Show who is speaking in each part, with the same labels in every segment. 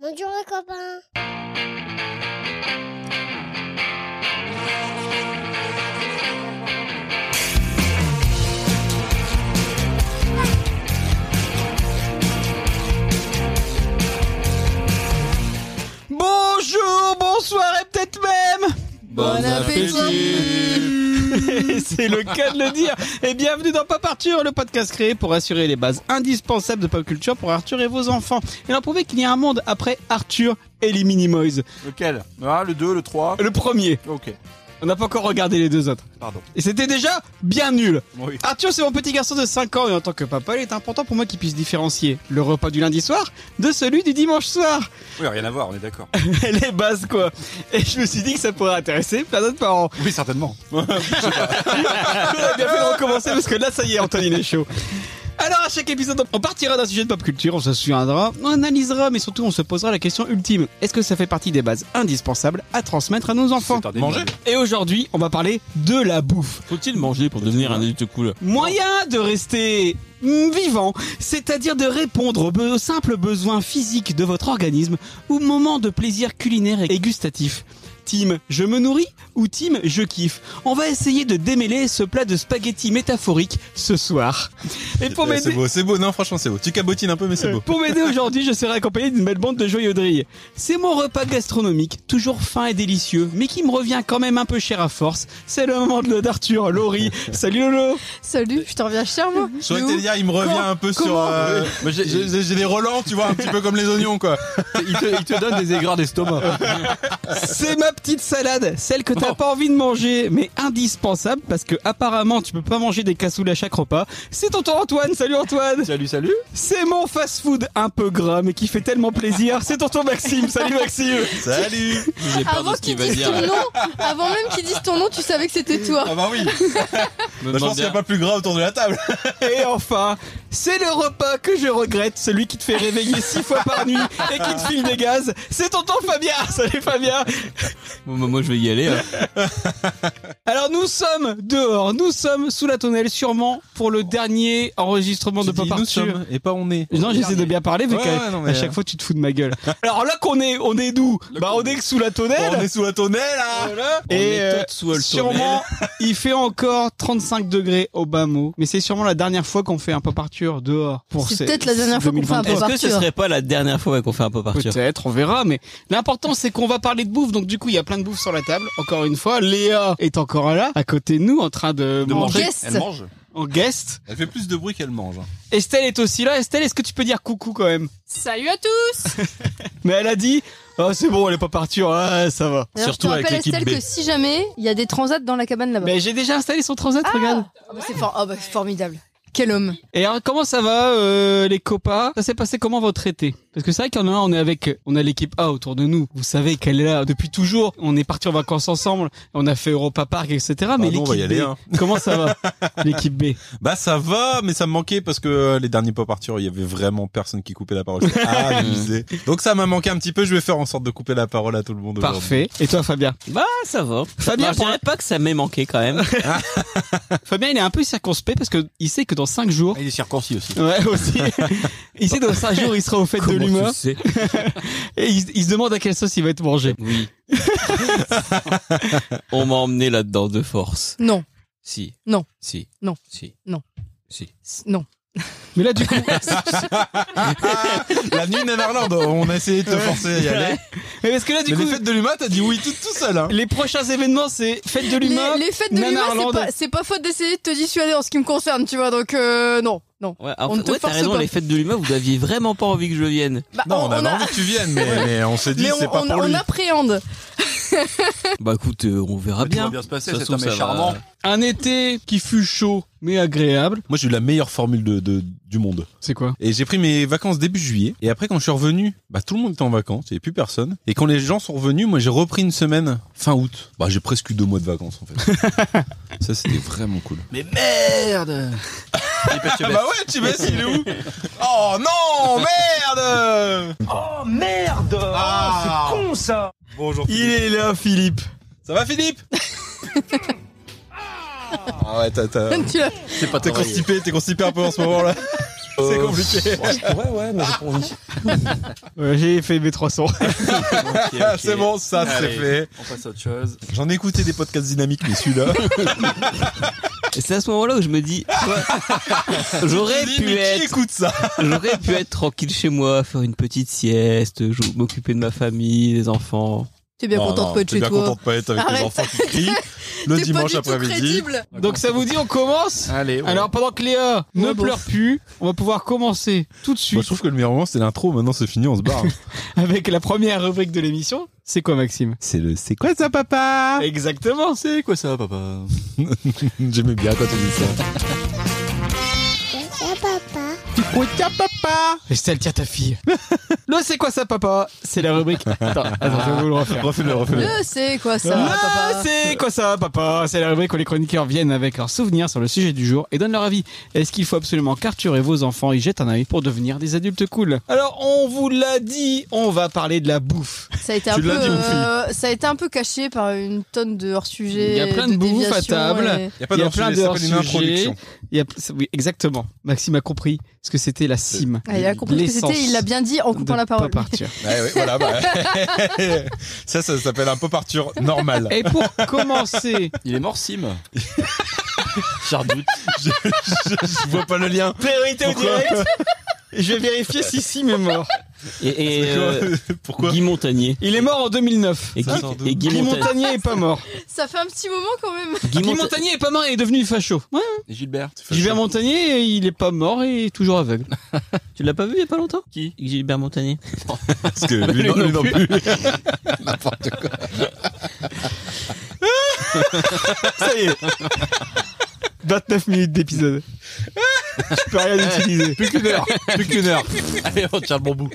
Speaker 1: Bonjour les copains.
Speaker 2: Bonjour, bonsoir et peut-être même
Speaker 3: Bon appétit
Speaker 2: C'est le cas de le dire Et bienvenue dans Pop Arthur, le podcast créé pour assurer les bases indispensables de pop culture pour Arthur et vos enfants. Et leur prouver qu'il y a un monde après Arthur et les Minimoys.
Speaker 3: Lequel ah, Le 2, le 3
Speaker 2: Le premier,
Speaker 3: Ok,
Speaker 2: on n'a pas encore regardé les deux autres.
Speaker 3: pardon.
Speaker 2: Et c'était déjà bien nul
Speaker 3: Oui.
Speaker 2: Arthur, c'est mon petit garçon de 5 ans et en tant que papa, il est important pour moi qu'il puisse différencier le repas du lundi soir de celui du dimanche soir.
Speaker 3: Oui, rien à voir, on est d'accord.
Speaker 2: Les bases, quoi. Et je me suis dit que ça pourrait intéresser plein d'autres parents.
Speaker 3: Oui, certainement.
Speaker 2: On a bien fait de recommencer parce que là, ça y est, Anthony il est chaud. Alors, à chaque épisode, on partira d'un sujet de pop culture, on se souviendra, on analysera, mais surtout, on se posera la question ultime. Est-ce que ça fait partie des bases indispensables à transmettre à nos enfants
Speaker 3: C'est un
Speaker 4: Manger
Speaker 3: animal.
Speaker 2: Et aujourd'hui, on va parler de la bouffe.
Speaker 4: Faut-il manger pour devenir un adulte cool
Speaker 2: Moyen de rester mm, vivant, c'est-à-dire de répondre aux, be- aux simples besoins physiques de votre organisme ou moments de plaisir culinaire et gustatif. Team je me nourris ou team je kiffe On va essayer de démêler ce plat de spaghettis métaphorique ce soir. Et pour
Speaker 5: Eh, C'est
Speaker 2: m'aider...
Speaker 5: beau, c'est beau, non franchement c'est beau. Tu cabotines un peu mais c'est beau.
Speaker 2: Pour m'aider aujourd'hui, je serai accompagné d'une belle bande de joyeux drilles. C'est mon repas gastronomique, toujours fin et délicieux, mais qui me revient quand même un peu cher à force. C'est le moment de d'Arthur, Laurie. Salut Lolo
Speaker 6: Salut, je t'en reviens cher moi.
Speaker 5: Je crois
Speaker 6: Mais
Speaker 5: que
Speaker 6: où
Speaker 5: t'allais dire, il me revient
Speaker 6: Quand
Speaker 5: un peu sur...
Speaker 6: Comment
Speaker 5: euh,
Speaker 3: Mais j'ai-
Speaker 5: J'ai j'ai- j'ai des relents, tu vois, un petit peu comme les oignons quoi.
Speaker 3: il, te, il te donne des aigreurs d'estomac.
Speaker 2: C'est ma petite salade, celle que t'as pas envie de manger, mais indispensable parce que apparemment tu peux pas manger des cassoules à chaque repas. C'est tonton Antoine, salut Antoine
Speaker 3: salut, salut.
Speaker 2: C'est mon fast-food un peu gras mais qui fait tellement plaisir, c'est tonton Maxime, salut Maxime
Speaker 5: Salut
Speaker 4: J'ai peur
Speaker 6: Avant
Speaker 4: de ce qu'il
Speaker 6: qu'ils
Speaker 4: va
Speaker 6: disent
Speaker 4: dire.
Speaker 6: ton
Speaker 4: là.
Speaker 6: nom, avant même qu'ils disent ton nom, tu savais que c'était toi.
Speaker 5: Ah bah oui,
Speaker 4: Me
Speaker 5: Bah, je
Speaker 4: demande
Speaker 5: pense qu'il n'y
Speaker 4: bien.
Speaker 5: a pas plus gras autour de la table.
Speaker 2: Et enfin, c'est le repas que je regrette, celui qui te fait réveiller six fois par nuit et qui te file des gaz, c'est tonton Fabien, salut Fabien
Speaker 4: Bon, bah, moi je vais y aller. hein.
Speaker 2: Alors nous sommes dehors, nous sommes sous la tonnelle sûrement pour le dernier enregistrement de
Speaker 5: Tu dis,
Speaker 2: Pop
Speaker 5: nous
Speaker 2: Arthur.
Speaker 5: sommes hein. et pas on est.
Speaker 2: Non, j'essaie de bien parler, mais
Speaker 5: Ouais,
Speaker 2: qu'à-
Speaker 5: ouais, non, mais,
Speaker 2: à chaque
Speaker 5: euh,
Speaker 2: fois tu te fous de ma gueule. Alors là qu'on est, on est d'où Bah on est que sous la
Speaker 5: On
Speaker 2: tonnelle.
Speaker 5: est sous la tonnelle là
Speaker 4: On
Speaker 2: Et
Speaker 4: est
Speaker 2: euh,
Speaker 4: toutes sous le
Speaker 2: sûrement, il fait encore 35 degrés au bas mot, mais c'est sûrement la dernière fois qu'on fait un pop Arthur dehors. Pour
Speaker 6: C'est
Speaker 2: ces-
Speaker 6: peut-être la dernière fois qu'on fait
Speaker 2: 2023.
Speaker 6: un
Speaker 4: Est-ce que ce
Speaker 6: Arthur.
Speaker 4: serait pas la dernière fois ouais, qu'on fait un pop Arthur
Speaker 2: Peut-être, on verra, mais l'important c'est qu'on va parler de bouffe, donc du coup il y a plein de bouffe sur la table. Encore une fois, Léa est encore là, à côté de nous, en train de,
Speaker 6: En
Speaker 2: manger
Speaker 6: guest.
Speaker 3: Elle mange.
Speaker 2: en guest.
Speaker 5: Elle fait plus de bruit qu'elle mange. hein.
Speaker 2: Estelle est aussi là. Estelle, est-ce que tu peux dire coucou quand même
Speaker 6: Salut à tous
Speaker 2: Mais elle a dit, oh c'est bon, elle est pas partie, ah, ça va.
Speaker 6: D'ailleurs, je te
Speaker 5: Surtout avec
Speaker 6: rappelle
Speaker 5: l'équipe
Speaker 6: Estelle
Speaker 5: B.
Speaker 6: que si jamais, il y a des transats dans la cabane là-bas.
Speaker 2: Mais j'ai déjà installé son transat, regarde.
Speaker 6: Ah bah, c'est for- ah bah, c'est formidable. Quel homme.
Speaker 2: Et alors, comment ça va, euh, les copains Ça s'est passé comment votre été Parce que c'est vrai qu'il y en a un, on est avec, on a l'équipe A autour de nous. Vous savez qu'elle est là depuis toujours. On est parti en vacances ensemble. On a fait Europa Park, etc. mais
Speaker 5: non, on va y
Speaker 2: l'équipe B,
Speaker 5: aller, hein.
Speaker 2: comment ça va L'équipe B.
Speaker 5: Bah ça va, mais ça me manquait parce que euh, les derniers pop Arthur, il y avait vraiment personne qui coupait la parole. J'étais Amusé. Donc ça m'a manqué un petit peu, je vais faire en sorte de couper la parole à tout le monde aujourd'hui.
Speaker 2: Parfait. Et toi, Fabien
Speaker 4: Bah ça va.
Speaker 2: Fabien,
Speaker 4: Bah, je
Speaker 2: pour-
Speaker 4: dirais pas que ça m'ait manqué quand même.
Speaker 2: Fabien, il est un peu circonspect parce que il sait que dans cinq jours.
Speaker 3: Il est circoncis aussi.
Speaker 2: Ouais, aussi. il sait que dans cinq jours, il sera au fait de l'humeur.
Speaker 4: sais
Speaker 2: Et il, il se demande à quelle sauce il va être mangé.
Speaker 4: Oui. On m'a emmené là-dedans de force.
Speaker 6: Non,
Speaker 4: Si.
Speaker 6: Non.
Speaker 4: Si.
Speaker 6: Non.
Speaker 4: Si.
Speaker 6: Non.
Speaker 4: Si.
Speaker 6: c- non.
Speaker 2: Mais là, du coup,
Speaker 5: La nuit Neverland, on a essayé de te forcer à y aller.
Speaker 2: mais parce que là, du
Speaker 5: mais
Speaker 2: coup,
Speaker 5: les fêtes de l'humain, t'as dit oui tout, tout seul. Hein.
Speaker 2: les prochains événements, c'est fête de l'humain.
Speaker 6: Les, les fêtes de l'humain, c'est
Speaker 2: Nanarland.
Speaker 6: pas- c'est pas, faute d'essayer de te dissuader en ce qui me concerne, tu vois, donc euh, non, non.
Speaker 4: Ouais, en
Speaker 6: On ne
Speaker 4: fait,
Speaker 6: te
Speaker 4: ouais, t'as
Speaker 6: force
Speaker 4: raison,
Speaker 6: pas.
Speaker 4: les fêtes de l'humain, vous aviez vraiment pas envie que je vienne.
Speaker 6: Bah,
Speaker 5: Non, on, avait
Speaker 6: a-
Speaker 5: envie que tu viennes, mais, mais on s'est dit
Speaker 6: mais
Speaker 5: c'est
Speaker 6: on,
Speaker 5: pas
Speaker 6: on-
Speaker 5: pour
Speaker 6: on
Speaker 5: lui.
Speaker 6: appréhende.
Speaker 4: Bah écoute, euh, on verra
Speaker 3: Bien. Ça va
Speaker 4: bien.
Speaker 3: bien se passer,
Speaker 4: Ça
Speaker 3: cet
Speaker 4: se trouve,
Speaker 3: homme est
Speaker 4: ça va.
Speaker 3: charmant.
Speaker 2: Un été qui fut chaud mais agréable.
Speaker 5: Moi, j'ai eu la meilleure formule de, de- du monde.
Speaker 2: C'est quoi
Speaker 5: Et j'ai pris mes vacances début juillet. Et après, quand je suis revenu, bah, tout le monde était en vacances. Il n'y avait plus personne. Et quand les gens sont revenus, moi, j'ai repris une semaine fin août. Bah, j'ai presque eu deux mois de vacances, en fait. Ça, c'était vraiment cool.
Speaker 3: Mais merde Philippe
Speaker 5: Ah
Speaker 3: Etchebest.
Speaker 5: bah ouais, tu sais, il est où Oh non, merde
Speaker 7: Oh merde
Speaker 5: Ah.
Speaker 7: Oh, C'est con ça
Speaker 5: Bonjour.
Speaker 2: Il est là, Philippe.
Speaker 5: Ça va, Philippe Ah ouais, t'as- t'as-
Speaker 6: Tu vois.
Speaker 3: C'est pas
Speaker 5: T'es Euh,
Speaker 3: travaillé.
Speaker 5: constipé, t'es constipé un peu en ce moment là.
Speaker 2: C'est compliqué.
Speaker 1: Ouais, je pourrais, ouais, mais j'ai pas envie.
Speaker 2: Ouais, J'ai fait mes 300.
Speaker 5: Ah, C'est bon, ça, c'est
Speaker 3: Allez.
Speaker 5: fait.
Speaker 3: On passe à autre chose.
Speaker 5: J'en ai écouté des podcasts dynamiques, mais celui-là.
Speaker 4: Et c'est à ce moment-là où je me dis, j'aurais
Speaker 5: Dis,
Speaker 4: pu
Speaker 5: mais qui
Speaker 4: être,
Speaker 5: écoute ça
Speaker 4: j'aurais pu être tranquille chez moi, faire une petite sieste, jou- m'occuper de ma famille, des enfants.
Speaker 6: T'es bien
Speaker 5: Non,
Speaker 6: content
Speaker 5: non,
Speaker 6: de pas être
Speaker 5: t'es
Speaker 6: chez
Speaker 5: bien
Speaker 6: toi.
Speaker 5: content de pas être avec
Speaker 6: Arrête.
Speaker 5: les enfants qui crient le
Speaker 6: T'es pas du
Speaker 5: dimanche
Speaker 6: tout
Speaker 5: après-midi.
Speaker 6: crédible.
Speaker 2: Donc ça vous dit, on commence
Speaker 5: Ah,
Speaker 3: Allez, ouais.
Speaker 2: Alors pendant que Léa ne
Speaker 6: Ouais, bon.
Speaker 2: pleure plus, on va pouvoir commencer tout de
Speaker 5: Moi,
Speaker 2: suite
Speaker 5: Bah, je trouve que le meilleur moment, c'est l'intro. Maintenant, c'est fini, on se barre.
Speaker 2: avec la première rubrique de l'émission. C'est quoi Maxime
Speaker 5: c'est le C'est quoi ça, papa
Speaker 2: Exactement.
Speaker 3: C'est quoi ça, papa
Speaker 5: J'aimais bien quand tu dis ça.
Speaker 2: Estelle, tiens ta fille. le c'est quoi ça papa C'est la rubrique. Attends, attends, je vais vous le refaire.
Speaker 5: Refais-le, refais-le.
Speaker 6: Je sais Euh, quoi ça,
Speaker 2: Le
Speaker 6: papa.
Speaker 2: c'est quoi ça, papa C'est la rubrique où les chroniqueurs viennent avec leurs souvenirs sur le sujet du jour et donnent leur avis. Est-ce qu'il faut absolument carturer vos enfants y jettent un œil pour devenir des adultes cool Alors, on vous l'a dit, on va parler de la bouffe.
Speaker 6: Ça a été un
Speaker 5: Tu
Speaker 6: peu,
Speaker 5: l'as dit, mon fils.
Speaker 6: euh, ça a été un peu caché par une tonne de hors-sujet.
Speaker 2: Il y a plein de bouffe à
Speaker 6: déviations
Speaker 2: table.
Speaker 5: Il
Speaker 6: et-
Speaker 5: y a
Speaker 2: Il y a
Speaker 5: hors-sujet,
Speaker 2: plein de
Speaker 5: ça s'appelle une
Speaker 2: hors-sujet.
Speaker 5: introduction.
Speaker 2: Il y a- Oui, exactement. Maxime a compris ce que c'était la cime.
Speaker 6: Ah, il a compris ce que c'était,
Speaker 2: L'essence
Speaker 6: il l'a bien dit en
Speaker 2: de
Speaker 6: coupant la parole.
Speaker 2: pas partir.
Speaker 5: Ouais, ouais, voilà, bah. ça, ça s'appelle un pop Arthur normal.
Speaker 2: Et pour commencer,
Speaker 3: Il est mort, Sim. Chardoute.
Speaker 5: je, je vois pas le lien.
Speaker 2: priorité au
Speaker 5: Pourquoi
Speaker 2: direct, je vais vérifier si Sim est mort.
Speaker 4: Et, et, euh,
Speaker 5: Pourquoi
Speaker 4: Guy Montagnier.
Speaker 2: Il est mort en 2009.
Speaker 4: Et Guy,
Speaker 5: sans doute.
Speaker 4: et Guy
Speaker 2: Guy
Speaker 4: Monta-
Speaker 2: Montagnier est pas mort.
Speaker 6: Ça fait un petit moment quand même.
Speaker 4: Guy
Speaker 2: Guy
Speaker 4: Monta-
Speaker 2: Montagnier est pas mort et est devenu facho. Ouais.
Speaker 3: Et Gilbert.
Speaker 2: Gilbert Montagnier, il est pas mort et est toujours aveugle.
Speaker 4: Tu l'as pas vu il y a pas longtemps
Speaker 3: Qui
Speaker 4: Gilbert Montagnier.
Speaker 5: Parce que lui, non, lui non plus. N'importe quoi.
Speaker 2: Ça y est. 29 minutes d'épisode. Je peux rien utiliser.
Speaker 3: Plus qu'une heure. Plus qu'une heure. Allez, on tient le bon bout.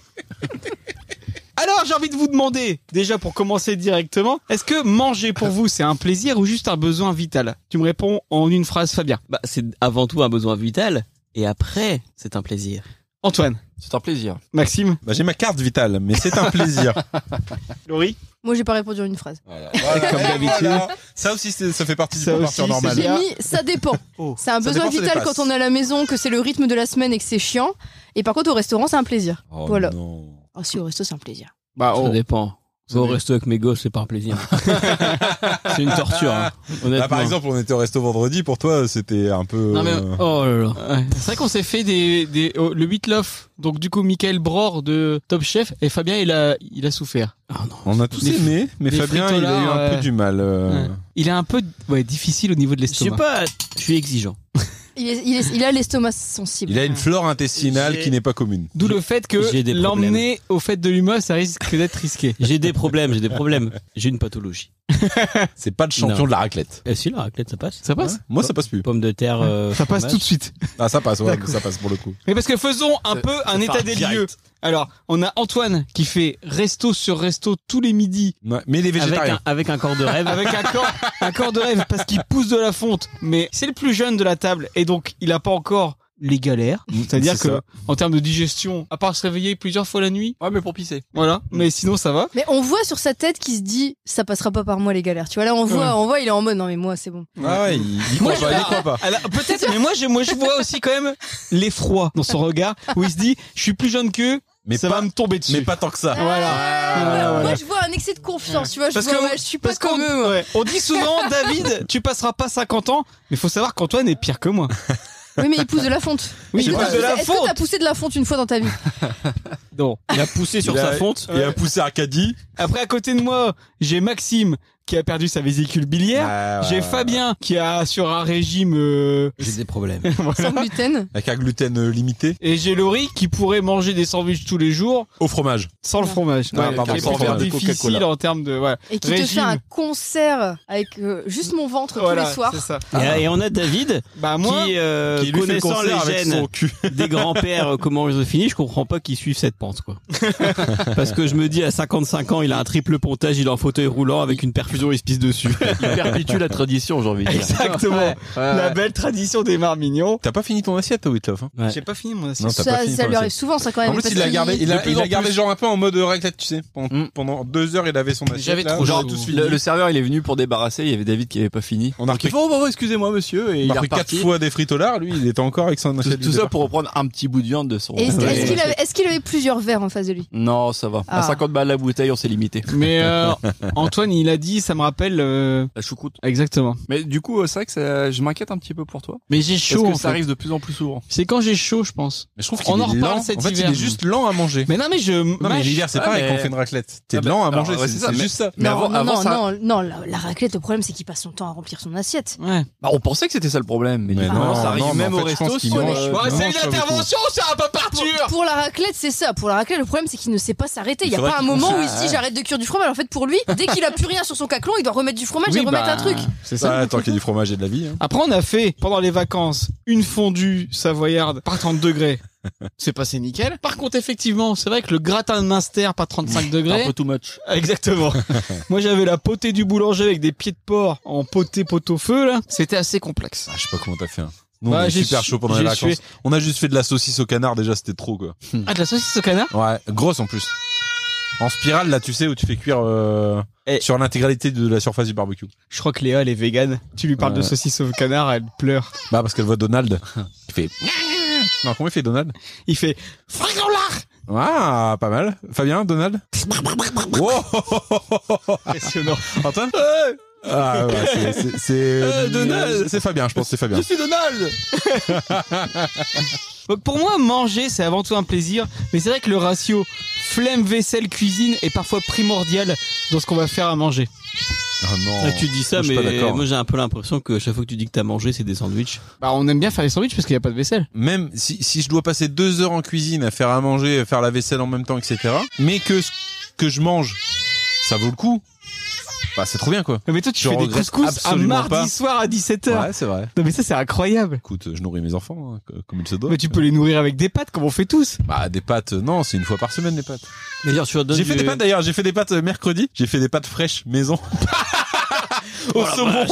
Speaker 2: Alors, j'ai envie de vous demander, déjà pour commencer directement, est-ce que manger pour vous c'est un plaisir ou juste un besoin vital Tu me réponds en une phrase, Fabien.
Speaker 4: Bah, c'est avant tout un besoin vital. Et après, c'est
Speaker 2: Bah,
Speaker 4: un plaisir.
Speaker 2: Antoine,
Speaker 3: C'est un plaisir.
Speaker 2: Maxime,
Speaker 5: Bah, j'ai ma carte vitale, mais c'est un plaisir.
Speaker 2: Laurie.
Speaker 6: Moi j'ai pas répondu en une phrase.
Speaker 5: Comme d'habitude. Ça aussi, c'est- ça fait partie du
Speaker 2: Ça
Speaker 5: pop
Speaker 2: aussi,
Speaker 5: Arthur
Speaker 2: c'est
Speaker 5: normal.
Speaker 6: J'ai
Speaker 2: Léa.
Speaker 6: mis ça dépend.
Speaker 2: Oh.
Speaker 6: C'est un
Speaker 5: Ça
Speaker 6: besoin
Speaker 5: dépend, ça
Speaker 6: vital
Speaker 5: dépasse.
Speaker 6: quand on est à la maison, que c'est le rythme de la semaine et que c'est chiant. Et par contre au restaurant c'est un plaisir.
Speaker 5: Oh,
Speaker 6: Voilà.
Speaker 5: non.
Speaker 6: Ah si au resto c'est un plaisir.
Speaker 2: Bah,
Speaker 4: Ça dépend. Au resto avec mes gosses, c'est par plaisir. c'est une torture, hein.
Speaker 2: Bah,
Speaker 4: honnêtement.
Speaker 5: Là, Bah, par exemple, on était au resto vendredi. Pour toi, c'était un peu.
Speaker 4: Non, mais-
Speaker 5: euh,
Speaker 4: Oh là là.
Speaker 2: C'est vrai qu'on s'est fait des, des oh, le Whitloff. Donc du coup, Michael Bror de Top Chef et Fabien, il a il a souffert.
Speaker 5: On a tous
Speaker 2: Les-
Speaker 5: aimé, mais
Speaker 2: les
Speaker 5: Fabien, il a eu
Speaker 2: fritolards,
Speaker 5: un
Speaker 2: ouais.
Speaker 5: peu du mal. euh,
Speaker 2: Ouais. Il est un peu ouais, difficile au niveau de
Speaker 4: Je sais
Speaker 2: l'estomac.
Speaker 4: pas, je suis exigeant.
Speaker 6: Il, est- il, est- il a l'estomac sensible.
Speaker 5: Il a une flore intestinale
Speaker 2: J'ai-
Speaker 5: qui n'est pas commune.
Speaker 2: D'où le fait
Speaker 4: J'ai
Speaker 2: que
Speaker 4: des
Speaker 2: l'emmener au fait de l'humour, ça risque d'être risqué.
Speaker 4: J'ai des problèmes, j'ai des problèmes. J'ai une pathologie.
Speaker 5: C'est pas le champion
Speaker 4: Non.
Speaker 5: de la raclette.
Speaker 4: Et si la raclette, ça passe
Speaker 2: Ça passe
Speaker 5: Ouais. Moi, ça passe plus.
Speaker 4: Pommes de terre. euh,
Speaker 2: Ça passe
Speaker 4: fromage.
Speaker 2: tout de suite.
Speaker 5: Ah, ça passe, ouais,
Speaker 2: D'accord.
Speaker 5: ça passe pour le coup.
Speaker 2: Mais parce que faisons un
Speaker 3: Ça-
Speaker 2: peu un état
Speaker 3: part
Speaker 2: des
Speaker 3: direct.
Speaker 2: lieux. Alors, on a Antoine qui fait resto sur resto tous les midis
Speaker 5: Ouais, Mais les
Speaker 4: Avec
Speaker 5: végétariens.
Speaker 4: un, avec un corps de rêve.
Speaker 2: avec un corps, un corps de rêve parce qu'il pousse de la fonte. Mais c'est le plus jeune de la table et donc il a pas encore les galères. C'est-à-dire
Speaker 5: C'est
Speaker 2: que
Speaker 5: ça.
Speaker 2: en termes de digestion, à part se réveiller plusieurs fois la nuit,
Speaker 3: Ouais, mais pour pisser.
Speaker 2: voilà. Mais sinon ça va.
Speaker 6: Mais on voit sur sa tête qu'il se dit ça passera pas par moi les galères. Tu vois là on voit,
Speaker 2: Ouais.
Speaker 6: on voit il est en mode non mais moi c'est bon.
Speaker 5: Ah ouais, il il croit pas, il croit pas.
Speaker 2: Alors, peut-être, mais moi je, moi je vois aussi quand même l'effroi dans son regard où il se dit je suis plus jeune qu'eux,
Speaker 5: Mais
Speaker 2: ça
Speaker 5: pas-
Speaker 2: va me tomber dessus.
Speaker 5: Mais pas tant que ça.
Speaker 2: Voilà.
Speaker 6: Ah,
Speaker 2: Voilà,
Speaker 6: moi,
Speaker 2: voilà.
Speaker 6: je vois un excès de confiance. Tu vois je,
Speaker 2: Parce
Speaker 6: vois,
Speaker 2: que-
Speaker 6: ouais, je suis pas
Speaker 2: Parce qu'on
Speaker 6: comme eux.
Speaker 2: ouais. on dit souvent, David, tu passeras pas 50 ans, mais faut savoir qu'Antoine est pire que moi.
Speaker 6: Oui mais il pousse de la fonte.
Speaker 2: Oui,
Speaker 6: Est-ce
Speaker 2: il
Speaker 6: que
Speaker 2: pousse
Speaker 6: t'as
Speaker 2: de la
Speaker 6: poussé- Est-ce que t'as
Speaker 2: fonte.
Speaker 6: poussé de la fonte une fois dans ta vie
Speaker 2: Non.
Speaker 4: Il a poussé sur
Speaker 5: Il
Speaker 4: sa
Speaker 5: a-
Speaker 4: fonte.
Speaker 5: Et un poussé Arcadie.
Speaker 2: Après, à côté de moi, j'ai Maxime qui a perdu sa vésicule biliaire.
Speaker 5: Bah, Ah.
Speaker 2: J'ai Fabien qui a sur un régime euh,
Speaker 4: J'ai des problèmes.
Speaker 6: sans gluten
Speaker 5: Avec un gluten euh, limité.
Speaker 2: et j'ai Laurie qui pourrait manger des sandwichs tous les jours
Speaker 5: Au fromage.
Speaker 2: sans le fromage.
Speaker 5: Ah, pardon,
Speaker 2: et
Speaker 5: sans
Speaker 2: pour
Speaker 5: le
Speaker 2: faire
Speaker 5: fromage.
Speaker 2: difficile
Speaker 5: Coca-Cola.
Speaker 2: en termes de voilà.
Speaker 6: et qui te fait
Speaker 2: Régime.
Speaker 6: un concert avec euh, juste mon ventre tous
Speaker 2: Voilà,
Speaker 6: les soirs.
Speaker 2: c'est ça.
Speaker 4: Et, et on a David
Speaker 2: Bah moi,
Speaker 4: qui, euh,
Speaker 5: Qui lui fait le
Speaker 4: connaissant
Speaker 5: concert
Speaker 4: les
Speaker 5: avec
Speaker 4: gènes
Speaker 5: son cul.
Speaker 4: des grands-pères, euh, comment ils ont fini, je comprends pas qu'ils suivent cette pente. pense, quoi. Parce que je me dis, à 55 ans, il a un triple pontage, il est en fauteuil roulant avec une perfusion, il se pisse dessus.
Speaker 3: Il perpétue la tradition, j'ai envie de dire.
Speaker 2: Exactement. La belle tradition des marmignons.
Speaker 5: T'as pas fini ton assiette, toi, Whitloff. hein
Speaker 4: Ouais.
Speaker 2: J'ai pas fini mon assiette.
Speaker 5: Non, t'as pas
Speaker 6: Ça,
Speaker 5: fini
Speaker 6: ça
Speaker 5: ton
Speaker 6: lui arrive
Speaker 5: assiette.
Speaker 6: souvent, ça quand même.
Speaker 5: En plus,
Speaker 6: parce
Speaker 5: il l'a
Speaker 6: qu'il-
Speaker 5: gardé, il
Speaker 3: De
Speaker 5: a,
Speaker 3: plus
Speaker 5: il a
Speaker 3: en
Speaker 5: gardé
Speaker 3: plus.
Speaker 5: genre un peu en mode euh, raclette, tu sais. Pendant,
Speaker 3: Mm.
Speaker 5: pendant deux heures, il avait son assiette.
Speaker 3: J'avais
Speaker 5: là,
Speaker 3: trop
Speaker 5: genre
Speaker 3: chaud.
Speaker 5: tous
Speaker 3: le,
Speaker 5: finis.
Speaker 3: le serveur, il est venu pour débarrasser. Il y avait David qui avait pas fini.
Speaker 5: On a
Speaker 3: Il
Speaker 5: repris,
Speaker 3: fait oh, bah, bah, excusez-moi, monsieur. Et
Speaker 5: on
Speaker 3: il
Speaker 5: a
Speaker 3: est
Speaker 5: repris quatre
Speaker 3: reparti.
Speaker 5: fois des frites au lard, lui, il était encore avec son
Speaker 3: Tout,
Speaker 5: assiette.
Speaker 3: tout ça pour reprendre un petit bout de viande de son.
Speaker 6: Et Est-ce
Speaker 3: Ouais.
Speaker 6: est-ce qu'il avait, est-ce qu'il avait plusieurs verres en face de lui
Speaker 3: Non, ça va. À
Speaker 6: Ah.
Speaker 3: 50 balles la bouteille, on s'est limité.
Speaker 2: Mais euh, Antoine, il a dit, ça me rappelle euh,
Speaker 3: La choucroute.
Speaker 2: exactement.
Speaker 3: Mais du coup, euh, c'est vrai que ça- je m'inquiète un petit peu pour toi.
Speaker 2: Mais j'ai
Speaker 3: Parce
Speaker 2: chaud.
Speaker 3: que
Speaker 2: en
Speaker 3: ça
Speaker 2: fait.
Speaker 3: arrive de plus en plus souvent.
Speaker 2: C'est quand j'ai chaud, je pense.
Speaker 5: Mais je trouve
Speaker 2: qu'il On en est reparle lent. cet
Speaker 5: En fait,
Speaker 2: hiver.
Speaker 5: il est juste lent à manger.
Speaker 2: Mais non, mais je.
Speaker 5: Non, mais
Speaker 2: mâche.
Speaker 5: l'hiver, c'est
Speaker 3: Ah,
Speaker 5: pareil
Speaker 3: mais-
Speaker 5: quand on fait une raclette. T'es
Speaker 3: Ah, bah,
Speaker 5: lent à
Speaker 3: alors,
Speaker 5: manger,
Speaker 3: ouais,
Speaker 5: c'est
Speaker 3: c'est ça,
Speaker 5: c'est
Speaker 3: mais-
Speaker 5: juste ça.
Speaker 3: Mais
Speaker 6: non,
Speaker 3: avant-
Speaker 6: non,
Speaker 3: avant
Speaker 6: non,
Speaker 3: ça-
Speaker 6: non, non, la, la raclette, le problème, c'est qu'il passe son temps à remplir son assiette.
Speaker 2: Ouais.
Speaker 3: Bah, on pensait que c'était ça le problème. Mais,
Speaker 5: Mais
Speaker 3: du coup,
Speaker 5: Ah. non,
Speaker 3: ça arrive
Speaker 5: non, mais en
Speaker 3: même
Speaker 5: fait,
Speaker 3: au
Speaker 5: je pense
Speaker 3: resto.
Speaker 5: qu'il
Speaker 3: sur,
Speaker 5: mange-
Speaker 3: euh,
Speaker 5: Ouais,
Speaker 2: Ouais,
Speaker 5: non,
Speaker 2: c'est
Speaker 5: je
Speaker 2: une
Speaker 5: savais
Speaker 2: intervention, c'est un peu
Speaker 6: Pour,
Speaker 2: parture.
Speaker 6: pour la raclette, c'est ça. Pour la raclette, le problème, c'est qu'il ne sait pas s'arrêter. Il n'y
Speaker 5: Il
Speaker 6: a
Speaker 5: faudrait
Speaker 6: pas un
Speaker 5: qu'il-
Speaker 6: moment où
Speaker 5: Ah,
Speaker 6: il se dit j'arrête de cuire du fromage. En fait, pour lui, dès qu'il a plus rien sur son caclon, il doit remettre du fromage
Speaker 2: Oui,
Speaker 6: et remettre
Speaker 2: bah,
Speaker 6: un truc.
Speaker 2: C'est ça.
Speaker 5: Ah, tant qu'il y a du fromage et de la vie. hein.
Speaker 2: Après, on a fait, pendant les vacances, une fondue savoyarde par 30 degrés. C'est passé nickel. Par contre, effectivement, c'est vrai que le gratin de Minster par 35
Speaker 3: Un
Speaker 2: degrés.
Speaker 3: peu too much.
Speaker 2: Exactement. Moi, j'avais la potée du boulanger avec des pieds de porc en potée pot au feu, là. C'était assez complexe.
Speaker 5: Ah, je sais pas comment t'as fait. Hein. Nous,
Speaker 2: Bah,
Speaker 5: on est
Speaker 2: j'ai
Speaker 5: super
Speaker 2: su-
Speaker 5: chaud pendant les
Speaker 2: j'ai
Speaker 5: vacances.
Speaker 2: sué.
Speaker 5: On a juste fait de la saucisse au canard, déjà, c'était trop, quoi.
Speaker 2: Ah, de la saucisse au canard?
Speaker 5: Ouais, grosse en plus. En spirale, là, tu sais, où tu fais cuire euh,
Speaker 2: Eh.
Speaker 5: sur l'intégralité de la surface du barbecue.
Speaker 2: Je crois que Léa, elle est végane. Tu lui parles de
Speaker 5: Ouais.
Speaker 2: saucisse au canard, elle pleure.
Speaker 5: Bah, parce qu'elle voit Donald. Il fait. Non, comment il fait Donald
Speaker 2: Il fait, frigolard!
Speaker 5: Ah, pas mal. Fabien, Donald Wow.
Speaker 2: Impressionnant.
Speaker 5: Antoine Ah, ouais, c'est- c'est- c'est.
Speaker 2: Euh, Donald
Speaker 5: C'est Fabien, je pense, c'est Fabien.
Speaker 2: Je suis Donald Donc pour moi, manger, c'est avant tout un plaisir, mais c'est vrai que le ratio flemme, vaisselle, cuisine est parfois primordial dans ce qu'on va faire à manger.
Speaker 5: Ah non.
Speaker 4: Ah, tu dis ça,
Speaker 5: Moi, je suis pas
Speaker 4: mais
Speaker 5: d'accord.
Speaker 4: moi j'ai un peu l'impression que chaque fois que tu dis que t'as mangé, c'est des sandwichs.
Speaker 2: Bah on aime bien faire les sandwichs parce qu'il n'y a pas de vaisselle.
Speaker 5: même si, si je dois passer deux heures en cuisine à faire à manger, à faire la vaisselle en même temps, etc., mais que ce que je mange, ça vaut le coup, bah c'est trop bien quoi.
Speaker 2: Mais toi, tu
Speaker 5: Je
Speaker 2: fais des
Speaker 5: regrette
Speaker 2: couscous un
Speaker 5: absolument
Speaker 2: mardi
Speaker 5: pas.
Speaker 2: soir à 17h.
Speaker 5: c'est vrai.
Speaker 2: Non mais ça, c'est incroyable.
Speaker 5: Écoute, je nourris mes enfants hein, co- comme il se doit.
Speaker 2: Mais tu peux les nourrir avec des pâtes comme on fait tous.
Speaker 5: Bah des pâtes, euh, non, c'est une fois par semaine les pâtes.
Speaker 4: D'ailleurs, tu leur donnes
Speaker 5: J'ai fait
Speaker 4: du-
Speaker 5: des pâtes d'ailleurs, j'ai fait des pâtes euh, mercredi, j'ai fait des pâtes fraîches maison.
Speaker 2: Oh
Speaker 5: Au saumon.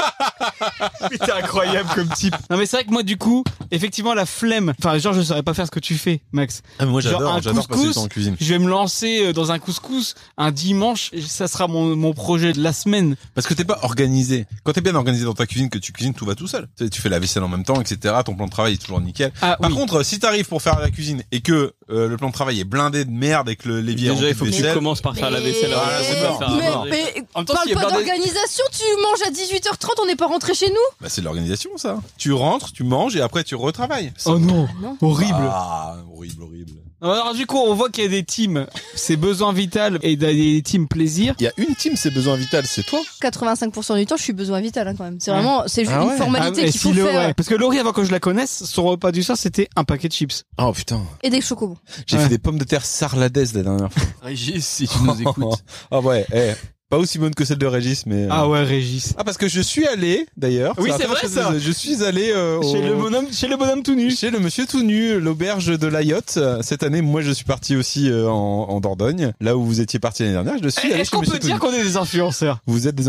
Speaker 2: Mais t'es incroyable comme type. Non mais c'est vrai que moi, du coup, effectivement, la flemme. Enfin, genre, je saurais pas faire ce que tu fais, Max.
Speaker 5: Ah, mais moi
Speaker 2: Genre un
Speaker 5: j'adore, j'adore passer du
Speaker 2: couscous.
Speaker 5: temps en cuisine.
Speaker 2: Je vais me lancer euh, dans un couscous un dimanche. et Ça sera mon, mon projet de la semaine.
Speaker 5: Parce que t'es pas organisé. Quand t'es bien organisé dans ta cuisine, que tu cuisines, tout va tout seul. Tu sais, tu fais la vaisselle en même temps, etc. Ton plan de travail est toujours nickel.
Speaker 2: Ah
Speaker 5: Par contre, si t'arrives pour faire la cuisine et que euh, le plan de travail est blindé de merde et que le lévier est
Speaker 4: Déjà,
Speaker 5: rempli
Speaker 4: il
Speaker 5: de
Speaker 4: faut que tu
Speaker 5: vaisselle,
Speaker 4: commences par faire la vaisselle. avant
Speaker 5: Voilà,
Speaker 4: de
Speaker 5: c'est
Speaker 4: faire
Speaker 5: mort.
Speaker 4: un
Speaker 6: mais,
Speaker 4: manger.
Speaker 6: mais
Speaker 3: En même temps, s'il
Speaker 6: parle
Speaker 3: y a
Speaker 6: pas
Speaker 3: plein de-
Speaker 6: d'organisation, tu manges à 18h30, on n'est pas rentré chez nous
Speaker 5: bah, c'est de l'organisation ça. Tu rentres, tu manges et après tu retravailles.
Speaker 2: Oh non,
Speaker 6: non.
Speaker 2: horrible.
Speaker 5: Ah, horrible, horrible.
Speaker 2: Alors du coup, on voit qu'il y a des teams, c'est besoin vital, et des teams plaisir.
Speaker 5: Il y a une team, c'est besoin vital, c'est toi.
Speaker 6: 85% du temps, je suis besoin vital hein, quand même. C'est
Speaker 2: Ouais.
Speaker 6: vraiment, c'est juste
Speaker 5: Ah ouais.
Speaker 6: une
Speaker 2: Ah,
Speaker 6: formalité
Speaker 2: et
Speaker 6: qu'il faut
Speaker 2: Philo,
Speaker 6: faire.
Speaker 2: ouais. Parce que Laurie, avant que je la connaisse, son repas du soir, c'était un paquet de chips.
Speaker 5: Oh putain,
Speaker 6: Et des chocobons.
Speaker 5: j'ai
Speaker 2: Ouais.
Speaker 5: fait des pommes de terre sarladaises la dernière fois.
Speaker 3: Régis, si tu nous écoutes.
Speaker 5: Ah ouais, eh, pas aussi bonne que celle de Régis, mais. euh,
Speaker 2: Ah ouais, Régis.
Speaker 5: Ah parce que je suis allé d'ailleurs.
Speaker 2: Oui,
Speaker 5: la
Speaker 2: c'est
Speaker 5: première
Speaker 2: vrai,
Speaker 5: chose,
Speaker 2: ça.
Speaker 5: Je suis allé euh, au-
Speaker 2: Chez le bonhomme, chez le bonhomme tout nu.
Speaker 5: Chez le monsieur tout nu, l'auberge de la yacht. Euh, Cette année, moi, je suis parti aussi euh, en, en Dordogne, là où vous étiez parti l'année dernière. Je suis allé
Speaker 2: Eh, Est-ce
Speaker 5: chez
Speaker 2: qu'on
Speaker 5: monsieur
Speaker 2: peut
Speaker 5: tout
Speaker 2: dire
Speaker 5: nu.
Speaker 2: qu'on est des influenceurs
Speaker 5: Vous êtes des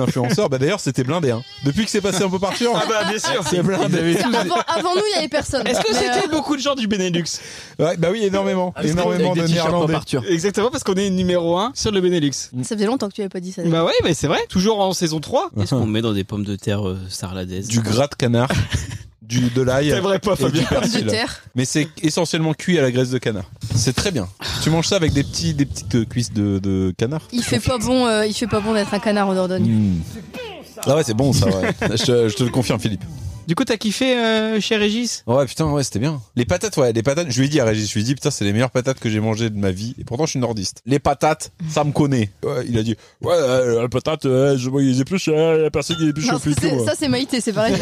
Speaker 5: influenceurs. bah d'ailleurs, c'était blindé. Hein. Depuis que c'est passé un peu partout, hein.
Speaker 2: Ah bah bien sûr.
Speaker 5: c'est blindé.
Speaker 6: Avant, avant nous, il y avait personne.
Speaker 2: Est-ce que
Speaker 6: Mais,
Speaker 2: c'était
Speaker 6: euh,
Speaker 2: beaucoup de gens du Benelux
Speaker 5: Ouais, bah oui, énormément,
Speaker 2: Ah,
Speaker 5: énormément de Néerlandais.
Speaker 2: Exactement, parce qu'on est numéro un sur le Benelux.
Speaker 6: euh, Ça faisait longtemps que tu avais pas dit ça.
Speaker 2: Bah ouais, mais c'est vrai. Toujours en saison 3.
Speaker 4: Qu'est-ce qu'on met dans des pommes de terre euh, sarladaises
Speaker 5: Du gras de canard, du de l'ail.
Speaker 2: C'est vrai pas,
Speaker 5: et du
Speaker 2: Fabien.
Speaker 5: persil.
Speaker 6: de terre.
Speaker 5: Mais c'est essentiellement cuit à la graisse de canard. C'est très bien. Tu manges ça avec des petits, des petites euh, cuisses de, de canard.
Speaker 6: Il fait pas bon, euh, il fait pas bon d'être un canard en Dordogne.
Speaker 5: Mm. Ah ouais, c'est bon ça. Ouais. je, te- je te le confirme, Philippe.
Speaker 2: Du coup, t'as kiffé euh, chez Régis
Speaker 5: Ouais, putain, ouais, c'était bien. Les patates, ouais, les patates. Je lui ai dit à Régis, je lui ai dit, putain, c'est les meilleures patates que j'ai mangées de ma vie. Et pourtant, je suis nordiste. Les patates, ça me connaît. Ouais, il a dit, ouais, euh, les patates, euh, je vois, les épluches, euh, il y a personne qui les épluche
Speaker 6: Non,
Speaker 5: au feu et
Speaker 6: c'est-
Speaker 5: tout, ouais.
Speaker 6: ça c'est Maïté, c'est pareil.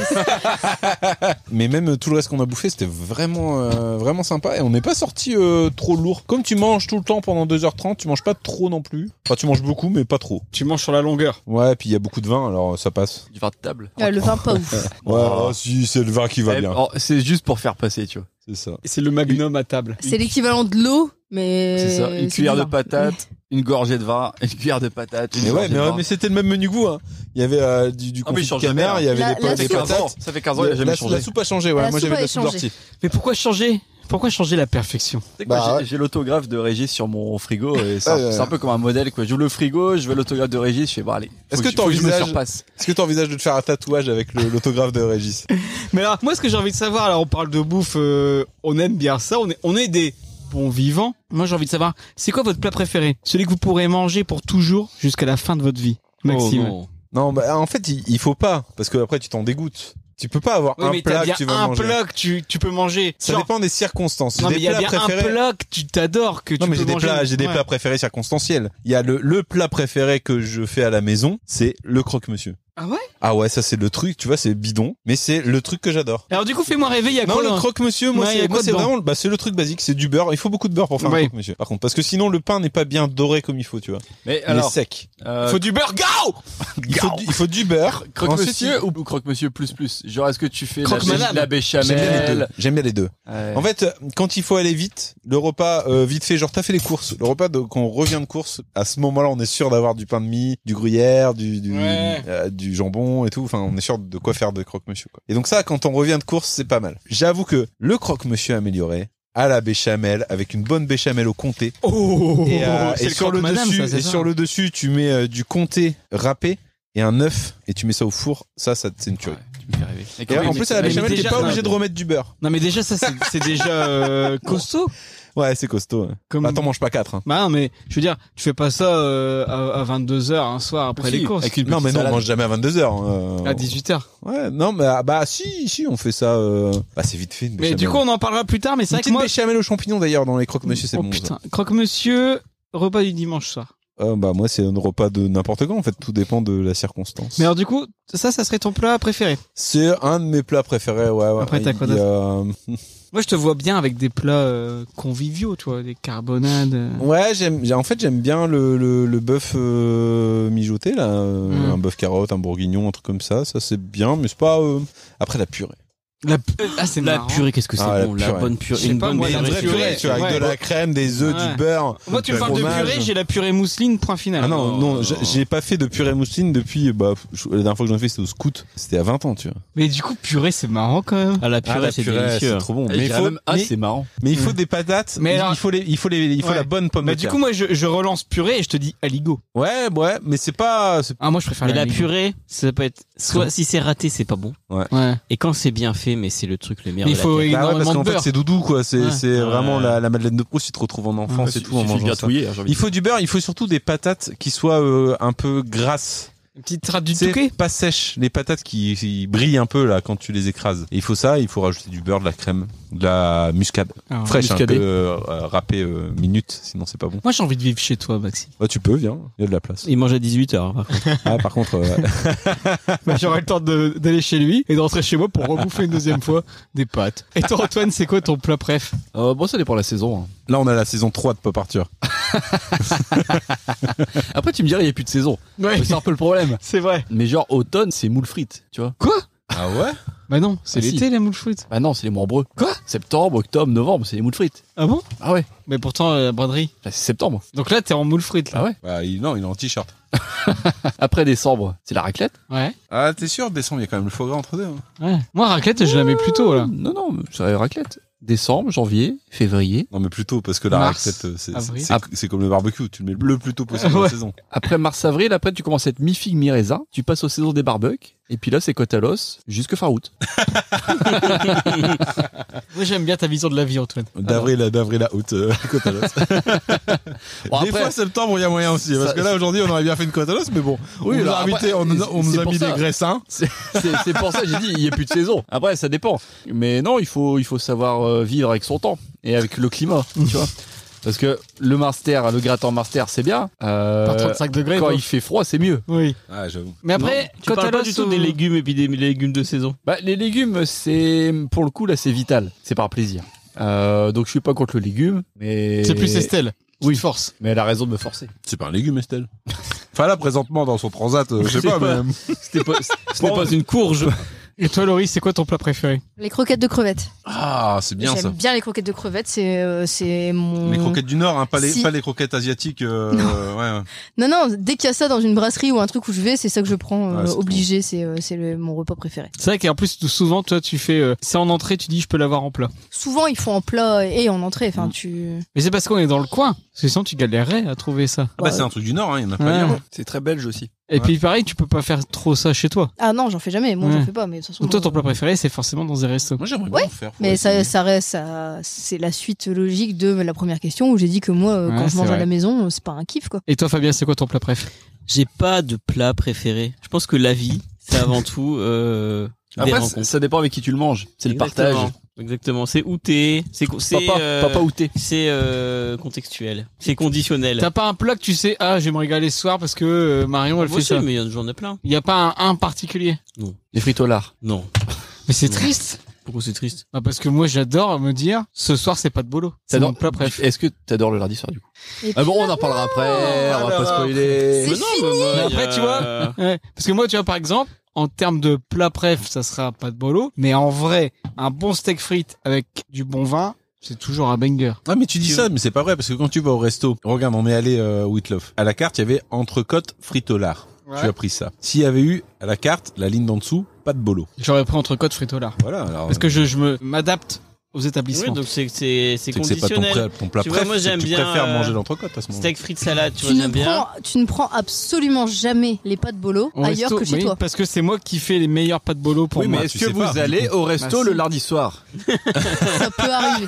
Speaker 5: Mais même euh, tout le reste qu'on a bouffé, c'était vraiment, euh, vraiment sympa. Et on n'est pas sorti euh, trop lourd. Comme tu manges tout le temps pendant 2h30, tu manges pas trop non plus. Enfin, tu manges beaucoup, mais pas trop.
Speaker 2: Tu manges sur la longueur.
Speaker 5: Ouais, puis il y a beaucoup de vin, alors euh, ça passe.
Speaker 3: Du vin de table.
Speaker 6: Euh, le vin pas ouf.
Speaker 5: Ouais,
Speaker 3: Oh.
Speaker 5: ouais, si, c'est le vin qui va
Speaker 3: Eh,
Speaker 5: bien.
Speaker 3: oh, c'est juste pour faire passer, tu vois.
Speaker 5: C'est ça.
Speaker 2: C'est le magnum à table.
Speaker 6: C'est l'équivalent de l'eau, mais.
Speaker 3: C'est ça. Une
Speaker 6: c'est
Speaker 3: cuillère
Speaker 6: du
Speaker 3: de
Speaker 6: vin.
Speaker 3: patate, une gorgée de vin, une cuillère de patate. Une
Speaker 5: Mais ouais,
Speaker 3: gorgée de
Speaker 5: mais,
Speaker 3: vin.
Speaker 5: mais c'était le même menu que vous. Hein. Il y avait euh, du, du
Speaker 3: Ah, mais
Speaker 5: confit
Speaker 3: il
Speaker 5: de
Speaker 3: change jamais,
Speaker 5: canard,
Speaker 3: hein.
Speaker 5: il y avait
Speaker 6: La-
Speaker 5: des
Speaker 6: la
Speaker 5: pâtes
Speaker 3: Ça
Speaker 5: et
Speaker 3: fait 15 ans.
Speaker 5: patates.
Speaker 3: Ça
Speaker 2: Ah
Speaker 3: fait 15 ans, il a
Speaker 5: La-
Speaker 3: jamais
Speaker 5: la,
Speaker 3: changé.
Speaker 5: la soupe a changé, voilà.
Speaker 6: La
Speaker 5: Moi
Speaker 6: soupe
Speaker 5: j'avais de
Speaker 6: a
Speaker 5: la soupe
Speaker 6: changé.
Speaker 5: d'ortie.
Speaker 2: Mais pourquoi changer Pourquoi changer la perfection
Speaker 3: Tu sais que moi,
Speaker 5: Bah,
Speaker 3: j'ai-
Speaker 5: ouais.
Speaker 3: j'ai l'autographe de Régis sur mon frigo et c'est un-
Speaker 5: Ouais, ouais,
Speaker 3: c'est
Speaker 5: ouais.
Speaker 3: un peu comme un modèle quoi. J'ouvre le frigo, je veux l'autographe de Régis, je fais bon allez. faut
Speaker 5: Est-ce que
Speaker 3: faut je me
Speaker 5: t'envisages-
Speaker 3: surpasse
Speaker 5: Est-ce que tu envisages de te faire un tatouage avec le- l'autographe de Régis
Speaker 2: Mais alors, moi, ce que j'ai envie de savoir, alors on parle de bouffe, euh, on aime bien ça, on est, on est des bons vivants. Moi, j'ai envie de savoir, c'est quoi votre plat préféré Celui que vous pourrez manger pour toujours jusqu'à la fin de votre vie,
Speaker 4: Oh,
Speaker 2: Maxime.
Speaker 5: Non, bah, en fait, il, il faut pas, parce que après tu t'en dégoûtes. Tu peux pas avoir
Speaker 2: Oui,
Speaker 5: un
Speaker 2: mais t'as
Speaker 5: plat que
Speaker 2: bien
Speaker 5: tu vas
Speaker 2: un
Speaker 5: manger.
Speaker 2: plat que tu, tu peux manger.
Speaker 5: Ça
Speaker 2: Genre-
Speaker 5: dépend des circonstances.
Speaker 2: non,
Speaker 5: J'ai
Speaker 2: mais il y
Speaker 5: des
Speaker 2: a
Speaker 5: plats
Speaker 2: bien un
Speaker 5: préférés.
Speaker 2: plat que tu t'adores, que
Speaker 5: Non,
Speaker 2: tu
Speaker 5: mais
Speaker 2: peux
Speaker 5: j'ai des
Speaker 2: manger.
Speaker 5: plats, j'ai des
Speaker 2: Ouais.
Speaker 5: plats préférés circonstanciels. Il y a le, le plat préféré que je fais à la maison, c'est le croque-monsieur.
Speaker 2: Ah ouais
Speaker 5: Ah ouais, ça c'est le truc, tu vois, c'est bidon, mais c'est le truc que j'adore.
Speaker 2: Alors du coup, fais-moi rêver, il y a
Speaker 5: Non,
Speaker 2: quoi
Speaker 5: Eh, le
Speaker 2: là
Speaker 5: croque-monsieur, moi,
Speaker 2: Ouais, y a
Speaker 5: c'est, moi,
Speaker 2: quoi
Speaker 5: c'est
Speaker 2: dedans
Speaker 5: vraiment, bah, c'est le truc basique, c'est du beurre. Il faut beaucoup de beurre pour faire un
Speaker 2: Ouais.
Speaker 5: croque-monsieur. Par contre, parce que sinon, le pain n'est pas bien doré comme il faut, tu vois.
Speaker 3: Mais
Speaker 5: Il est
Speaker 3: alors,
Speaker 5: sec.
Speaker 3: euh,
Speaker 2: Faut du beurre, gao
Speaker 5: Il faut, du, il faut du beurre.
Speaker 3: croque-monsieur
Speaker 5: Ensuite,
Speaker 3: ou croque-monsieur plus plus Genre est-ce que tu fais la,
Speaker 2: Croque-madame.
Speaker 3: la
Speaker 5: il- J'aime bien les deux.
Speaker 3: béchamel
Speaker 5: J'aime bien les deux.
Speaker 3: Ouais.
Speaker 5: En fait, euh, quand il faut aller vite, le repas euh, vite fait, genre t'as fait les courses, le repas de, quand on revient de course, à ce moment-là, on est sûr d'avoir du pain de mie, du gruyère, du du,
Speaker 2: Ouais.
Speaker 5: euh, du jambon et tout. Enfin, on est sûr de quoi faire de croque-monsieur. quoi. Et donc ça, quand on revient de course, c'est pas mal. J'avoue que le croque-monsieur amélioré à la béchamel avec une bonne béchamel au comté
Speaker 2: Oh
Speaker 5: et, euh,
Speaker 2: c'est
Speaker 5: et sur le
Speaker 2: croque-madame,
Speaker 5: dessus
Speaker 2: ça, c'est
Speaker 5: et
Speaker 2: ça.
Speaker 5: sur le dessus tu mets euh, du comté râpé et un œuf et tu mets ça au four ça ça c'est une tuerie
Speaker 3: Ouais, tu me fais rêver. Et
Speaker 5: et
Speaker 3: quand
Speaker 5: en
Speaker 3: même,
Speaker 5: plus
Speaker 3: mais-
Speaker 5: à la
Speaker 2: mais
Speaker 5: béchamel t'es
Speaker 2: déjà-
Speaker 5: pas
Speaker 2: non,
Speaker 5: obligé de
Speaker 2: mais-
Speaker 5: remettre du beurre
Speaker 2: Non mais déjà ça c'est c'est déjà euh, costaud
Speaker 5: ouais c'est costaud
Speaker 2: comme
Speaker 5: bah t'en manges pas quatre hein.
Speaker 2: Bah non, mais je veux dire, tu fais pas ça euh, à, à 22h un soir
Speaker 5: Bah,
Speaker 2: après
Speaker 3: Si,
Speaker 2: les courses.
Speaker 3: avec une
Speaker 5: Non,
Speaker 3: petite
Speaker 5: mais non, on
Speaker 3: salade.
Speaker 5: mange jamais à 22h.
Speaker 2: À 18h.
Speaker 5: Ouais, non, mais ah, bah si, si, on fait ça. Euh... Bah, c'est vite fait. Une
Speaker 2: Mais
Speaker 5: béchamel.
Speaker 2: du coup, on en parlera plus tard, mais c'est
Speaker 5: c'est une
Speaker 2: vrai que
Speaker 5: petite
Speaker 2: moi.
Speaker 5: béchamel aux champignons d'ailleurs dans les croque-monsieur, c'est
Speaker 2: oh
Speaker 5: bon. ça.
Speaker 2: putain, croque-monsieur, repas du dimanche soir.
Speaker 5: Euh, bah, moi, c'est un repas de n'importe quoi en fait, tout dépend de la circonstance.
Speaker 2: Mais alors, du coup, ça, ça serait ton plat préféré.
Speaker 5: C'est un de mes plats préférés, ouais. ouais.
Speaker 2: Après, t'as quoi
Speaker 5: Il y a-
Speaker 2: Moi, je te vois bien avec des plats euh, conviviaux, toi, des carbonades. euh.
Speaker 5: Ouais, j'aime, j'ai- en fait, j'aime bien le, le, le bœuf euh, mijoté, là. euh,
Speaker 2: Mm.
Speaker 5: Un bœuf carotte, un bourguignon, un truc comme ça. Ça, c'est bien, mais c'est pas. euh, Après, la purée.
Speaker 2: La... Ah, c'est
Speaker 4: La
Speaker 2: marrant.
Speaker 4: purée, qu'est-ce que c'est
Speaker 5: Ah, la
Speaker 4: bon, la
Speaker 5: purée.
Speaker 4: bonne
Speaker 2: Je
Speaker 4: purée,
Speaker 2: sais
Speaker 4: une
Speaker 2: pas,
Speaker 4: bonne
Speaker 2: moi, la
Speaker 5: une
Speaker 4: purée.
Speaker 5: vraie purée, tu vois, avec
Speaker 2: Ouais.
Speaker 5: de la crème, des œufs,
Speaker 2: Ouais.
Speaker 5: du beurre.
Speaker 2: Moi, tu
Speaker 5: le
Speaker 2: me parles de
Speaker 5: fromage.
Speaker 2: purée, j'ai la purée mousseline, point final. Oh.
Speaker 5: Ah non, non,
Speaker 4: non.
Speaker 5: j'ai- j'ai pas fait de purée mousseline depuis. Bah, je- la dernière fois que j'en ai fait, c'était au scout. C'était à 20 ans, tu vois.
Speaker 2: Mais du coup, purée, c'est marrant quand même.
Speaker 4: Ah, la purée, c'est délicieux.
Speaker 5: c'est trop bon.
Speaker 3: Et
Speaker 5: Mais il
Speaker 3: j'irais
Speaker 5: faut,
Speaker 3: même, ah,
Speaker 5: mais-
Speaker 3: c'est marrant.
Speaker 5: Mm. mais il faut des patates.
Speaker 2: Mais
Speaker 5: il-
Speaker 2: alors-
Speaker 5: il faut les, il faut les, il faut
Speaker 2: Ouais.
Speaker 5: la bonne pomme
Speaker 2: Bah,
Speaker 5: de
Speaker 2: du
Speaker 5: terre.
Speaker 2: coup, moi, je, je relance purée et je te dis aligo.
Speaker 5: ouais, ouais, mais c'est pas. c'est-
Speaker 2: Ah, moi, je préfère
Speaker 4: Mais la
Speaker 2: l'aligo.
Speaker 4: purée, ça peut être soit si c'est raté, c'est pas bon.
Speaker 2: Ouais.
Speaker 4: Et quand c'est bien fait, mais c'est le truc le meilleur.
Speaker 2: Mais il
Speaker 4: de la
Speaker 2: faut
Speaker 4: purée.
Speaker 5: Bah ouais,
Speaker 2: énormément
Speaker 5: parce
Speaker 2: de
Speaker 5: qu'en fait,
Speaker 2: beurre.
Speaker 5: c'est doudou, quoi. C'est,
Speaker 2: Ouais.
Speaker 5: c'est vraiment
Speaker 4: Ouais.
Speaker 5: la, la Madeleine de Proust, tu te retrouves en enfance et tout en
Speaker 3: Il suffit de
Speaker 5: mangeant ça.
Speaker 3: gratouiller, hein, j'ai envie
Speaker 5: Il
Speaker 3: de
Speaker 5: faut du beurre, il faut surtout des patates qui soient euh, un peu grasses.
Speaker 2: Une petite rate du
Speaker 5: C'est
Speaker 2: touquet.
Speaker 5: pas sèches. Les patates qui, qui brillent un peu là quand tu les écrases. Et il faut ça, il faut rajouter du beurre, de la crème, de la muscade.
Speaker 2: Ah,
Speaker 5: fraîche, un peu
Speaker 3: muscadet.
Speaker 5: euh, euh, râpée euh, minute, sinon c'est pas bon.
Speaker 2: Moi, j'ai envie de vivre chez toi, Maxime.
Speaker 5: Ouais, Ah, tu peux, viens, il y a de la place.
Speaker 4: Il mange à hein, 18h.
Speaker 5: Ah, par contre, euh,
Speaker 2: J'aurai le temps de- d'aller chez lui et de rentrer chez moi pour rebouffer une deuxième fois des pâtes. Et toi, Antoine, c'est quoi ton plat préf
Speaker 3: Euh, bon, ça dépend de la saison. hein.
Speaker 5: là on a la saison 3 de Pop Arthur.
Speaker 3: Après, tu me dirais, il n'y a plus de saison.
Speaker 2: Ouais,
Speaker 3: Mais C'est un peu le problème.
Speaker 2: c'est vrai.
Speaker 3: Mais genre, automne, c'est moules frites, tu vois.
Speaker 5: Ah ouais
Speaker 2: Bah non, c'est
Speaker 3: Ah,
Speaker 2: l'été, la moule frites.
Speaker 3: Bah non, c'est les morbreux. Quoi Septembre, octobre, novembre, c'est les moules frites.
Speaker 2: Ah bon
Speaker 3: Ah ouais
Speaker 2: Mais pourtant, euh, la braderie.
Speaker 3: Bah, C'est septembre.
Speaker 2: Donc là, t'es en moule frites, là.
Speaker 3: Ah
Speaker 5: bah, il, Non, il est en t-shirt.
Speaker 3: Après décembre, c'est la raclette.
Speaker 2: Ouais.
Speaker 5: Ah, t'es sûr, décembre, il y a quand même le foie gras entre deux. hein.
Speaker 2: ouais. Moi, raclette, je la mets plus tôt, là.
Speaker 3: Non, non, c'est la raclette. Décembre, janvier, février.
Speaker 5: Non, mais plutôt parce que la
Speaker 2: Mars,
Speaker 5: raclette, euh, c'est-
Speaker 2: avril.
Speaker 5: c'est c'est- c'est comme le barbecue, tu le mets le plus tôt possible dans
Speaker 2: Ouais.
Speaker 5: la saison.
Speaker 3: Après mars-avril, après, tu commences à être mi-figue, mi-raisin. Tu passes aux saisons des barbecues. Et puis là, c'est côte à l'os jusque fin août.
Speaker 2: Moi, j'aime bien ta vision de la vie, Antoine.
Speaker 5: D'avril à, d'avril à août, euh, côte à l'os.
Speaker 3: Bon,
Speaker 5: des
Speaker 3: après-
Speaker 5: fois, septembre, il y a moyen aussi. Parce
Speaker 3: Ça-
Speaker 5: que là, aujourd'hui, on aurait bien fait une côte à l'os, mais bon.
Speaker 3: Oui,
Speaker 5: on nous
Speaker 3: alors
Speaker 5: a, invité,
Speaker 3: après,
Speaker 5: on, nous a- on
Speaker 3: c'est
Speaker 5: nous a
Speaker 3: pour
Speaker 5: mis
Speaker 3: ça.
Speaker 5: des graissins.
Speaker 3: C'est c'est pour ça que j'ai dit, il n'y a plus de saison. Après, ça dépend. Mais non, il faut, il faut savoir euh, vivre avec son temps et avec le climat, tu vois. Parce que le marster, le gratin marster, c'est bien. Euh,
Speaker 2: Par 35 degrés,
Speaker 3: quand
Speaker 2: quoi.
Speaker 3: il fait froid, c'est mieux.
Speaker 2: Oui.
Speaker 5: Ah, j'avoue.
Speaker 2: Mais après,
Speaker 4: tu
Speaker 2: quand
Speaker 4: parles
Speaker 2: t'as
Speaker 4: pas du tout des légumes et puis des légumes de saison.
Speaker 3: Bah, les légumes, c'est pour le coup là, c'est vital. C'est par plaisir. Euh, donc je suis pas contre le légume, mais
Speaker 2: C'est plus Estelle.
Speaker 3: Oui.
Speaker 2: Oui, force.
Speaker 3: Mais elle a raison de me forcer.
Speaker 5: C'est pas un légume, Estelle. Enfin, là, présentement, dans son transat, euh, je sais pas, mais.
Speaker 4: C'était pas, c'était pas une courge.
Speaker 2: Et toi, Laurie, c'est quoi ton plat préféré
Speaker 6: Les croquettes de crevettes.
Speaker 5: Ah, c'est bien ça.
Speaker 6: J'aime bien les croquettes de crevettes, c'est euh, c'est mon.
Speaker 5: Les croquettes du Nord, hein, pas, les,
Speaker 6: Si.
Speaker 5: pas les croquettes asiatiques. euh, ouais, ouais.
Speaker 6: Non, non, dès qu'il y a ça dans une brasserie ou un truc où je vais, c'est ça que je prends euh,
Speaker 5: Ouais, c'est trop
Speaker 6: obligé, c'est euh, c'est le- mon repas préféré.
Speaker 2: C'est vrai qu'en plus, tout souvent, toi, tu fais. euh, c'est en entrée, tu dis, je peux l'avoir en plat.
Speaker 6: Souvent, ils font en plat et en entrée. Enfin, tu.
Speaker 2: Mais c'est parce qu'on est dans le coin. Parce que sinon, tu galérerais à trouver ça.
Speaker 5: Ah bah, c'est un truc du Nord, hein, il y en a pas
Speaker 2: Ouais.
Speaker 5: ailleurs.
Speaker 3: C'est très belge aussi.
Speaker 2: Et puis, pareil, tu peux pas faire trop ça chez toi.
Speaker 6: Ah non, j'en fais jamais. Moi, j'en
Speaker 2: Ouais.
Speaker 6: fais pas, mais de toute façon.
Speaker 2: Donc, toi, ton
Speaker 6: euh,
Speaker 2: plat préféré, c'est forcément dans des restos.
Speaker 5: Moi, j'aimerais
Speaker 6: Ouais,
Speaker 5: bien en faire. faut
Speaker 6: Mais ça,
Speaker 5: essayer.
Speaker 6: ça reste, ça, c'est la suite logique de la première question où j'ai dit que moi, euh, quand
Speaker 2: Ouais,
Speaker 6: je mange
Speaker 2: c'est
Speaker 6: à
Speaker 2: vrai.
Speaker 6: la maison, euh, c'est pas un kiff, quoi.
Speaker 2: Et toi, Fabien, c'est quoi ton plat préf
Speaker 4: J'ai pas de plat préféré. Je pense que la vie, c'est avant tout euh, des
Speaker 3: Après,
Speaker 4: rencontres.
Speaker 3: c- ça dépend avec qui tu le manges. C'est le partage.
Speaker 4: Exactement. Exactement. C'est où t'es. C'est co- c'est,
Speaker 3: Papa,
Speaker 4: euh,
Speaker 3: papa ou thé.
Speaker 4: C'est euh, contextuel. C'est conditionnel.
Speaker 2: T'as pas un plat que tu sais, ah, je vais me régaler ce soir parce que euh, Marion, elle
Speaker 4: Moi
Speaker 2: fait
Speaker 4: aussi,
Speaker 2: ça.
Speaker 4: mais il y en j'en ai plein.
Speaker 2: Il y a pas un, un particulier.
Speaker 3: Les frites au lard.
Speaker 4: Non.
Speaker 2: Mais c'est
Speaker 4: Non.
Speaker 2: triste.
Speaker 4: Pourquoi c'est triste
Speaker 2: Ah, parce que moi, j'adore me dire, ce soir, c'est pas de boulot. C'est mon
Speaker 3: T'adores-
Speaker 2: plat préf.
Speaker 3: Est-ce que t'adores le lardi soir du coup
Speaker 6: Et
Speaker 3: Ah
Speaker 6: puis,
Speaker 3: bon, on en parlera après.
Speaker 5: on
Speaker 3: On va
Speaker 5: parlera
Speaker 3: pas
Speaker 6: C'est
Speaker 3: spoiler.
Speaker 4: Mais non,
Speaker 6: fini.
Speaker 4: bah, moi,
Speaker 2: Mais
Speaker 4: il y
Speaker 2: après,
Speaker 4: a-
Speaker 2: tu vois, euh, Ouais. Parce que moi, tu vois, par exemple, en termes de plat préf, ça sera pas de bolo. Mais en vrai, un bon steak frites avec du bon vin, c'est toujours un banger.
Speaker 5: Ah, mais tu dis
Speaker 4: Tu-
Speaker 5: ça, mais c'est pas vrai, parce que quand tu vas au resto, regarde, on est allé euh, à Whitloff. À la carte, il y avait entrecôte frites au lard. Tu as pris ça. S'il y avait eu, à la carte, la ligne d'en dessous, pas de bolo.
Speaker 2: J'aurais pris entre côtes frites au lard.
Speaker 5: Voilà, alors.
Speaker 2: Parce que je, je me, m'adapte aux
Speaker 4: Oui,
Speaker 2: établissements.
Speaker 4: donc c'est c'est c'est
Speaker 5: c'est que c'est pas ton,
Speaker 4: conditionnel.
Speaker 5: pré- ton plat
Speaker 4: Tu vois,
Speaker 5: préf,
Speaker 4: moi,
Speaker 5: c'est que
Speaker 4: j'aime
Speaker 5: tu
Speaker 4: bien,
Speaker 5: préfères
Speaker 4: euh,
Speaker 5: manger l'entrecôte à ce moment.
Speaker 4: Steak frites salade, tu
Speaker 6: Tu
Speaker 4: vois,
Speaker 6: ne,
Speaker 4: j'aime bien.
Speaker 6: prends, tu ne prends absolument jamais les pas de bolo
Speaker 2: Au
Speaker 6: ailleurs
Speaker 2: resto,
Speaker 6: que chez
Speaker 2: oui,
Speaker 6: toi.
Speaker 2: Parce que c'est moi qui fais les meilleurs pas de bolo pour
Speaker 5: Oui,
Speaker 2: moi.
Speaker 5: mais-
Speaker 3: Est-ce
Speaker 5: tu
Speaker 3: que
Speaker 5: sais
Speaker 3: vous
Speaker 5: pas, du
Speaker 3: allez au resto
Speaker 2: Bah,
Speaker 3: le
Speaker 2: si.
Speaker 3: lardi soir
Speaker 6: Ça peut arriver.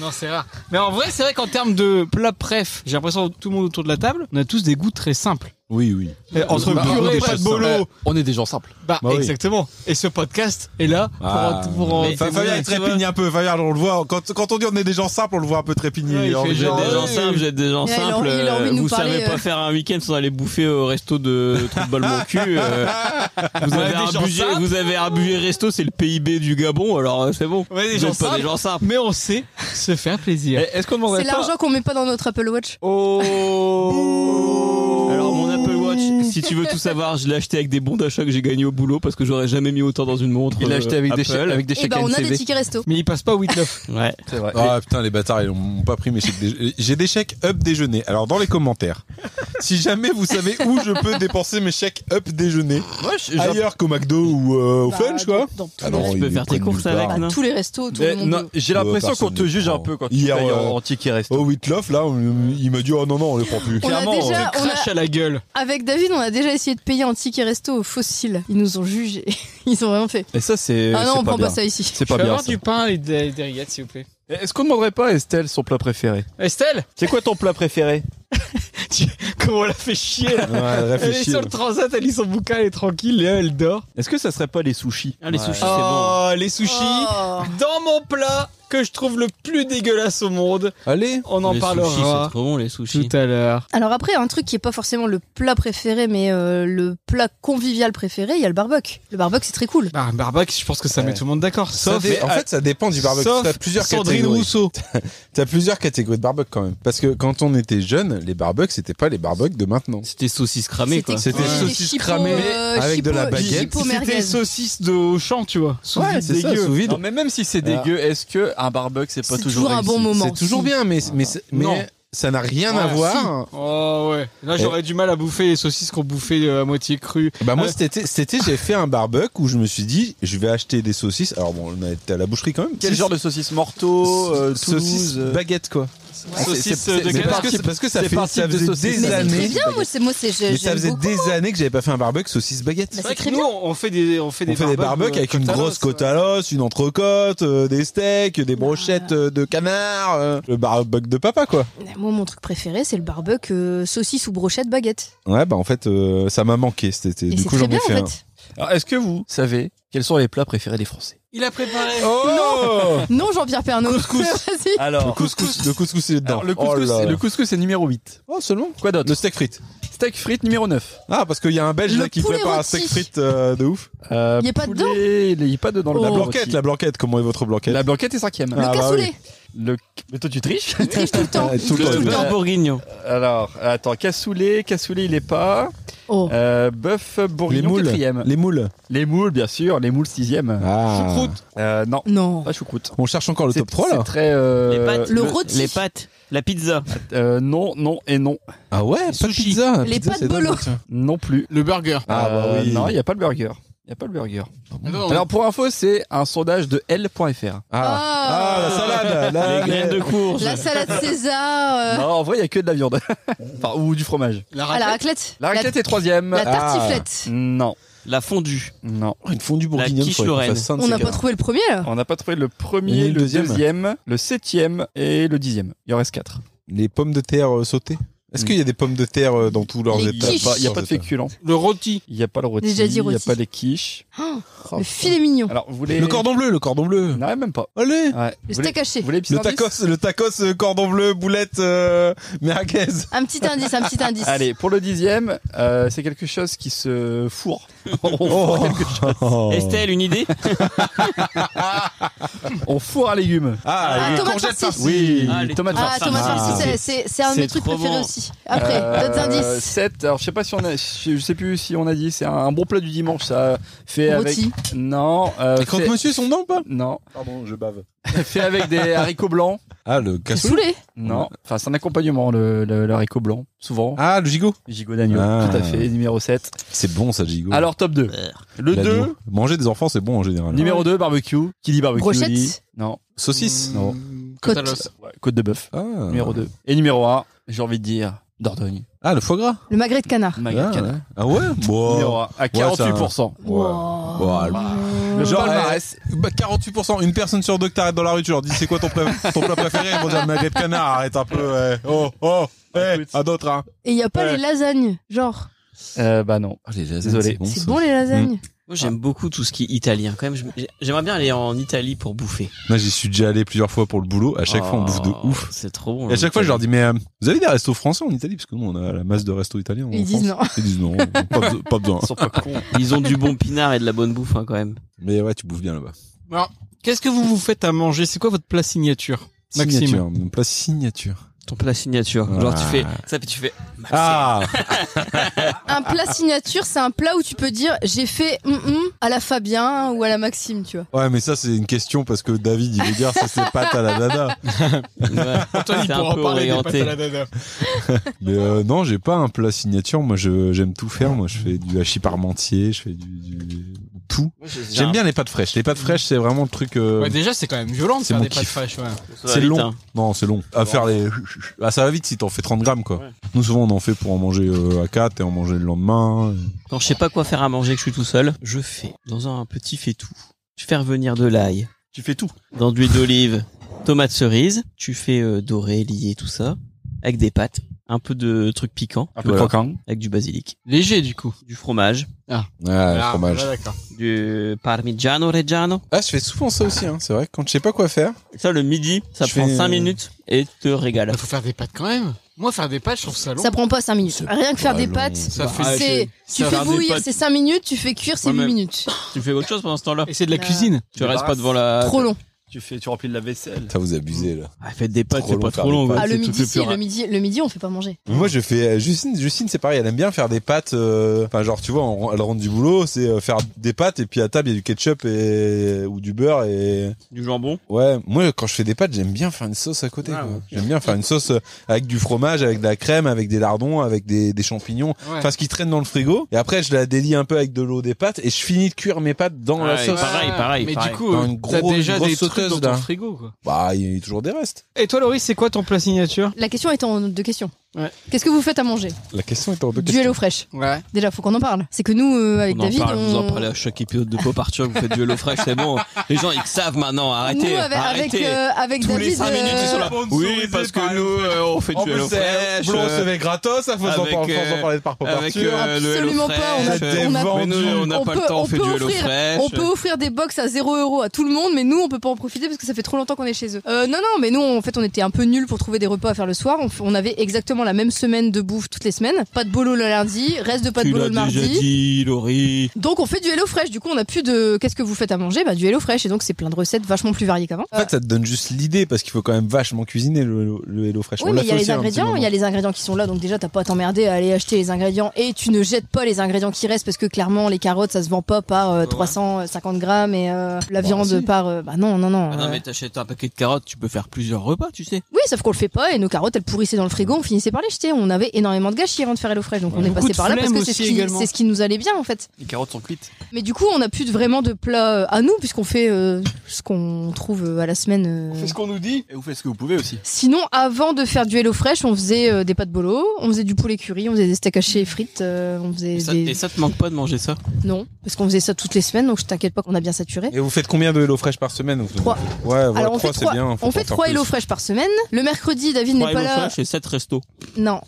Speaker 2: non, c'est rare. Mais en vrai, c'est vrai qu'en termes de plat préf, j'ai l'impression que tout le monde autour de la table, on a tous des goûts très simples.
Speaker 5: Oui, oui.
Speaker 2: Eh, entre
Speaker 5: Bah,
Speaker 2: purée
Speaker 5: des
Speaker 2: et pas de
Speaker 5: choses
Speaker 2: bolo,
Speaker 3: On est des gens simples.
Speaker 2: bah,
Speaker 5: Bah oui.
Speaker 2: exactement. Et ce podcast est là pour
Speaker 5: Ah,
Speaker 2: en- pour en
Speaker 4: mais-
Speaker 5: Fa-
Speaker 4: Fabien,
Speaker 5: Fabien,
Speaker 4: tu
Speaker 5: il
Speaker 4: vois.
Speaker 5: trépigne un peu. Fabien, on le voit. Quand, quand on dit on est des gens simples, on le voit un peu trépigner.
Speaker 2: Ouais, il
Speaker 5: Alors,
Speaker 2: fait
Speaker 5: je-
Speaker 4: Vous êtes
Speaker 2: genre,
Speaker 4: des gens
Speaker 2: Ouais.
Speaker 4: simples, vous êtes des gens
Speaker 6: Ouais, il a
Speaker 4: simples.
Speaker 6: envie- il a envie de nous
Speaker 4: vous
Speaker 6: parler,
Speaker 4: savez pas
Speaker 6: euh.
Speaker 4: faire un week-end sans aller bouffer au resto de Trou de balle mon cul. euh. vous,
Speaker 2: Ouais,
Speaker 4: avez
Speaker 2: des
Speaker 4: un
Speaker 2: gens
Speaker 4: budget,
Speaker 2: simples.
Speaker 4: vous avez un budget resto, c'est le PIB du Gabon, alors euh, c'est bon.
Speaker 2: Ouais, des
Speaker 4: vous
Speaker 2: gens
Speaker 4: êtes pas
Speaker 2: simples.
Speaker 4: des gens simples.
Speaker 2: mais on sait se faire plaisir.
Speaker 3: Est-ce qu'on
Speaker 6: C'est l'argent qu'on met pas dans notre Apple Watch.
Speaker 4: Oh Alors mon Apple Watch, si tu veux tout savoir, je l'ai acheté avec des bons d'achat que j'ai gagné au boulot parce que j'aurais jamais mis autant dans une montre.
Speaker 3: Il l'a
Speaker 4: euh,
Speaker 3: acheté avec des
Speaker 4: Apple.
Speaker 3: chèques avec des
Speaker 6: Et
Speaker 3: chèques
Speaker 6: ben, on a des
Speaker 3: NCV.
Speaker 6: tickets resto.
Speaker 2: Mais il passe pas au 8-9.
Speaker 4: Ouais.
Speaker 3: C'est vrai.
Speaker 5: Ah putain, les bâtards, ils m'ont pas pris mes chèques. déje- J'ai des chèques up déjeuner. Alors, dans les commentaires, si jamais vous savez où je peux dépenser mes chèques up déjeuner,
Speaker 3: Moi, je- j'en-
Speaker 5: ailleurs qu'au McDo ou euh, au
Speaker 6: Bah,
Speaker 5: Funch, quoi.
Speaker 6: dans- dans tous
Speaker 5: Ah
Speaker 6: les
Speaker 5: non,
Speaker 6: restos.
Speaker 5: ils
Speaker 4: peux
Speaker 5: les
Speaker 4: faire tes
Speaker 5: prennent
Speaker 4: courses
Speaker 5: nulle part.
Speaker 4: avec, non
Speaker 6: tous les restos, tout
Speaker 3: Mais
Speaker 6: le monde.
Speaker 3: Eh, non, j'ai l'impression
Speaker 5: personne
Speaker 3: qu'on te
Speaker 5: ne
Speaker 3: juge un Oh.
Speaker 5: prend.
Speaker 3: peu quand
Speaker 5: Hier,
Speaker 3: tu payes
Speaker 5: euh,
Speaker 3: en en ticket resto.
Speaker 5: Au Whitloff, là, on- il m'a dit oh non, non, on les prend plus.
Speaker 6: On a
Speaker 3: clairement,
Speaker 6: déjà- on a-
Speaker 2: Crache à la gueule.
Speaker 6: Avec David, on a déjà essayé de payer un ticket resto au fossile. Ils nous ont jugés. Ils ont vraiment fait.
Speaker 3: Et ça, c'est Eh,
Speaker 6: Ah non,
Speaker 3: c'est
Speaker 6: on
Speaker 3: pas
Speaker 6: prend
Speaker 3: bien.
Speaker 6: pas ça ici.
Speaker 3: C'est
Speaker 2: Je
Speaker 3: pas
Speaker 2: vais
Speaker 3: bien.
Speaker 2: avoir
Speaker 3: ça.
Speaker 2: du pain et des, des rillettes, s'il vous plaît.
Speaker 3: Est-ce qu'on demanderait pas à Estelle son plat préféré
Speaker 2: Estelle,
Speaker 3: C'est quoi ton plat préféré
Speaker 2: comment on la fait chier là
Speaker 5: Ouais,
Speaker 2: Elle est
Speaker 5: réfléchis.
Speaker 2: sur le transat, elle lit son bouquin, elle est tranquille et elle dort.
Speaker 3: Est-ce que ça serait pas les sushis
Speaker 4: Ah, les sushis,
Speaker 2: Oh, les sushis
Speaker 6: Oh.
Speaker 2: dans mon plat que je trouve le plus dégueulasse au monde.
Speaker 5: Allez,
Speaker 2: On
Speaker 4: c'est bon.
Speaker 2: en
Speaker 4: les sushis, c'est
Speaker 2: parlera
Speaker 4: trop bon les
Speaker 2: tout
Speaker 4: sushis.
Speaker 2: à l'heure.
Speaker 6: Alors après, un truc qui est pas forcément le plat préféré, mais euh, le plat convivial préféré, il y a le barbecue. Le barbecue, c'est très cool.
Speaker 2: Bah, un barbecue, je pense que ça
Speaker 5: Ouais.
Speaker 2: met tout le monde d'accord.
Speaker 5: Ça
Speaker 2: Sauf,
Speaker 5: dé- en
Speaker 2: Ah,
Speaker 5: fait, ça dépend du barbecue.
Speaker 2: sauf
Speaker 5: T'as plusieurs
Speaker 2: Sandrine
Speaker 5: catégories.
Speaker 2: Rousseau.
Speaker 5: T'as plusieurs catégories de barbecue quand même. Parce que quand on était jeune, les barbecues, c'était pas les barbecues de maintenant.
Speaker 4: C'était saucisse cramée quoi.
Speaker 5: C'était
Speaker 6: cool,
Speaker 5: saucisse
Speaker 6: des chipots,
Speaker 5: cramée
Speaker 6: euh,
Speaker 5: avec de la
Speaker 6: chipots-
Speaker 5: baguette.
Speaker 6: chipots
Speaker 2: C'était
Speaker 6: merguez.
Speaker 2: saucisse de Auchan, tu vois. Sous vide
Speaker 5: c'est ça,
Speaker 2: dégueu.
Speaker 5: sous vide.
Speaker 3: Non, mais même si c'est
Speaker 6: Ah.
Speaker 3: dégueu, est-ce que un barbecue c'est pas
Speaker 6: C'est
Speaker 3: toujours
Speaker 6: toujours un bon
Speaker 3: réussi
Speaker 6: moment.
Speaker 5: C'est toujours
Speaker 6: si.
Speaker 5: bien, mais, mais, c'est- mais
Speaker 2: Non.
Speaker 5: ça n'a rien à
Speaker 2: Ouais,
Speaker 5: voir.
Speaker 2: Oh ouais. Là, j'aurais du mal à bouffer les saucisses qu'on bouffait euh, à moitié crues.
Speaker 5: Bah moi
Speaker 2: Ouais.
Speaker 5: cet été, cet été j'ai fait un barbecue où je me suis dit je vais acheter des saucisses. Alors bon, on a été à la boucherie quand même.
Speaker 3: Quel genre de saucisse Morteau, euh,
Speaker 5: saucisses
Speaker 3: Toulouse euh, Ah,
Speaker 5: baguette quoi.
Speaker 3: c'est-
Speaker 2: Saucisses
Speaker 3: c'est-
Speaker 2: de
Speaker 5: Mais
Speaker 3: c'est
Speaker 2: canard.
Speaker 5: parce
Speaker 3: par
Speaker 5: que,
Speaker 3: type-
Speaker 5: parce que ça,
Speaker 3: c'est
Speaker 5: fait,
Speaker 3: par
Speaker 5: ça
Speaker 3: type de
Speaker 5: faisait
Speaker 3: saucisse.
Speaker 5: des
Speaker 6: Mais c'est très
Speaker 5: années.
Speaker 6: bien, moi, c'est moi, c'est
Speaker 5: Mais
Speaker 6: j'ai-
Speaker 5: ça
Speaker 6: j'aime
Speaker 5: faisait
Speaker 6: beaucoup.
Speaker 5: des années que j'avais pas fait un barbecue saucisse baguette.
Speaker 6: Bah,
Speaker 2: C'est
Speaker 6: c'est
Speaker 2: vrai que
Speaker 6: très
Speaker 2: nous,
Speaker 6: bien.
Speaker 2: on fait des, on fait
Speaker 5: On
Speaker 2: des
Speaker 5: fait des barbecues
Speaker 2: barbecues
Speaker 5: avec
Speaker 2: euh,
Speaker 5: une
Speaker 2: comme ça.
Speaker 5: grosse côte à l'os, une entrecôte, euh, des steaks, des
Speaker 6: Ah.
Speaker 5: brochettes euh, de canard, euh, le barbecue de papa quoi.
Speaker 6: Moi, mon truc préféré, c'est le barbecue euh, saucisse ou brochette baguette.
Speaker 5: Ouais bah en fait euh, ça m'a manqué cet été.
Speaker 6: Et
Speaker 5: du
Speaker 6: c'est
Speaker 5: coup
Speaker 6: très
Speaker 5: j'en ai
Speaker 6: bien, en
Speaker 5: fait un.
Speaker 6: fait.
Speaker 3: Alors, est-ce que vous savez quels sont les plats préférés des Français
Speaker 2: Il a préparé.
Speaker 5: Oh
Speaker 6: Non, Jean-Pierre Pernaut.
Speaker 5: Couscous.
Speaker 6: Vas-y.
Speaker 5: le
Speaker 3: Alors,
Speaker 5: couscous, le couscous il est dedans.
Speaker 3: le couscous,
Speaker 5: Oh là
Speaker 3: c'est-
Speaker 5: là.
Speaker 3: le couscous, c'est numéro 8.
Speaker 5: Oh seulement.
Speaker 3: Quoi d'autre
Speaker 5: Le steak frites.
Speaker 3: Steak frites numéro 9.
Speaker 5: Ah parce qu'il y a un Belge
Speaker 6: Le
Speaker 5: là qui
Speaker 6: poulet
Speaker 5: prépare un
Speaker 6: rôti.
Speaker 5: steak frites euh, de ouf.
Speaker 3: Euh,
Speaker 6: Il y a pas
Speaker 3: poulet,
Speaker 6: dedans
Speaker 3: Il n'y a pas dedans. le
Speaker 6: Oh.
Speaker 5: La
Speaker 3: blanquette
Speaker 5: blanquette,
Speaker 3: aussi.
Speaker 5: la blanquette, comment est votre blanquette
Speaker 3: La blanquette est cinquième.
Speaker 6: Le
Speaker 5: Ah, bah
Speaker 6: cassoulet.
Speaker 3: Le... Mais toi, tu triches
Speaker 6: Il triche tout le temps.
Speaker 5: Ah,
Speaker 6: Il
Speaker 5: tout
Speaker 6: triche
Speaker 5: le
Speaker 6: tout le
Speaker 5: temps.
Speaker 6: temps.
Speaker 4: beurre bourguignon.
Speaker 3: Alors, attends, cassoulet, cassoulet, il est pas.
Speaker 6: Oh.
Speaker 3: Euh, bœuf
Speaker 5: Les
Speaker 3: bourguignon
Speaker 5: moules.
Speaker 3: quatrième.
Speaker 5: Les moules.
Speaker 3: Les moules, bien sûr. Les moules sixième.
Speaker 5: Ah.
Speaker 2: Choucroute.
Speaker 3: Euh, non,
Speaker 6: Non.
Speaker 3: pas choucroute.
Speaker 5: On cherche encore le
Speaker 3: C'est-
Speaker 5: top 3 là
Speaker 3: C'est très. euh,
Speaker 4: Les pâtes.
Speaker 6: Le rôti.
Speaker 4: Les pâtes, la pizza,
Speaker 3: euh, non, non et non.
Speaker 5: Ah ouais, pas de
Speaker 4: Sushi.
Speaker 5: pizza.
Speaker 6: Les
Speaker 5: Pizza,
Speaker 6: pâtes
Speaker 5: c'est dingue,
Speaker 6: bolo.
Speaker 5: tiens.
Speaker 3: Non plus.
Speaker 1: Le burger.
Speaker 5: Ah bah
Speaker 3: Euh,
Speaker 5: oui.
Speaker 3: Non, il n'y a pas le burger. Il n'y a pas le burger.
Speaker 1: Attends,
Speaker 3: Alors pour info, c'est un sondage de L.fr.
Speaker 5: Ah. Ah, la salade
Speaker 4: les
Speaker 5: là,
Speaker 4: graines de courge.
Speaker 6: La salade César. euh,
Speaker 3: Non, en vrai, il n'y a que de la viande. enfin, ou du fromage.
Speaker 1: la
Speaker 6: Ah, la
Speaker 1: raclette.
Speaker 6: raclette.
Speaker 3: La raclette est troisième.
Speaker 6: La
Speaker 5: Ah.
Speaker 6: tartiflette.
Speaker 3: Non,
Speaker 4: La fondue.
Speaker 3: non.
Speaker 5: Oh, Une fondue
Speaker 4: La
Speaker 5: bourguignonne.
Speaker 4: quiche
Speaker 5: faudrait qu'on
Speaker 4: Lorraine.
Speaker 5: fasse ça, un de
Speaker 6: On
Speaker 5: ces
Speaker 6: n'a pas
Speaker 5: quatre.
Speaker 6: trouvé le premier là.
Speaker 3: On n'a pas trouvé le
Speaker 5: Et
Speaker 3: premier,
Speaker 5: le
Speaker 3: le
Speaker 5: deuxième.
Speaker 3: deuxième, le septième et le dixième. Il en reste quatre.
Speaker 5: Les pommes de terre euh, sautées. Est-ce
Speaker 3: Mm.
Speaker 5: qu'il y a des pommes de terre euh, dans tous leurs
Speaker 6: Les
Speaker 5: états
Speaker 6: quiches.
Speaker 3: Bah, Il n'y a
Speaker 5: Leurs
Speaker 3: pas de
Speaker 5: états.
Speaker 3: féculent.
Speaker 1: Le rôti.
Speaker 3: Il n'y a pas le rôti.
Speaker 6: Déjà dit
Speaker 3: Il n'y a
Speaker 6: rôti.
Speaker 3: pas les quiches.
Speaker 6: Oh,
Speaker 3: Oh,
Speaker 6: Le filet mignon.
Speaker 3: Alors, vous voulez.
Speaker 5: Le cordon bleu, le cordon bleu.
Speaker 3: Non, même pas.
Speaker 5: Allez
Speaker 3: Ouais.
Speaker 6: Le
Speaker 3: Vous voulez-
Speaker 6: steak haché.
Speaker 3: vous voulez petit
Speaker 5: Le
Speaker 3: indice
Speaker 5: tacos, le tacos euh, cordon bleu, boulette euh, merguez.
Speaker 6: Un petit indice, un petit indice.
Speaker 3: Allez, pour le dixième, euh, c'est quelque chose qui se fourre. Oh. On fourre, quelque chose.
Speaker 4: Oh.
Speaker 5: Oh.
Speaker 4: Estelle, une idée
Speaker 3: On fourre un légume.
Speaker 5: Ah,
Speaker 6: Ah,
Speaker 5: les
Speaker 6: tomate
Speaker 5: courgettes
Speaker 6: farcie.
Speaker 3: Oui,
Speaker 4: Ah, les
Speaker 3: tomates
Speaker 6: Ah,
Speaker 3: farcies.
Speaker 6: Thomas
Speaker 5: Ah.
Speaker 6: Farsi, c'est- c'est c'est un de mes
Speaker 4: C'est
Speaker 6: trucs
Speaker 4: trop
Speaker 6: préférés
Speaker 4: bon.
Speaker 6: aussi. Après, d'autres indices.
Speaker 3: 7, Euh, alors je sais pas si on a, je, je sais plus si on a dit, c'est un, un bon plat du dimanche, ça fait
Speaker 6: Rôti.
Speaker 3: avec. Non, euh,
Speaker 5: Les
Speaker 3: fait-
Speaker 5: croque-monsieur sont dedans ou pas
Speaker 3: Non,
Speaker 5: Pardon, je bave.
Speaker 3: fait avec des haricots blancs.
Speaker 5: Ah, le
Speaker 6: T'es
Speaker 5: cassoulet.
Speaker 6: saoulé
Speaker 3: Non, enfin c'est un accompagnement le, le, le haricot blanc, souvent.
Speaker 5: Ah, le gigot.
Speaker 3: Gigot d'agneau,
Speaker 5: Ah.
Speaker 3: tout à fait, numéro 7.
Speaker 5: C'est bon ça, le gigot.
Speaker 3: Alors top 2. Le
Speaker 5: L'agneau.
Speaker 3: 2,
Speaker 5: Manger des enfants, c'est bon en général.
Speaker 3: numéro 2, barbecue. Qui dit barbecue
Speaker 6: Brochette.
Speaker 3: dit Non,
Speaker 5: Saucisse
Speaker 3: Non.
Speaker 6: Côte.
Speaker 1: Catalos.
Speaker 3: Ouais, côte de bœuf.
Speaker 5: Ah.
Speaker 3: Numéro 2. Et numéro 1, j'ai envie de dire Dordogne.
Speaker 5: Ah, le foie gras.
Speaker 6: Le magret de canard.
Speaker 3: Maghreb,
Speaker 5: ah,
Speaker 3: Canada.
Speaker 5: ouais. Ah ouais Bon.
Speaker 3: Numéro 1, à
Speaker 5: c'est un-
Speaker 3: 48%.
Speaker 6: Wow.
Speaker 5: Voilà.
Speaker 3: Le
Speaker 5: Genre,
Speaker 3: palmarès.
Speaker 5: Bah, 48%, une personne sur deux que t'arrêtes dans la rue, tu leur dis c'est quoi ton plat, ton plat préféré Ils vont dire magret de canard, arrête un peu, ouais. Oh, oh, hey, à d'autres, hein.
Speaker 6: Et il n'y a pas
Speaker 5: Ouais.
Speaker 6: les lasagnes, genre.
Speaker 3: Euh, bah non.
Speaker 5: Ah,
Speaker 3: Désolé.
Speaker 6: C'est bon les lasagnes
Speaker 4: Moi, j'aime beaucoup tout ce qui est italien. Quand même, je- j'aimerais bien aller en Italie pour bouffer.
Speaker 5: Moi, j'y suis déjà allé plusieurs fois pour le boulot, à chaque fois on bouffe de
Speaker 4: Oh,
Speaker 5: ouf.
Speaker 4: C'est trop bon.
Speaker 5: Et à chaque fois, je leur
Speaker 4: dis
Speaker 5: dis, mais euh, vous avez des restos français en Italie Parce que nous, on a la masse de restos italiens.
Speaker 4: Hmm,
Speaker 5: en
Speaker 6: Ils disent
Speaker 5: France. Ils disent non, pas, beso- pas besoin.
Speaker 3: Ils sont pas cons.
Speaker 4: Ils ont du bon pinard et de la bonne bouffe hein, quand même.
Speaker 5: Mais ouais, tu bouffes bien là-bas.
Speaker 1: Qu'est-ce que vous vous faites à manger C'est quoi votre plat signature Maxime.
Speaker 5: Signature, mon plat signature.
Speaker 4: Ton plat signature. Genre tu fais ça puis tu fais
Speaker 5: Ah
Speaker 6: Un plat signature, c'est un plat où tu peux dire j'ai fait hum, hum à la Fabien ou à la Maxime, tu vois.
Speaker 5: Ouais, mais ça, c'est une question parce que David, il veut dire ça, c'est pâte à la dada.
Speaker 4: ouais.
Speaker 1: Antoine, il
Speaker 4: C'est un
Speaker 1: pourra
Speaker 4: peu
Speaker 1: parler des
Speaker 4: orienté.
Speaker 1: pâtes à la nana.
Speaker 5: Mais euh, non, j'ai pas un plat signature. Moi, je- j'aime tout faire. Moi, je fais du hachis parmentier, je fais du, du- tout. J'aime bien les pâtes fraîches. Les pâtes fraîches, c'est vraiment le truc. euh,
Speaker 1: Ouais, déjà, c'est quand même violent de
Speaker 5: C'est
Speaker 1: faire
Speaker 5: mon
Speaker 1: des pâtes
Speaker 5: kiff.
Speaker 1: fraîches. ouais.
Speaker 5: c'est long.
Speaker 4: hein.
Speaker 5: Non, c'est long. À faire les. Ah, ça va vite si t'en fais 30 grammes, quoi. Nous, souvent, on en fait pour en manger euh, à 4 et en manger le lendemain.
Speaker 4: Quand je sais pas quoi faire à manger que je suis tout seul, je fais dans un petit faitout. Tu fais revenir de l'ail
Speaker 3: Tu fais tout.
Speaker 4: dans de l'huile d'olive, tomates cerises, tu fais euh, dorer, lier tout ça avec des pâtes, un peu de trucs piquants,
Speaker 3: Un peu
Speaker 4: voilà,
Speaker 3: croquant.
Speaker 4: avec du basilic,
Speaker 1: Léger, du coup.
Speaker 4: du fromage,
Speaker 5: Ah, le
Speaker 1: Ah,
Speaker 5: fromage.
Speaker 1: ouais, d'accord.
Speaker 4: du parmigiano reggiano.
Speaker 5: Ah, je fais souvent ça aussi, hein. C'est vrai, quand je sais pas quoi faire.
Speaker 4: Ça le midi, ça
Speaker 5: Je
Speaker 4: prend
Speaker 5: fais,
Speaker 4: 5
Speaker 5: euh,
Speaker 4: minutes et te régale.
Speaker 1: Il Bah, faut faire des pâtes quand même. Moi, faire des pâtes, je trouve
Speaker 4: Ah
Speaker 1: ça long.
Speaker 6: Ça prend pas 5 minutes. Rien que faire
Speaker 5: pas
Speaker 6: des
Speaker 5: long.
Speaker 6: pâtes,
Speaker 1: Ça fait-
Speaker 6: c'est tu
Speaker 1: ça
Speaker 6: fais
Speaker 1: fait des
Speaker 6: bouillir,
Speaker 1: pâtes.
Speaker 6: c'est 5 minutes, tu fais cuire, c'est
Speaker 4: Ouais,
Speaker 6: 8
Speaker 4: mais- Ah,
Speaker 6: minutes.
Speaker 4: Tu fais autre chose pendant ce temps-là.
Speaker 1: Et c'est de la
Speaker 6: Euh,
Speaker 1: cuisine.
Speaker 4: Tu restes pas devant la
Speaker 6: Trop long.
Speaker 3: Tu fais, tu remplis de la vaisselle.
Speaker 5: Ça vous abusez, là.
Speaker 4: Ah, faites des pâtes,
Speaker 5: Trop
Speaker 4: c'est
Speaker 5: long,
Speaker 4: pas
Speaker 5: faire
Speaker 4: trop
Speaker 5: des
Speaker 4: long.
Speaker 5: pâtes.
Speaker 4: ouais,
Speaker 6: Ah, le
Speaker 4: c'est tout
Speaker 6: midi,
Speaker 4: fait
Speaker 6: si,
Speaker 4: pur.
Speaker 6: le midi, le midi, on fait pas manger.
Speaker 5: Moi, je fais. euh, Justine, Justine c'est pareil, elle aime bien faire des pâtes. euh, Enfin, genre, tu vois, on- elle rentre du boulot, c'est euh, faire des pâtes et puis à table, il y a du ketchup et... ou du beurre et.
Speaker 4: Du jambon.
Speaker 5: Ouais, moi quand je fais des pâtes, j'aime bien faire une sauce à côté.
Speaker 4: Ah,
Speaker 5: quoi.
Speaker 4: ouais.
Speaker 5: J'aime bien faire une sauce euh, avec du fromage, avec de la crème, avec des lardons, avec des, des champignons,
Speaker 1: Ouais.
Speaker 5: enfin ce qui traîne dans le frigo. Et après, je la délie un peu avec de l'eau des pâtes et je finis de cuire mes pâtes dans
Speaker 1: Ah,
Speaker 5: la
Speaker 4: Ouais,
Speaker 5: sauce.
Speaker 4: pareil, pareil,
Speaker 1: Mais
Speaker 4: pareil.
Speaker 1: du coup,
Speaker 5: Dans une
Speaker 1: euh, t'as
Speaker 5: grosse-
Speaker 1: déjà
Speaker 5: grosse
Speaker 1: des trucs
Speaker 5: sauteuse,
Speaker 1: dans
Speaker 5: là.
Speaker 1: ton frigo, quoi.
Speaker 5: Bah, il y a toujours des restes.
Speaker 1: Et toi, Laurie, c'est quoi ton plat signature
Speaker 6: La question est en deux questions.
Speaker 1: Ouais.
Speaker 6: Qu'est-ce que vous faites à manger
Speaker 5: La question est en deux
Speaker 6: Du
Speaker 5: questions.
Speaker 6: hello fraîche.
Speaker 1: Ouais.
Speaker 6: Déjà, faut qu'on en parle. C'est que nous, euh, avec
Speaker 4: On en
Speaker 6: David,
Speaker 4: parle, vous en
Speaker 6: on-
Speaker 4: parlez à chaque épisode de Pop Arthur, vous faites du hello fresh, c'est bon. Les gens, ils savent maintenant, arrêtez.
Speaker 6: nous avec, avec,
Speaker 4: arrêtez.
Speaker 6: euh, avec
Speaker 4: Tous
Speaker 6: David,
Speaker 4: les 5 minutes,
Speaker 6: euh,
Speaker 4: ils sont là. Oui, parce que nous, euh, on fait
Speaker 5: En
Speaker 4: du
Speaker 5: plus,
Speaker 4: hello
Speaker 5: c'est
Speaker 4: fresh. euh,
Speaker 5: on recevait gratos, ça faut en
Speaker 4: avec,
Speaker 5: par- faut en
Speaker 4: euh,
Speaker 5: parler de par Pop
Speaker 4: avec
Speaker 5: Arthur.
Speaker 4: euh, le hello
Speaker 6: Absolument pas, on a-
Speaker 4: fresh.
Speaker 5: on a-
Speaker 4: Mais nous, on n'a
Speaker 6: on
Speaker 4: pas
Speaker 6: peut-
Speaker 4: le temps,
Speaker 6: on
Speaker 4: on fait
Speaker 6: peut
Speaker 4: du hello
Speaker 6: offrir-
Speaker 4: fresh.
Speaker 6: On peut offrir des box à 0 euros à tout le monde, mais nous, on peut pas en profiter parce que ça fait trop longtemps qu'on est chez eux. Euh, non, non, mais nous, en fait, on était un peu nuls pour trouver des repas à faire le soir. On, f- on avait exactement vraiment la même semaine de bouffe toutes les semaines. Pas de bolo le lundi, reste de pas de bolo le mardi.
Speaker 4: dit, Laurie.
Speaker 6: Donc on fait du Hello Fresh. Du coup, on a plus de qu'est-ce que vous faites à manger Bah du Hello Fresh et donc c'est plein de recettes vachement plus variées qu'avant. Euh,
Speaker 5: En fait, ça te donne juste l'idée parce qu'il faut quand même vachement cuisiner le, le Hello Fresh.
Speaker 6: Oui, mais il y a les ingrédients, il y a les ingrédients qui sont là, donc déjà t'as pas à t'emmerder à aller acheter les ingrédients et tu ne jettes pas les ingrédients qui restent parce que clairement les carottes ça se vend pas par euh, 350 grammes et euh, la
Speaker 5: Bah,
Speaker 6: viande
Speaker 5: si.
Speaker 6: par euh, bah non non non.
Speaker 4: Ah
Speaker 6: euh,
Speaker 4: non, mais t'achètes un paquet de carottes, tu peux faire plusieurs repas, tu sais.
Speaker 6: Oui, sauf qu'on le fait pas et nos carottes elles pourrissaient dans le frigo, on finissait par les jeter. On avait énormément de gâchis avant de faire Hello Fresh, donc on est
Speaker 2: Beaucoup
Speaker 6: passé
Speaker 2: de
Speaker 6: par là parce
Speaker 2: flemme
Speaker 6: que c'est ce,
Speaker 2: aussi
Speaker 6: qui-
Speaker 2: également.
Speaker 6: c'est ce qui nous allait bien en fait.
Speaker 4: Les carottes sont cuites.
Speaker 6: Mais du coup, on a plus de- vraiment de plats euh, à nous puisqu'on fait euh, ce qu'on trouve euh, à la semaine. euh,
Speaker 3: qu'on nous dit et vous faites ce que vous pouvez aussi.
Speaker 6: Sinon, avant de faire du Hello Fresh, on faisait euh, des pâtes bolo, on faisait du poulet curry, on faisait des steaks hachés et frites, euh, on faisait
Speaker 4: Et ça,
Speaker 6: des
Speaker 4: et ça te manque pas de manger ça
Speaker 6: non parce qu'on faisait ça toutes les semaines, donc je t'inquiète pas qu'on a bien saturé.
Speaker 5: Et vous faites combien de Hello Fresh par semaine vous
Speaker 6: Trois.
Speaker 5: Ouais, voilà,
Speaker 6: Alors, on
Speaker 5: trois,
Speaker 6: fait
Speaker 5: c'est
Speaker 6: trois-
Speaker 5: bien. faut pas
Speaker 6: On fait
Speaker 5: en faire
Speaker 6: trois
Speaker 5: plus.
Speaker 6: Hello Fresh par semaine. Le mercredi, David n'est
Speaker 4: Trois
Speaker 6: pas là.
Speaker 4: HelloFresh et 7 restos.
Speaker 6: Non.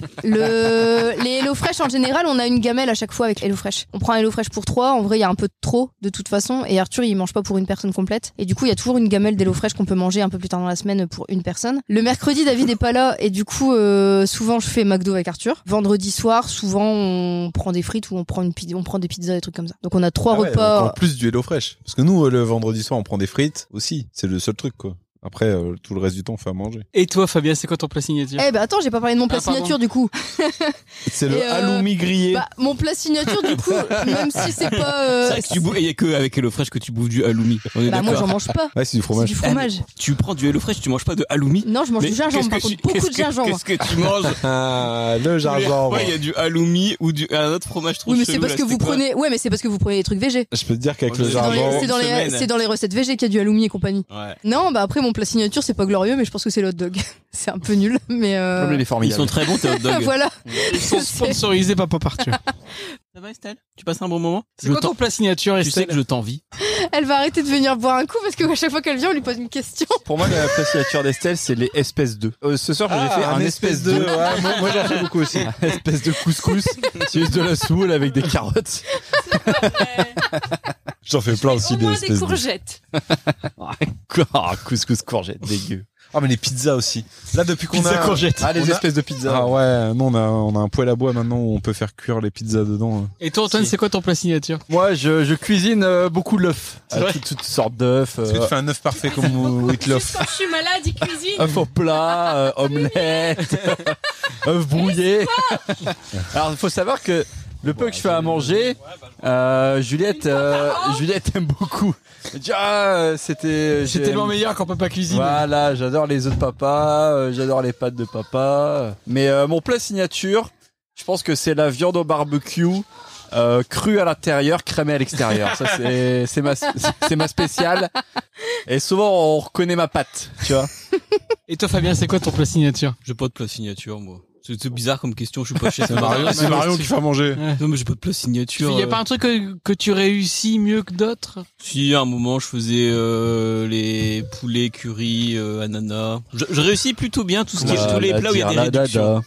Speaker 6: Le... les Hello Fresh, en général, on a une gamelle à chaque fois avec Hello Fresh. On prend un Hello Fresh pour trois. En vrai, il y a un peu de trop, de toute façon. Et Arthur, il mange pas pour une personne complète. Et du coup, il y a toujours une gamelle d'Hello Fresh qu'on peut manger un peu plus tard dans la semaine pour une personne. Le mercredi, David est pas là. Et du coup, euh, souvent, je fais McDo avec Arthur. Vendredi soir, souvent, on prend des frites ou on prend, une pi- on prend des pizzas, des trucs comme ça. Donc, on a trois
Speaker 5: Ah ouais, donc en
Speaker 6: repas.
Speaker 5: plus du Hello Fresh. Parce que nous, euh, le vendredi soir, on prend des frites aussi. C'est le seul truc, quoi. Après, euh, tout le reste du temps, on fait à manger.
Speaker 2: Et toi, Fabien, c'est quoi ton plat signature
Speaker 6: Eh ben attends, j'ai pas parlé de mon plat
Speaker 2: Ah, pardon.
Speaker 6: signature du coup.
Speaker 5: C'est
Speaker 6: Et
Speaker 5: le
Speaker 6: euh,
Speaker 5: halloumi grillé.
Speaker 6: Bah, mon plat signature du coup, même si c'est pas. euh,
Speaker 4: C'est vrai que tu bouffes, et y a que avec HelloFresh que tu bouffes du halloumi. On est
Speaker 6: bah moi, j'en
Speaker 4: d'accord.
Speaker 6: mange pas.
Speaker 5: Ouais, c'est du
Speaker 6: C'est
Speaker 5: fromage.
Speaker 6: du fromage.
Speaker 4: Tu prends du HelloFresh, tu manges pas de halloumi.
Speaker 6: Non, je mange du gingembre, par contre, beaucoup de gingembre.
Speaker 4: Qu'est-ce que tu manges
Speaker 5: Ah, le gingembre.
Speaker 4: Ouais, il y a du halloumi ou du, un autre fromage trop
Speaker 6: Oui, mais c'est
Speaker 4: chelou,
Speaker 6: parce
Speaker 4: là,
Speaker 6: que
Speaker 4: c'est
Speaker 6: vous
Speaker 4: quoi
Speaker 6: prenez, ouais, mais c'est parce que vous prenez des trucs végé.
Speaker 5: Je peux te dire qu'avec
Speaker 4: C'est
Speaker 5: le
Speaker 6: C'est dans, les-
Speaker 5: gingembre.
Speaker 6: c'est dans les-
Speaker 4: Une semaine.
Speaker 6: c'est dans les recettes végé qu'il y a du halloumi et compagnie.
Speaker 4: Ouais.
Speaker 6: Non, bah après mon plat signature c'est pas glorieux, mais je pense que c'est le hot dog. C'est un peu nul, mais euh,
Speaker 3: il est
Speaker 8: Ils
Speaker 3: formidable.
Speaker 8: sont très bons, tes hot dogs.
Speaker 6: voilà.
Speaker 2: Ils sont sponsorisés par Pop Arthur.
Speaker 4: Ça va, Estelle Tu passes un bon moment
Speaker 2: C'est quoi ton plat signature,
Speaker 4: Tu sais
Speaker 2: Estelle
Speaker 4: que je t'envie.
Speaker 6: Elle va arrêter de venir boire un coup parce qu'à chaque fois qu'elle vient, on lui pose une question.
Speaker 3: Pour moi, la signature d'Estelle, c'est les espèces 2. ce soir,
Speaker 5: Ah,
Speaker 3: j'ai fait un espèce 2.
Speaker 5: ouais, moi, moi, j'en fais beaucoup aussi.
Speaker 3: espèce de couscous. c'est juste de la semoule avec des carottes.
Speaker 5: J'en fais plein aussi
Speaker 7: Au
Speaker 5: des
Speaker 7: moins des
Speaker 5: espèces de-
Speaker 7: courgettes.
Speaker 3: Ah, couscous courgette, dégueu.
Speaker 5: Ah, mais les pizzas aussi. Là, depuis qu'on
Speaker 3: Pizza
Speaker 5: a.
Speaker 3: courgette. Ah, les
Speaker 5: On a-
Speaker 3: espèces de pizza.
Speaker 5: Ah ouais, non, on a, on a un poêle à bois maintenant où on peut faire cuire les pizzas dedans.
Speaker 2: Et toi, Antoine, c'est quoi ton plat signature
Speaker 3: Moi, je, je cuisine euh, beaucoup l'œuf.
Speaker 2: C'est
Speaker 3: Euh,
Speaker 2: vrai
Speaker 3: tout- toutes sortes d'œufs.
Speaker 5: Est-ce que
Speaker 3: euh,
Speaker 5: tu fais un œuf parfait comme
Speaker 7: Juste
Speaker 5: Whitloff
Speaker 7: quand je suis malade, ils cuisinent.
Speaker 3: œuf au plat, euh, omelette, œuf brouillé. Alors, il faut savoir que le peu que je fais à manger, euh, Juliette, euh, Juliette aime beaucoup. Elle dit, Ah, euh, c'était,
Speaker 2: C'est tellement
Speaker 3: j'aime-
Speaker 2: meilleur quand papa cuisine.
Speaker 3: Voilà, j'adore les œufs de papa, euh, j'adore les pâtes de papa. Mais euh, mon plat signature, je pense que c'est la viande au barbecue. Euh, crue à l'intérieur, crémée à l'extérieur. Ça c'est c'est ma c'est ma spéciale. Et souvent on reconnaît ma patte, tu vois.
Speaker 2: Et toi, Fabien, c'est quoi ton plat signature
Speaker 4: J'ai pas de plat signature, moi. C'est c'est bizarre comme question, je suis pas chez ça.
Speaker 5: C'est Marion qui fait à manger.
Speaker 4: Non, mais j'ai pas de plat
Speaker 2: Il
Speaker 4: signature.
Speaker 2: y a
Speaker 4: euh.
Speaker 2: pas un truc que, que tu réussis mieux que d'autres
Speaker 4: Si, à un moment, je faisais euh, les poulets, curry, euh, ananas. Je, je réussis plutôt bien tout ce qui est, tous les plats où il y a des réductions.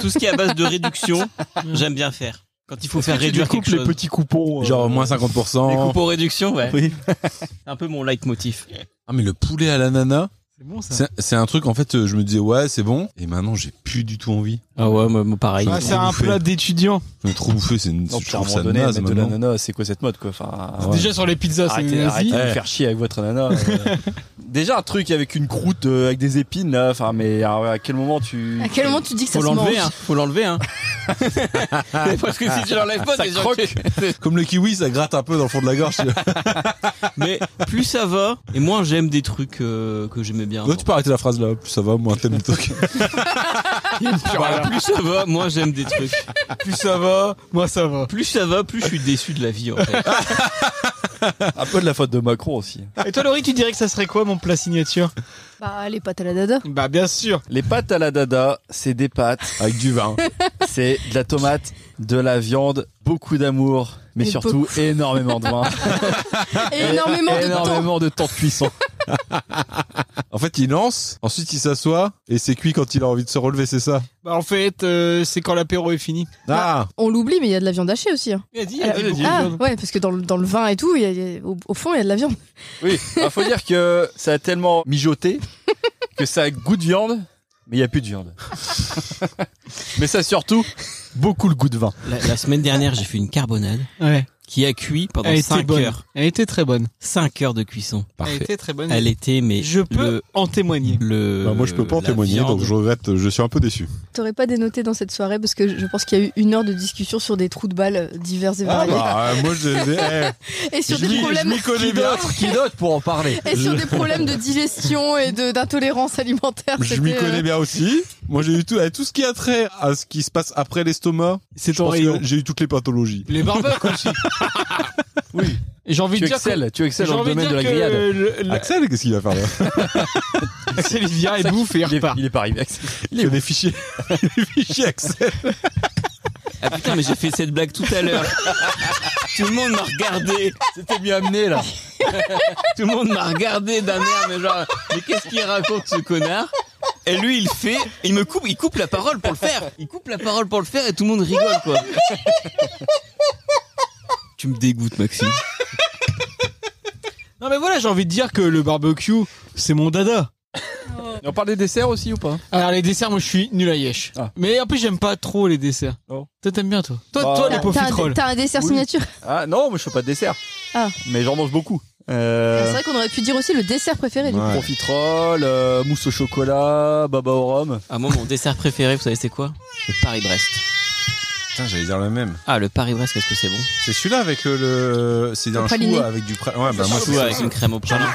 Speaker 4: Tout ce qui est à base de réduction, j'aime bien faire. Quand il faut faire réduire quelque chose.
Speaker 3: petits
Speaker 2: euh,
Speaker 3: coupons.
Speaker 5: Genre moins
Speaker 4: Les
Speaker 5: 50%.
Speaker 4: coupes aux réductions, ouais.
Speaker 3: Oui.
Speaker 4: C'est un peu mon leitmotiv.
Speaker 5: Ah, mais le poulet à l'ananas,
Speaker 2: C'est bon ça.
Speaker 5: c'est c'est un truc, en fait, euh, je me disais, ouais, c'est bon. Et maintenant, j'ai plus du tout envie.
Speaker 4: Ah ouais, moi, moi, pareil.
Speaker 5: Ah,
Speaker 2: c'est un
Speaker 5: bouffé.
Speaker 2: plat d'étudiant.
Speaker 5: Je me trop bouffé, c'est une
Speaker 3: Non,
Speaker 5: je
Speaker 3: puis à un
Speaker 5: trouve
Speaker 3: moment
Speaker 5: ça
Speaker 3: donné,
Speaker 5: naze
Speaker 3: mettre de
Speaker 5: maintenant. Ah
Speaker 3: l'ananas, c'est quoi cette mode quoi Enfin,
Speaker 5: Ouais.
Speaker 2: Ah, Déjà sur les pizzas, c'est
Speaker 3: Arrêtez,
Speaker 2: une nazie.
Speaker 3: arrêtez de
Speaker 5: Ouais.
Speaker 3: me faire chier avec votre ananas. euh. Déjà un truc avec une croûte euh, avec des épines là, enfin mais alors, à quel moment tu
Speaker 6: À quel moment tu dis que ça
Speaker 4: Faut
Speaker 6: se mange
Speaker 4: l'enlever, hein. Faut l'enlever, hein. Parce que si tu l'enlèves pas,
Speaker 3: Ça
Speaker 4: déjà,
Speaker 3: croque.
Speaker 4: tu-
Speaker 5: Comme le kiwi, ça gratte un peu dans le fond de la gorge. tu vois.
Speaker 4: Mais plus ça va, et moins j'aime des trucs euh, que j'aimais bien.
Speaker 5: Ouais, tu peux arrêter la phrase là, plus ça va, moins t'aimes le truc.
Speaker 4: Bah, plus ça va, moins j'aime des trucs.
Speaker 2: Plus ça va, moi ça va.
Speaker 4: Plus ça va, plus je suis déçu de la vie, en fait.
Speaker 3: Un peu de la faute de Macron aussi.
Speaker 2: Et toi, Laurie, tu dirais que ça serait quoi mon plat signature
Speaker 6: Bah les pâtes à la dada.
Speaker 2: Bah bien sûr.
Speaker 3: Les pâtes à la dada, c'est des pâtes avec du vin, c'est de la tomate, de la viande, beaucoup d'amour, mais
Speaker 6: Et
Speaker 3: surtout énormément de vin,
Speaker 6: Et énormément de temps.
Speaker 3: énormément de temps de cuisson.
Speaker 5: En fait, il lance, ensuite il s'assoit, et c'est cuit quand il a envie de se relever, c'est ça.
Speaker 2: Bah en fait, euh, c'est quand l'apéro est fini.
Speaker 5: Ah!
Speaker 6: On l'oublie, mais il y a de la viande hachée aussi. hein.
Speaker 2: Il a dit,
Speaker 6: Ah, ah, ouais, parce que dans le, dans le vin et tout, il y a- il y a- au, au fond il y a de la viande.
Speaker 3: Oui, il faut dire que ça a tellement mijoté que ça a goût de viande, mais il n'y a plus de viande. mais ça surtout, beaucoup le goût de vin.
Speaker 1: La, la semaine dernière, j'ai fait une carbonade
Speaker 2: Ouais.
Speaker 1: qui a cuit pendant
Speaker 2: Elle était
Speaker 1: 5
Speaker 2: bonne.
Speaker 1: heures.
Speaker 2: Elle était très bonne.
Speaker 1: 5 heures de cuisson.
Speaker 2: Elle était très bonne.
Speaker 1: Elle était, mais
Speaker 2: Je peux
Speaker 1: le-
Speaker 2: en témoigner.
Speaker 1: le-
Speaker 5: Bah, moi, je peux pas en
Speaker 1: la
Speaker 5: témoigner,
Speaker 1: viande-
Speaker 5: donc je regrette, je suis un peu déçu.
Speaker 6: T'aurais pas dénoté dans cette soirée parce que je pense qu'il y a eu une heure de discussion sur des trous de balles euh, divers
Speaker 7: Ah,
Speaker 6: et variés
Speaker 5: bah, moi, je. eh,
Speaker 6: et sur
Speaker 5: je m'y-
Speaker 6: des
Speaker 5: je
Speaker 6: problèmes
Speaker 5: m'y connais
Speaker 3: Qui
Speaker 5: bien.
Speaker 3: d'autre Qui d'autre pour en parler
Speaker 6: et sur des problèmes de digestion et de- d'intolérance alimentaire.
Speaker 5: Je m'y
Speaker 6: c'était, euh,
Speaker 5: connais bien aussi. Moi, j'ai eu tout, eh, tout ce qui a trait à ce qui se passe après l'estomac.
Speaker 2: C'est
Speaker 5: Je
Speaker 2: ton
Speaker 5: pense
Speaker 2: rayon.
Speaker 5: que j'ai eu toutes les pathologies.
Speaker 2: Les barbecues aussi.
Speaker 3: Oui.
Speaker 2: Et J'ai envie
Speaker 3: Tu
Speaker 2: de dire que-
Speaker 3: excelles, tu excelles
Speaker 2: j'ai
Speaker 3: dans le
Speaker 2: envie de
Speaker 3: domaine de
Speaker 2: dire
Speaker 3: la grillade. Ah,
Speaker 2: que le- le-
Speaker 5: Axel, qu'est-ce qu'il va faire là
Speaker 2: Olivia est bouffe et
Speaker 3: Il est,
Speaker 2: repart.
Speaker 3: il est pas arrivé. Axel.
Speaker 5: Il y a des fichiers. des fichiers Axel.
Speaker 1: Ah putain, mais j'ai fait cette blague tout à l'heure. tout le monde m'a regardé.
Speaker 3: C'était mieux amené là.
Speaker 1: Tout le monde m'a regardé d'un air, mais genre, mais qu'est-ce qu'il raconte ce connard Et lui, il fait, il me coupe, il coupe la parole pour le faire. Il coupe la parole pour le faire et tout le monde rigole, quoi. Tu me dégoûtes, Maxime.
Speaker 2: Non mais voilà, j'ai envie de dire que le barbecue, c'est mon dada.
Speaker 3: Et on parle des desserts aussi ou pas
Speaker 2: Alors les desserts, moi je suis nul à yesh.
Speaker 3: Ah.
Speaker 2: Mais en plus j'aime pas trop les desserts.
Speaker 3: Oh.
Speaker 2: Toi t'aimes bien toi. Toi,
Speaker 3: Bah,
Speaker 2: toi
Speaker 6: T'as
Speaker 2: les
Speaker 6: t'as un,
Speaker 2: profiteroles.
Speaker 6: t'as un dessert
Speaker 3: Oui.
Speaker 6: signature.
Speaker 5: Euh,
Speaker 3: Ah non, moi je fais pas de dessert.
Speaker 6: Ah.
Speaker 3: Mais j'en mange beaucoup.
Speaker 6: C'est
Speaker 3: Euh,
Speaker 6: vrai qu'on aurait pu dire aussi le dessert préféré. du coup.
Speaker 5: Ouais.
Speaker 3: profiterole, euh, mousse au chocolat, baba au rhum.
Speaker 1: Ah, moi, mon dessert préféré, vous savez, c'est quoi Le Paris-Brest.
Speaker 5: Putain, j'allais dire le même.
Speaker 1: Ah, le Paris-Brest, qu'est-ce que c'est bon
Speaker 5: C'est celui-là avec euh, le. C'est un
Speaker 6: praliné.
Speaker 5: chou avec du. pra- Ouais, bah, moi,
Speaker 1: Tout avec
Speaker 5: c'est-
Speaker 1: une crème au pralin.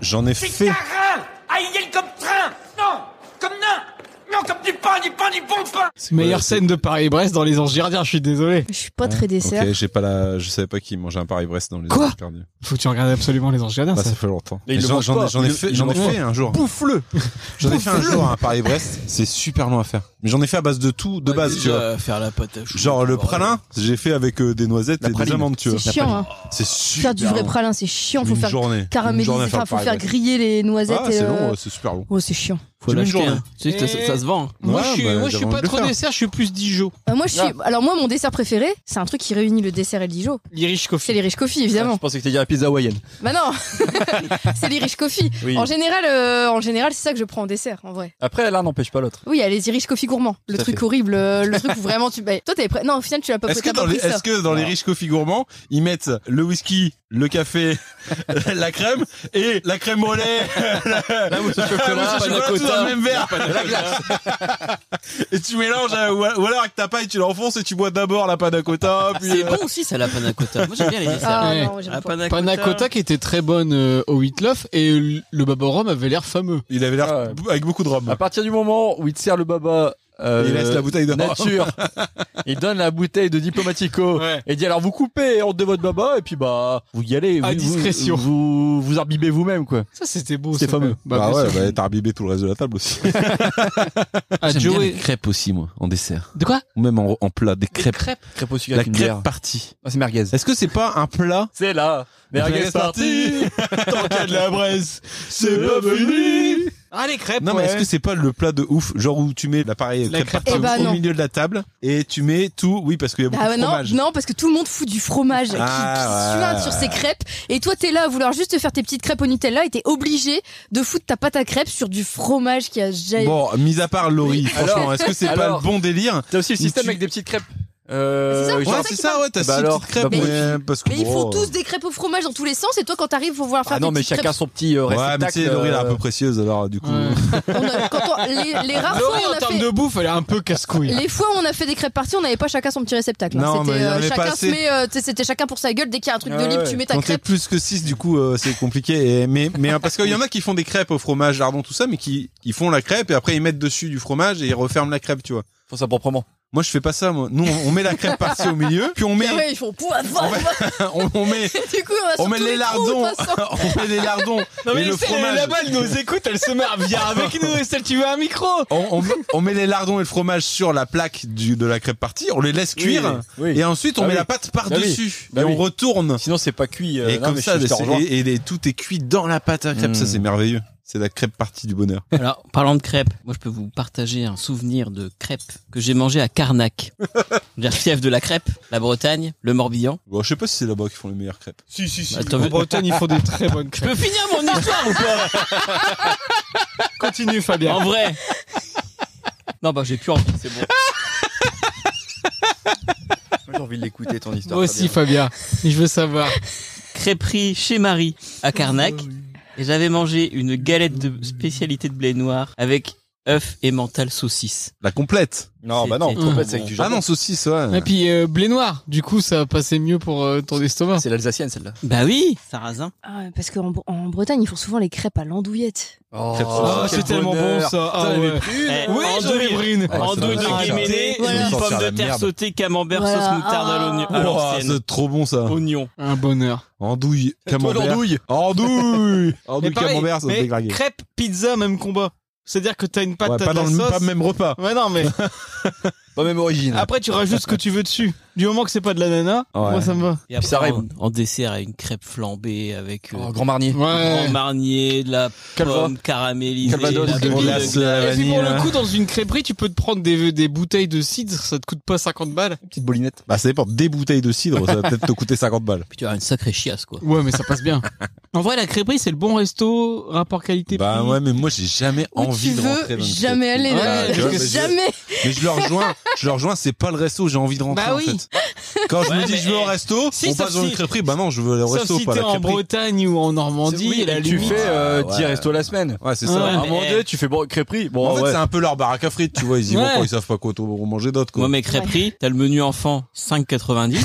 Speaker 5: J'en ai fait.
Speaker 7: Aïe, comme train Non Comme nain Non, comme du pain, du pain, du bon pain
Speaker 2: Meilleure
Speaker 5: Ouais, c'est-
Speaker 2: scène de Paris-Brest dans les anges Girardiens, je suis désolé.
Speaker 6: Je suis pas très dessert.
Speaker 5: Ok, j'ai pas la. Je savais pas qui mangeait un Paris-Brest dans les
Speaker 2: Quoi
Speaker 5: heures perdues.
Speaker 2: Faut que tu regardes absolument les anges
Speaker 6: Ah,
Speaker 2: Girardiens.
Speaker 5: Bah,
Speaker 2: ça.
Speaker 5: ça fait longtemps.
Speaker 3: Mais il le
Speaker 5: J'en
Speaker 3: mange
Speaker 5: j'en
Speaker 3: pas.
Speaker 5: ai, j'en ai
Speaker 3: Il le-
Speaker 5: fait,
Speaker 3: il
Speaker 5: j'en ai
Speaker 3: le mange
Speaker 5: fait un jour.
Speaker 3: Bouffe-le
Speaker 5: J'en ai fait un jour à Paris-Brest. C'est super long à faire. Mais j'en ai fait à base de tout, de base, tu vois.
Speaker 1: euh, faire la pâte à choux.
Speaker 5: Genre le
Speaker 1: Bordel.
Speaker 5: pralin, j'ai fait avec euh, des noisettes
Speaker 3: La
Speaker 5: et des
Speaker 3: praline.
Speaker 5: amandes, tu vois.
Speaker 6: C'est chiant. hein.
Speaker 5: C'est super
Speaker 6: Faire du vrai
Speaker 5: long.
Speaker 6: pralin, c'est chiant. Faut
Speaker 5: Une
Speaker 6: faire
Speaker 5: journée. Une
Speaker 6: caraméliser,
Speaker 5: journée à
Speaker 6: enfin, faut faire
Speaker 5: Paris-Brest.
Speaker 6: griller les noisettes.
Speaker 5: Ah,
Speaker 6: et,
Speaker 5: c'est
Speaker 6: euh,
Speaker 5: long, ouais, c'est super long.
Speaker 6: Oh, c'est chiant.
Speaker 1: Faut
Speaker 5: J'ai mis une
Speaker 1: l'acheter,
Speaker 5: journée.
Speaker 1: hein. Tu sais que ça, ça- ça se vend.
Speaker 2: Moi,
Speaker 5: Ouais,
Speaker 2: je suis,
Speaker 5: bah,
Speaker 2: moi, je suis
Speaker 5: j'avais
Speaker 2: pas
Speaker 5: envie de
Speaker 2: trop
Speaker 5: le faire.
Speaker 2: dessert, je suis plus Dijon.
Speaker 6: Euh, moi, je suis...
Speaker 5: Ah.
Speaker 6: Alors, moi, mon dessert préféré, c'est un truc qui réunit le dessert et le Dijon.
Speaker 2: L'Irish
Speaker 6: C'est
Speaker 2: Coffee.
Speaker 6: l'Irish Coffee, évidemment.
Speaker 3: Ah, Je pensais que t'allais dire la pizza hawaïenne.
Speaker 6: Bah non C'est l'Irish Coffee.
Speaker 3: Oui.
Speaker 6: En général, euh, en général c'est ça que je prends en dessert, en vrai.
Speaker 3: Après, l'un n'empêche pas l'autre.
Speaker 6: Oui, il y a les Irish Coffee gourmands. Le
Speaker 3: Tout à
Speaker 6: truc
Speaker 3: fait.
Speaker 6: horrible, euh, le truc où vraiment tu. Bah, toi, t'avais. pr- Non, au final, tu l'as pas
Speaker 5: Est-ce
Speaker 6: pris.
Speaker 5: que,
Speaker 6: t'as pas
Speaker 5: dans les,
Speaker 6: pris ça.
Speaker 5: est-ce que dans les riches coffee gourmands, ils mettent le whisky, le café, la crème et la crème au lait,
Speaker 3: La mousse au
Speaker 5: la mousse
Speaker 3: chocolat,
Speaker 5: au
Speaker 3: panna
Speaker 5: chocolat, tout dans
Speaker 3: cotta.
Speaker 5: le même verre, la glace. et tu mélanges, euh, ou ou alors avec ta paille, tu l'enfonces et tu bois d'abord la panna cotta, puis
Speaker 1: C'est
Speaker 5: euh,
Speaker 1: bon aussi, ça, la panna cotta. Moi, j'aime bien les desserts.
Speaker 6: Ah
Speaker 2: Ouais.
Speaker 6: non, j'aime
Speaker 1: La
Speaker 6: pas.
Speaker 1: panna cotta.
Speaker 2: Panna cotta qui était très bonne euh, au Whitloff et l- le baba au rhum avait l'air fameux.
Speaker 5: il avait l'air
Speaker 3: Ouais.
Speaker 5: b- avec beaucoup de rhum.
Speaker 3: À partir du moment où il te sert le baba. euh,
Speaker 5: Et il laisse la bouteille de rhum.
Speaker 3: Nature. il donne la bouteille de Diplomatico.
Speaker 2: Ouais.
Speaker 3: Et dit alors vous coupez honte de votre baba et puis bah vous y allez.
Speaker 2: À
Speaker 3: vous- vous-
Speaker 2: discrétion.
Speaker 3: Vous vous, imbibez vous-même quoi.
Speaker 2: Ça, c'était beau.
Speaker 3: C'était
Speaker 2: ça.
Speaker 3: fameux.
Speaker 5: Bah,
Speaker 2: bien
Speaker 5: ouais,
Speaker 2: sûr.
Speaker 5: bah, t'as imbibé tout le reste de la table aussi.
Speaker 2: Ah, Joey-
Speaker 5: crêpes aussi, moi, en dessert.
Speaker 2: De quoi
Speaker 5: Ou même en, plat, des crêpes.
Speaker 3: Crêpe au sucre avec une bière.
Speaker 5: partie.
Speaker 3: Ah, c'est merguez.
Speaker 5: Est-ce que c'est pas un plat
Speaker 3: C'est là. Merguez
Speaker 5: Merguez
Speaker 3: parti.
Speaker 5: Tant qu'il y a de la braise, c'est
Speaker 3: pas fini.
Speaker 2: Ah, les crêpes.
Speaker 5: Non, mais est-ce que c'est pas le plat de ouf, genre où tu mets l'appareil
Speaker 2: La
Speaker 5: crêpe
Speaker 2: crêpe
Speaker 5: partie
Speaker 6: Eh ben
Speaker 5: au
Speaker 6: non.
Speaker 5: milieu de la table et tu mets tout, oui, parce qu'il y a beaucoup
Speaker 6: Ah bah
Speaker 5: de
Speaker 6: non,
Speaker 5: fromage.
Speaker 6: non, parce que tout le monde fout du fromage qui, qui
Speaker 5: Ah, ouais,
Speaker 6: suinte
Speaker 5: ouais,
Speaker 6: sur
Speaker 5: ouais.
Speaker 6: ses crêpes. Et toi, t'es là à vouloir juste te faire tes petites crêpes au Nutella et t'es obligé de foutre ta pâte à crêpes sur du fromage qui a jailli.
Speaker 5: Bon, mis à part Laurie, franchement,
Speaker 3: alors-
Speaker 5: est-ce que c'est pas
Speaker 3: alors-
Speaker 5: le bon délire
Speaker 3: T'as aussi le système
Speaker 5: Tu-
Speaker 3: avec des petites crêpes. Euh,
Speaker 6: C'est ça,
Speaker 3: oui,
Speaker 6: C'est
Speaker 5: Ouais,
Speaker 6: ça
Speaker 3: genre-
Speaker 5: c'est
Speaker 6: qui
Speaker 5: ça,
Speaker 6: parle.
Speaker 5: ouais, t'as
Speaker 3: Bah
Speaker 5: six
Speaker 3: alors,
Speaker 5: petites crêpes.
Speaker 6: bah,
Speaker 5: ouais, parce que
Speaker 6: Mais ils font
Speaker 5: bon,
Speaker 6: tous des crêpes au fromage dans tous les sens et toi, quand t'arrives pour vouloir faire
Speaker 3: Ah non
Speaker 6: tes
Speaker 3: mais
Speaker 6: petites
Speaker 3: chacun son petit euh,
Speaker 5: Ouais, mais tu
Speaker 3: réceptacle.
Speaker 5: sais, Laurie, elle est un
Speaker 3: euh,
Speaker 5: peu précieuse, alors du coup. euh,
Speaker 6: crêpes, on a- quand on- les, les rares fois
Speaker 2: Laurie,
Speaker 6: où
Speaker 2: Ah, en
Speaker 6: on a
Speaker 2: termes
Speaker 6: fait-
Speaker 2: de bouffe, elle est un peu casse-couille.
Speaker 6: Les fois où on a fait des crêpes parties, on n'avait pas chacun son petit réceptacle. hein.
Speaker 5: Non,
Speaker 6: C'était
Speaker 5: mais il y en
Speaker 6: euh,
Speaker 5: avait pas
Speaker 6: chacun se
Speaker 5: assez.
Speaker 6: met, euh, tu sais, c'était chacun pour sa gueule. Dès qu'il y a un truc de
Speaker 3: Ouais,
Speaker 6: libre,
Speaker 3: ouais.
Speaker 6: tu mets ta
Speaker 5: Quand t'es
Speaker 6: crêpe.
Speaker 5: plus que 6 du coup euh, c'est compliqué et, mais mais hein, parce qu'il y en a qui font des crêpes au fromage lardon tout ça mais qui ils font la crêpe et après ils mettent dessus du fromage et ils referment la crêpe tu vois.
Speaker 3: Faut ça proprement.
Speaker 5: Moi je fais pas ça moi. Nous on, on met la crêpe partie au milieu puis on met
Speaker 6: Et ouais, ils font pouah, pouah,
Speaker 5: On met- on, on met
Speaker 6: pouah. Du coup, on, va sur
Speaker 5: on met
Speaker 6: tous
Speaker 5: les
Speaker 6: les trous, de
Speaker 5: lardons
Speaker 6: toute façon.
Speaker 5: on met les lardons
Speaker 2: Non,
Speaker 5: et le fromage
Speaker 2: elle nous écoute, elle se marre. Viens avec nous, Estelle, tu veux un micro
Speaker 5: on, on- on met les lardons et le fromage sur la plaque du, de la crêpe partie on les laisse cuire
Speaker 3: Oui.
Speaker 5: et ensuite on
Speaker 3: Bah
Speaker 5: met
Speaker 3: oui.
Speaker 5: la pâte par dessus
Speaker 3: Bah
Speaker 5: et
Speaker 3: oui.
Speaker 5: on retourne
Speaker 3: Sinon c'est pas cuit. euh,
Speaker 5: et
Speaker 3: non,
Speaker 5: comme
Speaker 3: mais
Speaker 5: ça bah,
Speaker 3: je, je te
Speaker 5: c'est-
Speaker 3: rejoins.
Speaker 5: et, et- et tout est cuit dans la pâte à crêpe
Speaker 3: Mm.
Speaker 5: ça c'est merveilleux c'est la crêpe partie du bonheur
Speaker 1: Alors, parlant de crêpes, moi je peux vous partager un souvenir de crêpes que j'ai mangé à Carnac. La fief de la crêpe, la Bretagne, le Morbihan.
Speaker 5: Bon, je sais pas si c'est là-bas qu'ils font les meilleures crêpes.
Speaker 2: Si, si, si.
Speaker 1: Bah, t'en
Speaker 2: en
Speaker 1: veux-
Speaker 2: Bretagne, ils font des très bonnes
Speaker 1: Je peux
Speaker 2: crêpes.
Speaker 1: finir mon histoire ou pas
Speaker 2: Continue, Fabien.
Speaker 1: En vrai, Non, bah j'ai plus envie, c'est bon.
Speaker 9: J'ai envie de l'écouter ton histoire.
Speaker 2: Moi aussi, Fabien. Je veux savoir.
Speaker 4: crêperie chez Marie à Carnac
Speaker 1: Oh.
Speaker 2: Ah
Speaker 4: et j'avais mangé une galette de spécialité de blé noir avec œuf et mental saucisse.
Speaker 5: La complète.
Speaker 9: Non, bah non,
Speaker 4: C'était
Speaker 9: trompette, c'est avec du
Speaker 5: Ah
Speaker 9: jambon.
Speaker 5: non, saucisse, ouais.
Speaker 2: Et puis, euh, blé noir. Du coup, ça passait mieux pour euh, ton estomac.
Speaker 9: C'est l'alsacienne celle-là.
Speaker 4: Bah oui, sarrasin.
Speaker 6: Ah, parce qu'en Bre- en Bretagne, ils font souvent les crêpes à l'andouillette.
Speaker 1: Oh,
Speaker 2: Ah, c'est tellement bon, ça. Ah, ouais.
Speaker 4: Eh,
Speaker 2: Oui,
Speaker 4: en
Speaker 2: j'en ai
Speaker 4: douille-
Speaker 2: brune.
Speaker 5: Ah,
Speaker 4: En
Speaker 5: c'est
Speaker 4: deux
Speaker 5: vrai,
Speaker 4: de
Speaker 5: ça.
Speaker 4: guéméné,
Speaker 6: Voilà.
Speaker 4: une pomme de
Speaker 5: Sortir la
Speaker 4: terre
Speaker 5: merde.
Speaker 4: sautée, camembert,
Speaker 6: Voilà.
Speaker 4: sauce moutarde à l'oignon.
Speaker 6: Ah.
Speaker 4: à
Speaker 1: oh,
Speaker 5: Ouah,
Speaker 4: l'ancienne.
Speaker 5: c'est trop bon ça.
Speaker 4: Oignon.
Speaker 2: Un bonheur.
Speaker 5: Andouille, camembert.
Speaker 9: l'andouille
Speaker 5: Andouille
Speaker 2: Mais
Speaker 5: Andouille,
Speaker 2: pareil,
Speaker 5: camembert, ça se
Speaker 2: mais
Speaker 5: déglingue.
Speaker 2: crêpe, pizza, même combat. C'est-à-dire que t'as une pâte,
Speaker 5: Ouais,
Speaker 2: t'as
Speaker 5: pas
Speaker 2: de
Speaker 5: dans
Speaker 2: la
Speaker 5: le
Speaker 2: sauce.
Speaker 5: pas même repas.
Speaker 2: Ouais, non, mais
Speaker 9: Pas même origine.
Speaker 2: après, tu rajoutes ce que tu veux dessus. Du moment que c'est pas de l'ananas,
Speaker 5: Ouais.
Speaker 2: moi, ça me va.
Speaker 1: Et après,
Speaker 9: ça arrive.
Speaker 1: en, en dessert, à une crêpe flambée avec euh,
Speaker 9: Oh, Grand Marnier.
Speaker 1: grand marnier, de la
Speaker 9: Calva.
Speaker 1: pomme caramélisée,
Speaker 9: Calvados,
Speaker 1: la
Speaker 9: de
Speaker 1: bouille de
Speaker 9: glace.
Speaker 1: glace.
Speaker 2: Et puis pour le coup, dans une crêperie, tu peux te prendre des, des bouteilles de cidre, ça te coûte pas 50 balles.
Speaker 9: Petite bolinette.
Speaker 5: Bah, ça dépend. Des bouteilles de cidre, ça va peut-être te coûter 50 balles.
Speaker 1: Puis tu as une sacrée chiasse, quoi.
Speaker 2: Ouais, mais ça passe bien. en vrai, la crêperie, c'est le bon resto, rapport qualité.
Speaker 5: Bah ouais, mais moi j'ai jamais
Speaker 6: Où
Speaker 5: envie
Speaker 6: tu
Speaker 5: de rentrer
Speaker 6: veux
Speaker 5: dans une
Speaker 6: jamais
Speaker 5: crêperie.
Speaker 6: aller
Speaker 2: Ouais,
Speaker 6: là.
Speaker 5: tu vois, mais je-
Speaker 6: jamais.
Speaker 5: Mais je le rejoins, je le rejoins, c'est pas le resto, j'ai envie de rentrer
Speaker 2: Bah
Speaker 5: en
Speaker 2: oui.
Speaker 5: fait. Quand je me
Speaker 1: Ouais,
Speaker 5: dis
Speaker 1: mais-
Speaker 5: je veux au resto,
Speaker 2: Si,
Speaker 5: on
Speaker 2: sauf
Speaker 5: passe dans une
Speaker 2: si-
Speaker 5: crêperie, bah non, je veux le
Speaker 2: Sauf
Speaker 5: resto,
Speaker 2: si
Speaker 5: pas
Speaker 2: t'es
Speaker 5: la
Speaker 2: en
Speaker 5: crêperie.
Speaker 2: Bretagne ou en Normandie,
Speaker 9: Oui,
Speaker 2: et la
Speaker 9: et tu
Speaker 2: limite.
Speaker 9: fais euh,
Speaker 3: Ah,
Speaker 5: Ouais.
Speaker 9: 10 restos la semaine.
Speaker 5: Ouais, c'est
Speaker 2: Ouais.
Speaker 5: ça.
Speaker 9: Ah mon
Speaker 3: eh,
Speaker 1: mais-
Speaker 9: dieu, tu fais bon, crêperie. Bon,
Speaker 5: eh. en fait,
Speaker 9: ouais.
Speaker 5: c'est un peu leur baraque à frites, tu vois, ils y vont
Speaker 2: Ouais.
Speaker 5: quand ils savent pas quoi t- manger d'autre, quoi.
Speaker 1: Moi, mes crêperies, t'as le menu enfant 5,90.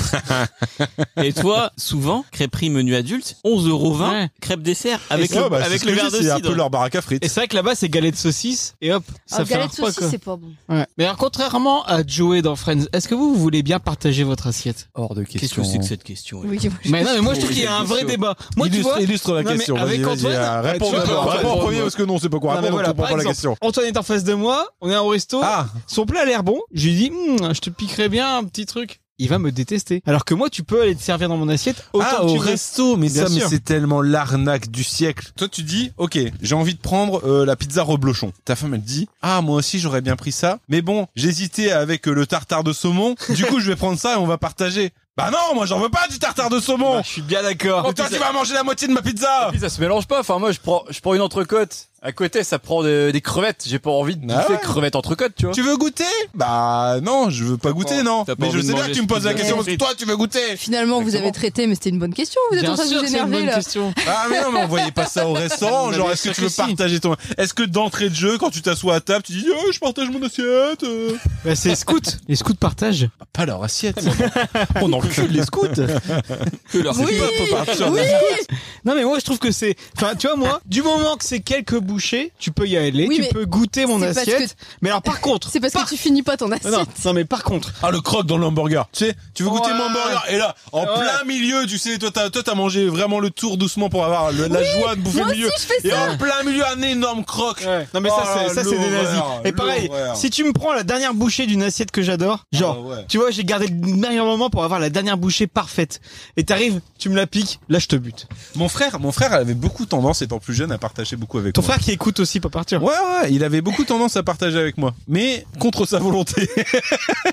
Speaker 1: et toi, souvent, crêperie menu adulte 11,20
Speaker 2: Ouais.
Speaker 1: crêpe dessert avec
Speaker 5: Ouais,
Speaker 1: le,
Speaker 5: bah, c'est
Speaker 1: avec
Speaker 5: ce
Speaker 1: le
Speaker 5: que je
Speaker 1: verre
Speaker 5: dis,
Speaker 1: de
Speaker 5: C'est un peu
Speaker 1: cidre.
Speaker 5: leur baraque à frites.
Speaker 2: Et c'est vrai que là-bas, c'est galette saucisse, et hop, ça
Speaker 6: Ah,
Speaker 2: fait un
Speaker 6: galette
Speaker 2: repas,
Speaker 6: saucisse,
Speaker 2: quoi.
Speaker 6: c'est pas bon.
Speaker 2: Ouais. Mais alors, contrairement à Joey dans Friends, est-ce que vous, vous voulez bien partager votre assiette?
Speaker 9: Hors de
Speaker 1: Qu'est-ce que c'est
Speaker 3: hein.
Speaker 1: que cette question
Speaker 6: Oui, moi, je-
Speaker 2: Mais non, mais moi, je trouve qu'il y a un vrai débat. Moi, tu vois.
Speaker 5: illustre, illustre la
Speaker 2: Non, mais
Speaker 5: question. Vas-y,
Speaker 2: avec
Speaker 5: vas-y,
Speaker 2: Antoine,
Speaker 5: euh, réponds
Speaker 2: tu vois,
Speaker 5: d'abord.
Speaker 2: Antoine-
Speaker 5: Réponds en premier parce que non, on sait pas quoi
Speaker 2: Non, mais
Speaker 5: répondre, donc
Speaker 2: voilà,
Speaker 5: on comprend
Speaker 2: par
Speaker 5: pas la
Speaker 2: exemple,
Speaker 5: question.
Speaker 2: Antoine est en face de moi, on est au resto,
Speaker 5: Ah,
Speaker 2: Son plat a l'air bon. Je lui dis, Hum, je te piquerai bien un petit truc. Il va me détester. Alors que moi, tu peux aller te servir dans mon assiette autant
Speaker 5: ah,
Speaker 2: que tu
Speaker 5: au
Speaker 2: veux.
Speaker 5: resto, mais
Speaker 2: Bien
Speaker 5: ça, mais
Speaker 2: sûr.
Speaker 5: c'est tellement l'arnaque du siècle. Toi, tu dis, ok, j'ai envie de prendre euh, la pizza reblochon. Ta femme, elle dit, ah, moi aussi, j'aurais bien pris ça, mais bon, j'hésitais avec euh, le tartare de saumon. Du coup, je vais prendre ça et on va partager. Bah non, moi, j'en veux pas du tartare de saumon.
Speaker 2: Bah, je suis bien d'accord.
Speaker 5: Oh, toi, tu vas manger la moitié de ma pizza.
Speaker 9: Puis ça se mélange pas. Enfin, moi, je prends, je prends une entrecôte. À côté, ça prend de- des crevettes. J'ai pas envie de
Speaker 5: Ah
Speaker 9: bouffer
Speaker 5: ouais.
Speaker 9: crevettes entrecôte, tu vois.
Speaker 5: Tu veux goûter Bah non, je veux pas goûter,
Speaker 9: pas-
Speaker 5: non.
Speaker 1: t'as pas
Speaker 5: Mais
Speaker 1: envie
Speaker 5: je
Speaker 1: de
Speaker 5: sais bien
Speaker 1: manger
Speaker 5: que tu me poses la
Speaker 1: cette
Speaker 5: question
Speaker 6: pizza.
Speaker 5: parce que toi, tu veux goûter.
Speaker 6: Finalement, vous avez traité, mais c'était une bonne question. Vous êtes en
Speaker 2: Bien
Speaker 6: train de
Speaker 2: sûr
Speaker 6: vous
Speaker 2: que c'est une
Speaker 6: énerver
Speaker 2: bonne
Speaker 6: là.
Speaker 2: question.
Speaker 5: Ah mais non mais on voyait pas ça au restaurant
Speaker 2: Mais
Speaker 5: genre
Speaker 2: bien
Speaker 5: est-ce que
Speaker 2: sûr
Speaker 5: tu
Speaker 2: que
Speaker 5: veux
Speaker 2: si.
Speaker 5: partager ton est-ce que d'entrée de jeu quand tu t'assois à table tu dis oh, je partage mon assiette euh.
Speaker 2: Bah, c'est scout. Les scouts partagent.
Speaker 5: pas leur assiette on encule les scouts
Speaker 1: Que leur
Speaker 6: Oui,
Speaker 5: Ah,
Speaker 6: oui.
Speaker 2: Non, mais moi, je trouve que c'est, enfin, tu vois, moi, du moment que c'est quelques bouchées, tu peux y aller,
Speaker 6: Oui,
Speaker 2: tu
Speaker 6: mais
Speaker 2: peux goûter mon
Speaker 6: c'est parce que-
Speaker 2: assiette. Mais alors, par contre.
Speaker 6: C'est parce
Speaker 2: par-
Speaker 6: que tu finis pas ton assiette.
Speaker 2: Non, non, mais par contre.
Speaker 5: ah le croque dans le hamburger tu sais tu veux goûter
Speaker 2: Ouais.
Speaker 5: mon hamburger et là en
Speaker 2: Ouais.
Speaker 5: plein milieu tu sais toi t'as toi t'as mangé vraiment le tour doucement pour avoir le- la joie de bouffer
Speaker 6: Moi
Speaker 5: le
Speaker 6: aussi,
Speaker 5: milieu
Speaker 6: je fais
Speaker 5: et
Speaker 6: ça.
Speaker 5: en plein milieu un énorme croque
Speaker 2: Non, mais
Speaker 5: Oh
Speaker 2: ça,
Speaker 5: là,
Speaker 2: c'est, ça, c'est des nazis.
Speaker 5: l'horreur,
Speaker 2: Et pareil,
Speaker 5: l'horreur.
Speaker 2: si tu me prends la dernière bouchée d'une assiette que j'adore, genre,
Speaker 5: Ah ouais.
Speaker 2: Tu vois, j'ai gardé le meilleur moment pour avoir la dernière bouchée parfaite. Et t'arrives, tu me la piques, là je te bute.
Speaker 5: mon frère mon frère avait beaucoup tendance étant plus jeune à partager beaucoup avec
Speaker 2: Ton
Speaker 5: moi.
Speaker 2: frère qui écoute aussi pas partir.
Speaker 5: Ouais, ouais, il avait beaucoup tendance à partager avec moi, mais contre sa volonté.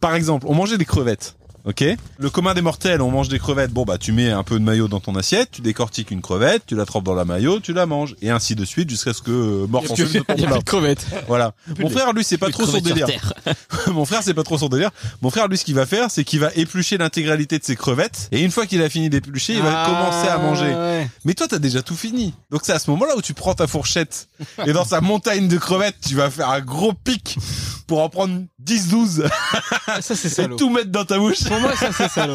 Speaker 5: Par exemple, on mangeait des crevettes. Ok. Le commun des mortels, on mange des crevettes. Bon bah tu mets un peu de maillot dans ton assiette, tu décortiques une crevette, tu la trempes dans la maillot, tu la manges et ainsi de suite jusqu'à ce que euh, mort s'ensuive de ton plat.
Speaker 2: crevettes.
Speaker 5: Voilà. Mon frère lui c'est pas trop son délire. Mon frère c'est pas trop son délire. Mon frère lui ce qu'il va faire c'est qu'il va éplucher l'intégralité de ses crevettes et une fois qu'il a fini d'éplucher, il
Speaker 2: Ah,
Speaker 5: va commencer à manger. Mais toi, t'as déjà tout fini. Donc c'est à ce moment-là où tu prends ta fourchette. Et dans sa montagne de crevettes, tu vas faire un gros pic pour en prendre 10-12
Speaker 2: Ah, Ça c'est
Speaker 5: et
Speaker 2: salaud.
Speaker 5: tout mettre dans ta bouche.
Speaker 2: Pour moi ça c'est salaud.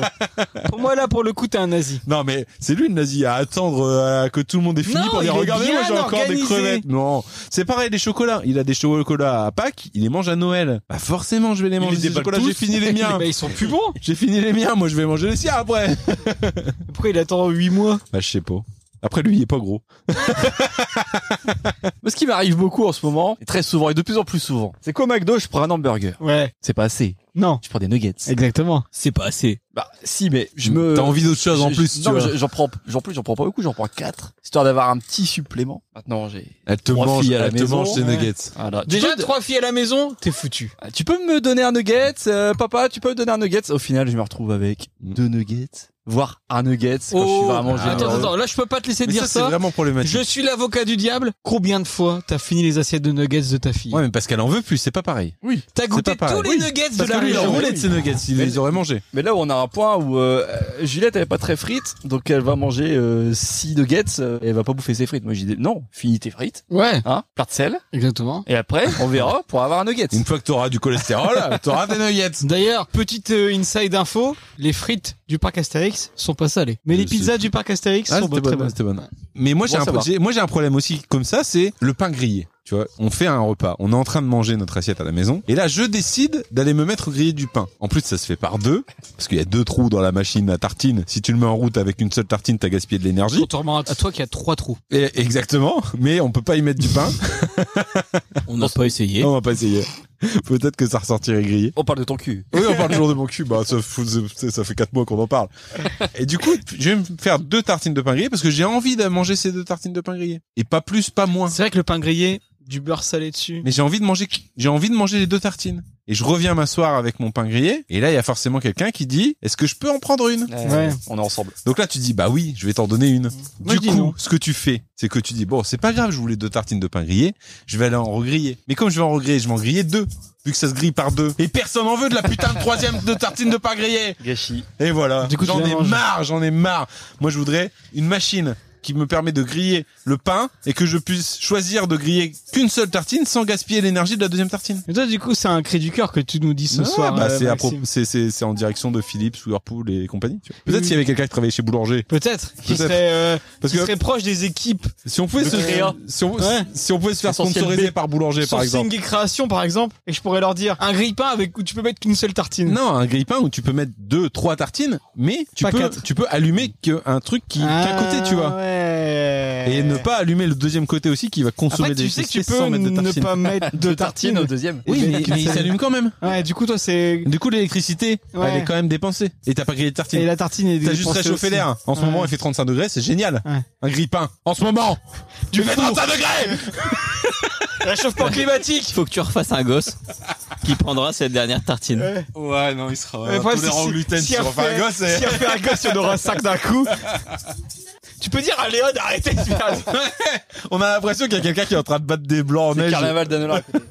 Speaker 2: pour moi là pour le coup t'es un nazi.
Speaker 5: Non, mais c'est lui le nazi à attendre euh, que tout le monde ait fini
Speaker 2: Non,
Speaker 5: pour les
Speaker 2: il est
Speaker 5: regarder. Moi,
Speaker 2: bien
Speaker 5: j'ai encore des
Speaker 2: organisé.
Speaker 5: crevettes. Non, c'est pareil, les chocolats. Il a des chocolats à Pâques, il les mange à Noël. Bah forcément, je vais les Eh manger.
Speaker 2: les
Speaker 5: ces
Speaker 2: déballe
Speaker 5: chocolats,
Speaker 2: tous.
Speaker 5: j'ai fini les miens.
Speaker 2: Bah, ils sont plus bons.
Speaker 5: J'ai fini les miens, moi je vais manger les siens après.
Speaker 2: Pourquoi il attend 8 mois
Speaker 5: Bah je sais pas. Après lui, il est pas gros.
Speaker 9: Moi, ce qui m'arrive beaucoup en ce moment, et très souvent, et de plus en plus souvent, c'est qu'au McDo, je prends un hamburger.
Speaker 2: Ouais.
Speaker 9: C'est pas assez.
Speaker 2: Non.
Speaker 9: Je prends des nuggets.
Speaker 2: Exactement.
Speaker 1: C'est pas assez.
Speaker 9: Bah, si, mais je me.
Speaker 5: T'as envie d'autre chose en
Speaker 9: je-
Speaker 5: plus, tu
Speaker 9: non, mais
Speaker 5: vois.
Speaker 9: je- j'en prends, j'en plus, j'en prends pas beaucoup, j'en prends quatre, histoire d'avoir un petit supplément. Maintenant, j'ai.
Speaker 5: Elle te
Speaker 9: Trois
Speaker 5: mange,
Speaker 9: filles à la
Speaker 5: elle te
Speaker 9: maison.
Speaker 5: mange tes
Speaker 9: Ouais.
Speaker 5: nuggets.
Speaker 9: Voilà. Tu
Speaker 2: Déjà
Speaker 9: peux-
Speaker 2: trois filles à la maison, t'es foutu.
Speaker 9: Ah, Tu peux me donner un nugget, euh, papa, tu peux me donner un nugget. Au final, je me retrouve avec
Speaker 5: Mm.
Speaker 9: deux nuggets,
Speaker 3: voire un nuggets quand
Speaker 9: Oh.
Speaker 3: je suis vraiment
Speaker 2: Oh.
Speaker 9: Ah,
Speaker 2: attends,
Speaker 3: généreux.
Speaker 2: attends, là je peux pas te laisser
Speaker 5: Mais
Speaker 2: dire
Speaker 5: ça, c'est
Speaker 2: ça.
Speaker 5: vraiment problématique.
Speaker 2: Je suis l'avocat du diable. Combien de fois t'as fini les assiettes de nuggets de ta fille
Speaker 5: Ouais, mais parce qu'elle en veut plus, c'est pas pareil.
Speaker 2: T'as goûté
Speaker 5: pas
Speaker 2: tous
Speaker 5: pareil.
Speaker 2: les
Speaker 5: Oui,
Speaker 2: nuggets de
Speaker 5: Parce
Speaker 2: la
Speaker 5: que lui, il a
Speaker 2: région.
Speaker 5: roulé de ses nuggets, il les aurait mangés.
Speaker 3: Mais là, on a un point où euh, Juliette, elle est pas très frite, donc elle va manger 6 nuggets euh, et elle va pas bouffer ses frites. Moi, j'ai dit non, finis tes frites,
Speaker 2: Ouais,
Speaker 3: hein, plein de sel,
Speaker 2: exactement.
Speaker 3: et après, on verra pour avoir un nugget.
Speaker 5: Une fois que t'auras du cholestérol, t'auras des nuggets.
Speaker 2: D'ailleurs, petite euh, inside info, les frites du parc Astérix sont pas salées. Mais
Speaker 5: Je
Speaker 2: les
Speaker 5: sais
Speaker 2: pizzas du parc Astérix
Speaker 5: Euh, Ah,
Speaker 2: sont
Speaker 5: c'était
Speaker 2: très
Speaker 5: bonne,
Speaker 2: bonnes.
Speaker 5: c'était bonne. Mais moi, j'ai
Speaker 3: Bon,
Speaker 5: un,
Speaker 3: ça
Speaker 5: pro-
Speaker 3: va.
Speaker 5: j'ai- moi, j'ai un problème aussi comme ça, c'est le pain grillé. Tu vois, on fait un repas, on est en train de manger notre assiette à la maison, et là, je décide d'aller me mettre au grillé du pain. En plus, ça se fait par deux, parce qu'il y a deux trous dans la machine à tartine. Si tu le mets en route avec une seule tartine, t'as gaspillé de l'énergie.
Speaker 2: Contrairement à toi qui a trois trous.
Speaker 5: Et- Exactement, mais on peut pas y mettre du pain.
Speaker 1: On n'a pas essayé.
Speaker 5: on va pas essayer. Peut-être que ça ressortirait grillé.
Speaker 3: On parle de ton cul.
Speaker 5: Oui, on parle toujours de mon cul. Bah, ça, fout- ça ça fait quatre mois qu'on en parle. Et du coup, je vais me faire deux tartines de pain grillé parce que j'ai envie de manger ces deux tartines de pain grillé. Et pas plus, pas moins.
Speaker 2: C'est vrai que le pain grillé, du beurre salé dessus.
Speaker 5: Mais j'ai envie de manger, j'ai envie de manger les deux tartines. Et je reviens m'asseoir avec mon pain grillé. Et là, il y a forcément quelqu'un qui dit, est-ce que je peux en prendre une?
Speaker 2: Ouais.
Speaker 3: On est ensemble.
Speaker 5: Donc là, tu dis, bah oui, je vais t'en donner une.
Speaker 2: Moi, je
Speaker 5: du
Speaker 2: dis non.
Speaker 5: coup, ce que tu fais, c'est que tu dis, bon, c'est pas grave, je voulais deux tartines de pain grillé, je vais aller en regriller. Mais comme je vais en regriller, je vais en griller deux, vu que ça se grille par deux. Et personne en veut de la putain de troisième de tartine de pain grillé.
Speaker 3: Gâchis.
Speaker 5: Et voilà.
Speaker 2: Du coup, tu
Speaker 5: j'en
Speaker 2: la
Speaker 5: ai
Speaker 2: manges.
Speaker 5: marre, j'en ai marre. Moi, je voudrais une machine qui me permet de griller le pain et que je puisse choisir de griller qu'une seule tartine sans gaspiller l'énergie de la deuxième tartine.
Speaker 2: Mais toi, du coup, c'est un cri du cœur que tu nous dis ce
Speaker 5: Ouais,
Speaker 2: soir.
Speaker 5: bah,
Speaker 2: euh,
Speaker 5: c'est, à
Speaker 2: Maxime.
Speaker 5: propos- c'est, c'est- c'est en direction de Philippe, Souverpool et compagnie. tu vois. Peut-être s'il y avait quelqu'un qui travaillait chez Boulanger.
Speaker 2: Peut-être. Qui
Speaker 5: Peut-être.
Speaker 2: serait, euh,
Speaker 5: Parce
Speaker 2: qui
Speaker 5: que
Speaker 2: serait proche des équipes.
Speaker 5: si on pouvait
Speaker 2: Le
Speaker 5: se,
Speaker 2: créa.
Speaker 5: si on,
Speaker 2: Ouais.
Speaker 5: si on pouvait se faire
Speaker 2: Essentiel
Speaker 5: sponsoriser
Speaker 2: B.
Speaker 5: par Boulanger, par
Speaker 2: Sourcing
Speaker 5: exemple.
Speaker 2: et création, par exemple. Et je pourrais leur dire un grille-pain avec où tu peux mettre qu'une seule tartine.
Speaker 5: Non, un grille-pain où tu peux mettre deux, trois tartines, mais tu
Speaker 2: Pas
Speaker 5: peux,
Speaker 2: quatre. Ah.
Speaker 5: tu peux allumer qu'un truc qui, qu'à côté, tu vois.
Speaker 2: Ouais.
Speaker 5: Et ne pas allumer le deuxième côté aussi qui va consommer
Speaker 2: Après,
Speaker 5: des
Speaker 2: tu sais que tu
Speaker 5: électricité sans
Speaker 2: peux
Speaker 5: mettre de
Speaker 2: ne
Speaker 5: tartines.
Speaker 2: pas mettre de
Speaker 3: Tartine
Speaker 2: tartine.
Speaker 3: au deuxième.
Speaker 5: Oui, mais,
Speaker 2: mais
Speaker 5: mais il s'allume quand même.
Speaker 2: Ouais, du coup, toi, c'est.
Speaker 5: Du coup, l'électricité,
Speaker 2: Ouais.
Speaker 5: elle est quand même dépensée. Et t'as pas grillé de
Speaker 2: Et
Speaker 5: tartine.
Speaker 2: la tartine est
Speaker 5: T'as juste
Speaker 2: dépensée
Speaker 5: réchauffé
Speaker 2: aussi.
Speaker 5: l'air. En ce
Speaker 2: Ouais.
Speaker 5: moment, il fait 35 degrés, c'est génial.
Speaker 2: Ouais.
Speaker 5: Un grille-pain. En ce moment, tu fais 35 degrés
Speaker 2: Réchauffement climatique
Speaker 4: Faut que tu refasses un gosse qui prendra cette dernière tartine.
Speaker 5: Ouais, non, il sera
Speaker 2: Mais voilà, si- si- si on
Speaker 5: refait
Speaker 2: fait- Si on fait un gosse, eh. on aura un sac d'un coup. Tu peux dire à Léon d'arrêter de faire-
Speaker 5: On a l'impression qu'il y a quelqu'un qui est en train de battre des blancs en
Speaker 3: C'est
Speaker 5: neige.
Speaker 3: carnaval d'Anola. à côté.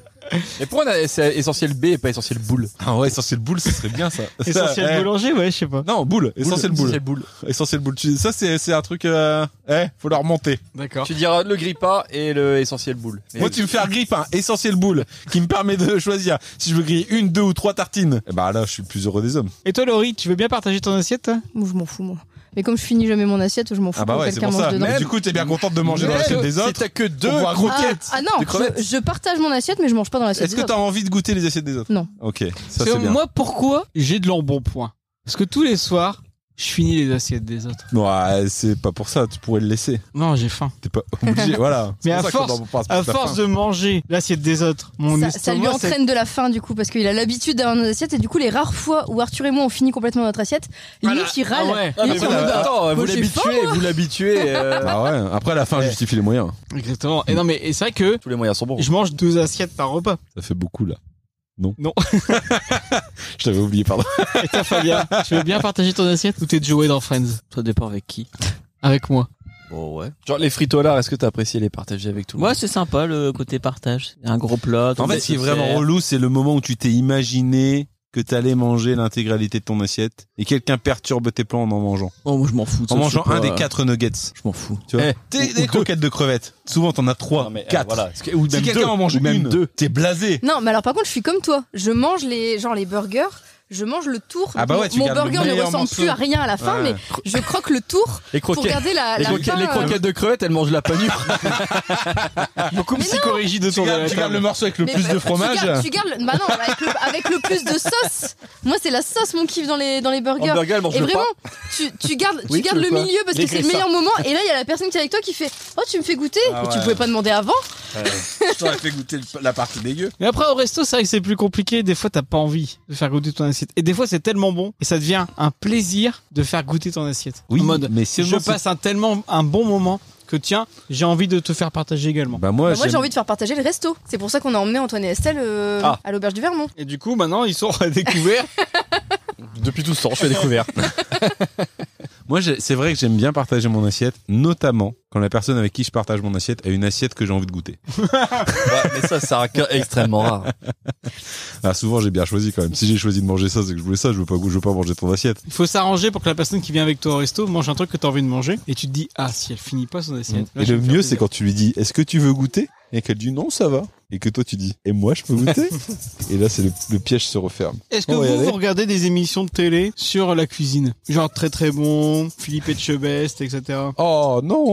Speaker 3: Et pourquoi on a- c'est essentiel B et pas essentiel boule
Speaker 5: Ah ouais, essentiel boule, ce serait bien ça.
Speaker 2: Essentiel
Speaker 5: Ça, eh.
Speaker 2: boulanger, ouais, je sais pas.
Speaker 5: Non, boule, essentiel boule.
Speaker 3: Essentiel boule.
Speaker 5: Essentiel boule. Tu- Ça, c'est c'est un truc. euh, Eh, faut leur monter.
Speaker 2: D'accord.
Speaker 3: Tu diras le grippa et le essentiel boule. Et-
Speaker 5: Moi, tu me fais un grip, un essentiel boule, qui me permet de choisir si je veux griller une, deux ou trois tartines. Et bah là, je suis le plus heureux des hommes.
Speaker 2: Et toi, Laurie, tu veux bien partager ton assiette toi
Speaker 6: Moi, je m'en fous, moi. Mais comme je finis jamais mon assiette, je m'en fous
Speaker 5: Ah bah
Speaker 6: quand
Speaker 5: ouais, c'est
Speaker 6: quelqu'un
Speaker 5: pour
Speaker 6: mange
Speaker 5: ça.
Speaker 6: dedans.
Speaker 5: Mais du coup, t'es bien contente de manger dans
Speaker 3: Mais
Speaker 5: l'assiette
Speaker 3: si
Speaker 5: des autres.
Speaker 3: t'as que deux,
Speaker 5: voit un gros-
Speaker 6: Ah,
Speaker 5: croquettes,
Speaker 6: ah non,
Speaker 3: des crevettes.
Speaker 6: je, je partage mon assiette, mais je mange pas dans l'assiette.
Speaker 5: Est-ce
Speaker 6: des
Speaker 5: que t'as envie de goûter les assiettes des autres
Speaker 6: Non.
Speaker 5: Ok, ça
Speaker 2: Parce
Speaker 5: c'est
Speaker 2: que
Speaker 5: bien.
Speaker 2: Moi, pourquoi j'ai de l'embonpoint Parce que tous les soirs, je finis les assiettes des autres.
Speaker 5: Ouais, c'est pas pour ça. Tu pourrais le laisser.
Speaker 2: Non, j'ai faim.
Speaker 5: T'es pas obligé. voilà. C'est
Speaker 2: Mais
Speaker 5: pour
Speaker 2: à
Speaker 5: ça qu'on
Speaker 2: force-
Speaker 5: en parle, c'est
Speaker 2: À
Speaker 5: parce que t'as
Speaker 2: force
Speaker 5: faim.
Speaker 2: de manger l'assiette des autres, mon
Speaker 6: Ça, ça lui
Speaker 2: estomac, c'est-
Speaker 6: entraîne de la faim du coup parce qu'il a l'habitude d'avoir nos assiettes et du coup les rares fois où Arthur et moi on finit complètement notre assiette, lui
Speaker 2: Voilà.
Speaker 6: qui râle.
Speaker 2: Ah ouais.
Speaker 3: Ah, mais
Speaker 6: Limite,
Speaker 3: vous,
Speaker 6: on est-
Speaker 3: attends, vous
Speaker 6: Moi, j'ai
Speaker 3: l'habituez, vous l'habituez. euh,
Speaker 5: Bah ouais. Après, la fin justifie les moyens.
Speaker 2: Exactement. Et non, mais et c'est vrai que
Speaker 3: Tous les moyens sont bons.
Speaker 2: je mange deux assiettes par repas.
Speaker 5: Ça fait beaucoup là. Non.
Speaker 2: Non.
Speaker 5: je t'avais oublié, pardon.
Speaker 2: Et toi, Fabien, tu veux bien partager ton assiette ou t'es Joey dans Friends
Speaker 4: Ça dépend avec qui.
Speaker 2: avec moi
Speaker 4: Bon, ouais.
Speaker 3: Genre les fritolards, est-ce que t'as apprécié les partager avec tout le
Speaker 4: Moi,
Speaker 3: monde
Speaker 4: c'est sympa le côté partage. Un gros plat.
Speaker 5: En fait, ce qui est vraiment relou, c'est le moment où tu t'es imaginé que t'allais manger l'intégralité de ton assiette et quelqu'un perturbe tes plans en en mangeant.
Speaker 4: Oh, moi, je m'en fous. de
Speaker 5: En
Speaker 4: ça,
Speaker 5: mangeant
Speaker 4: je sais
Speaker 5: un
Speaker 4: pas,
Speaker 5: des
Speaker 4: euh,
Speaker 5: quatre nuggets.
Speaker 4: Je m'en fous.
Speaker 5: Tu vois
Speaker 3: Eh,
Speaker 5: Des- des croquettes de crevettes. Souvent, t'en as trois,
Speaker 3: Non, mais, euh,
Speaker 5: quatre.
Speaker 3: voilà. Ou
Speaker 5: Si
Speaker 3: même deux.
Speaker 5: quelqu'un en mange
Speaker 3: Ou même
Speaker 5: une,
Speaker 3: deux.
Speaker 5: t'es blasé.
Speaker 6: Non, mais alors par contre, je suis comme toi. Je mange les genre les burgers, je mange le tour.
Speaker 5: Ah bah ouais,
Speaker 6: Mon-
Speaker 5: tu
Speaker 6: mon
Speaker 5: gardes le
Speaker 6: burger ne
Speaker 5: meilleur
Speaker 6: ressemble plus
Speaker 5: morceau.
Speaker 6: à rien à la fin,
Speaker 5: Ouais.
Speaker 6: mais je croque le tour
Speaker 3: Les
Speaker 6: pour
Speaker 3: croquettes.
Speaker 6: garder la,
Speaker 3: Les,
Speaker 6: la
Speaker 3: croquettes,
Speaker 6: fin.
Speaker 3: les
Speaker 6: euh,
Speaker 3: croquettes de crevettes, elles mangent la panure.
Speaker 2: Ah, Beaucoup de psychorigide
Speaker 5: Tu
Speaker 2: autour de
Speaker 5: gardes,
Speaker 2: la
Speaker 5: tu gardes
Speaker 2: table.
Speaker 5: le morceau avec le
Speaker 6: mais
Speaker 5: plus
Speaker 6: bah,
Speaker 5: de fromage.
Speaker 6: Tu gardes, tu gardes le- bah non, avec le, avec le plus de sauce. Moi, c'est la sauce mon kiff dans les dans les burgers.
Speaker 3: Hamburger, elles mangent
Speaker 6: Et
Speaker 3: le
Speaker 6: vraiment,
Speaker 3: pain.
Speaker 6: tu, tu gardes, tu
Speaker 3: Oui,
Speaker 6: gardes
Speaker 3: tu
Speaker 6: le
Speaker 3: veux quoi
Speaker 6: milieu parce que
Speaker 3: Les
Speaker 6: c'est le
Speaker 3: graissins.
Speaker 6: meilleur moment. Et là, il y a la personne qui est avec toi qui fait Oh, tu me fais goûter
Speaker 5: Ah
Speaker 6: Et tu
Speaker 5: ouais.
Speaker 6: pouvais pas demander avant.
Speaker 5: Je t'aurais fait goûter le- la partie dégueu.
Speaker 2: Mais après, au resto, c'est vrai que c'est plus compliqué. Des fois, t'as pas envie de faire goûter ton assiette. Et des fois, c'est tellement bon. Et ça devient un plaisir de faire goûter ton assiette.
Speaker 5: Oui,
Speaker 2: en mode,
Speaker 5: mais si
Speaker 2: je passe un tellement un bon moment que tiens, j'ai envie de te faire partager également.
Speaker 5: Bah moi,
Speaker 6: Bah, moi, j'ai
Speaker 5: j'aime-
Speaker 6: envie de faire partager le resto. C'est pour ça qu'on a emmené Antoine et Estelle euh,
Speaker 3: Ah.
Speaker 6: à l'auberge du Vermont.
Speaker 2: Et du coup, maintenant, ils sont redécouverts.
Speaker 3: Depuis tout ce temps, je fais découvert.
Speaker 5: Moi, j'ai- c'est vrai que j'aime bien partager mon assiette, notamment quand la personne avec qui je partage mon assiette a une assiette que j'ai envie de goûter.
Speaker 3: Ouais, mais ça, c'est un cas extrêmement rare.
Speaker 5: Ah, souvent, j'ai bien choisi quand même. Si j'ai choisi de manger ça, c'est que je voulais ça. Je veux pas, je veux pas manger ton assiette.
Speaker 2: Il faut s'arranger pour que la personne qui vient avec toi au resto mange un truc que t'as envie de manger. Et tu te dis, ah, si elle finit pas son assiette. là,
Speaker 5: Et
Speaker 2: je vais
Speaker 5: le
Speaker 2: me faire
Speaker 5: mieux, c'est
Speaker 2: plaisir.
Speaker 5: quand tu lui dis Est-ce que tu veux goûter Et qu'elle dit Non, ça va. Et que toi, tu dis Et moi, je peux goûter Et là, c'est le, le piège se referme.
Speaker 2: Est-ce que
Speaker 5: on va y
Speaker 2: vous,
Speaker 5: aller.
Speaker 2: vous regardez des émissions de télé sur la cuisine Genre très très bon, Philippe Etchebest, etc.
Speaker 5: Oh non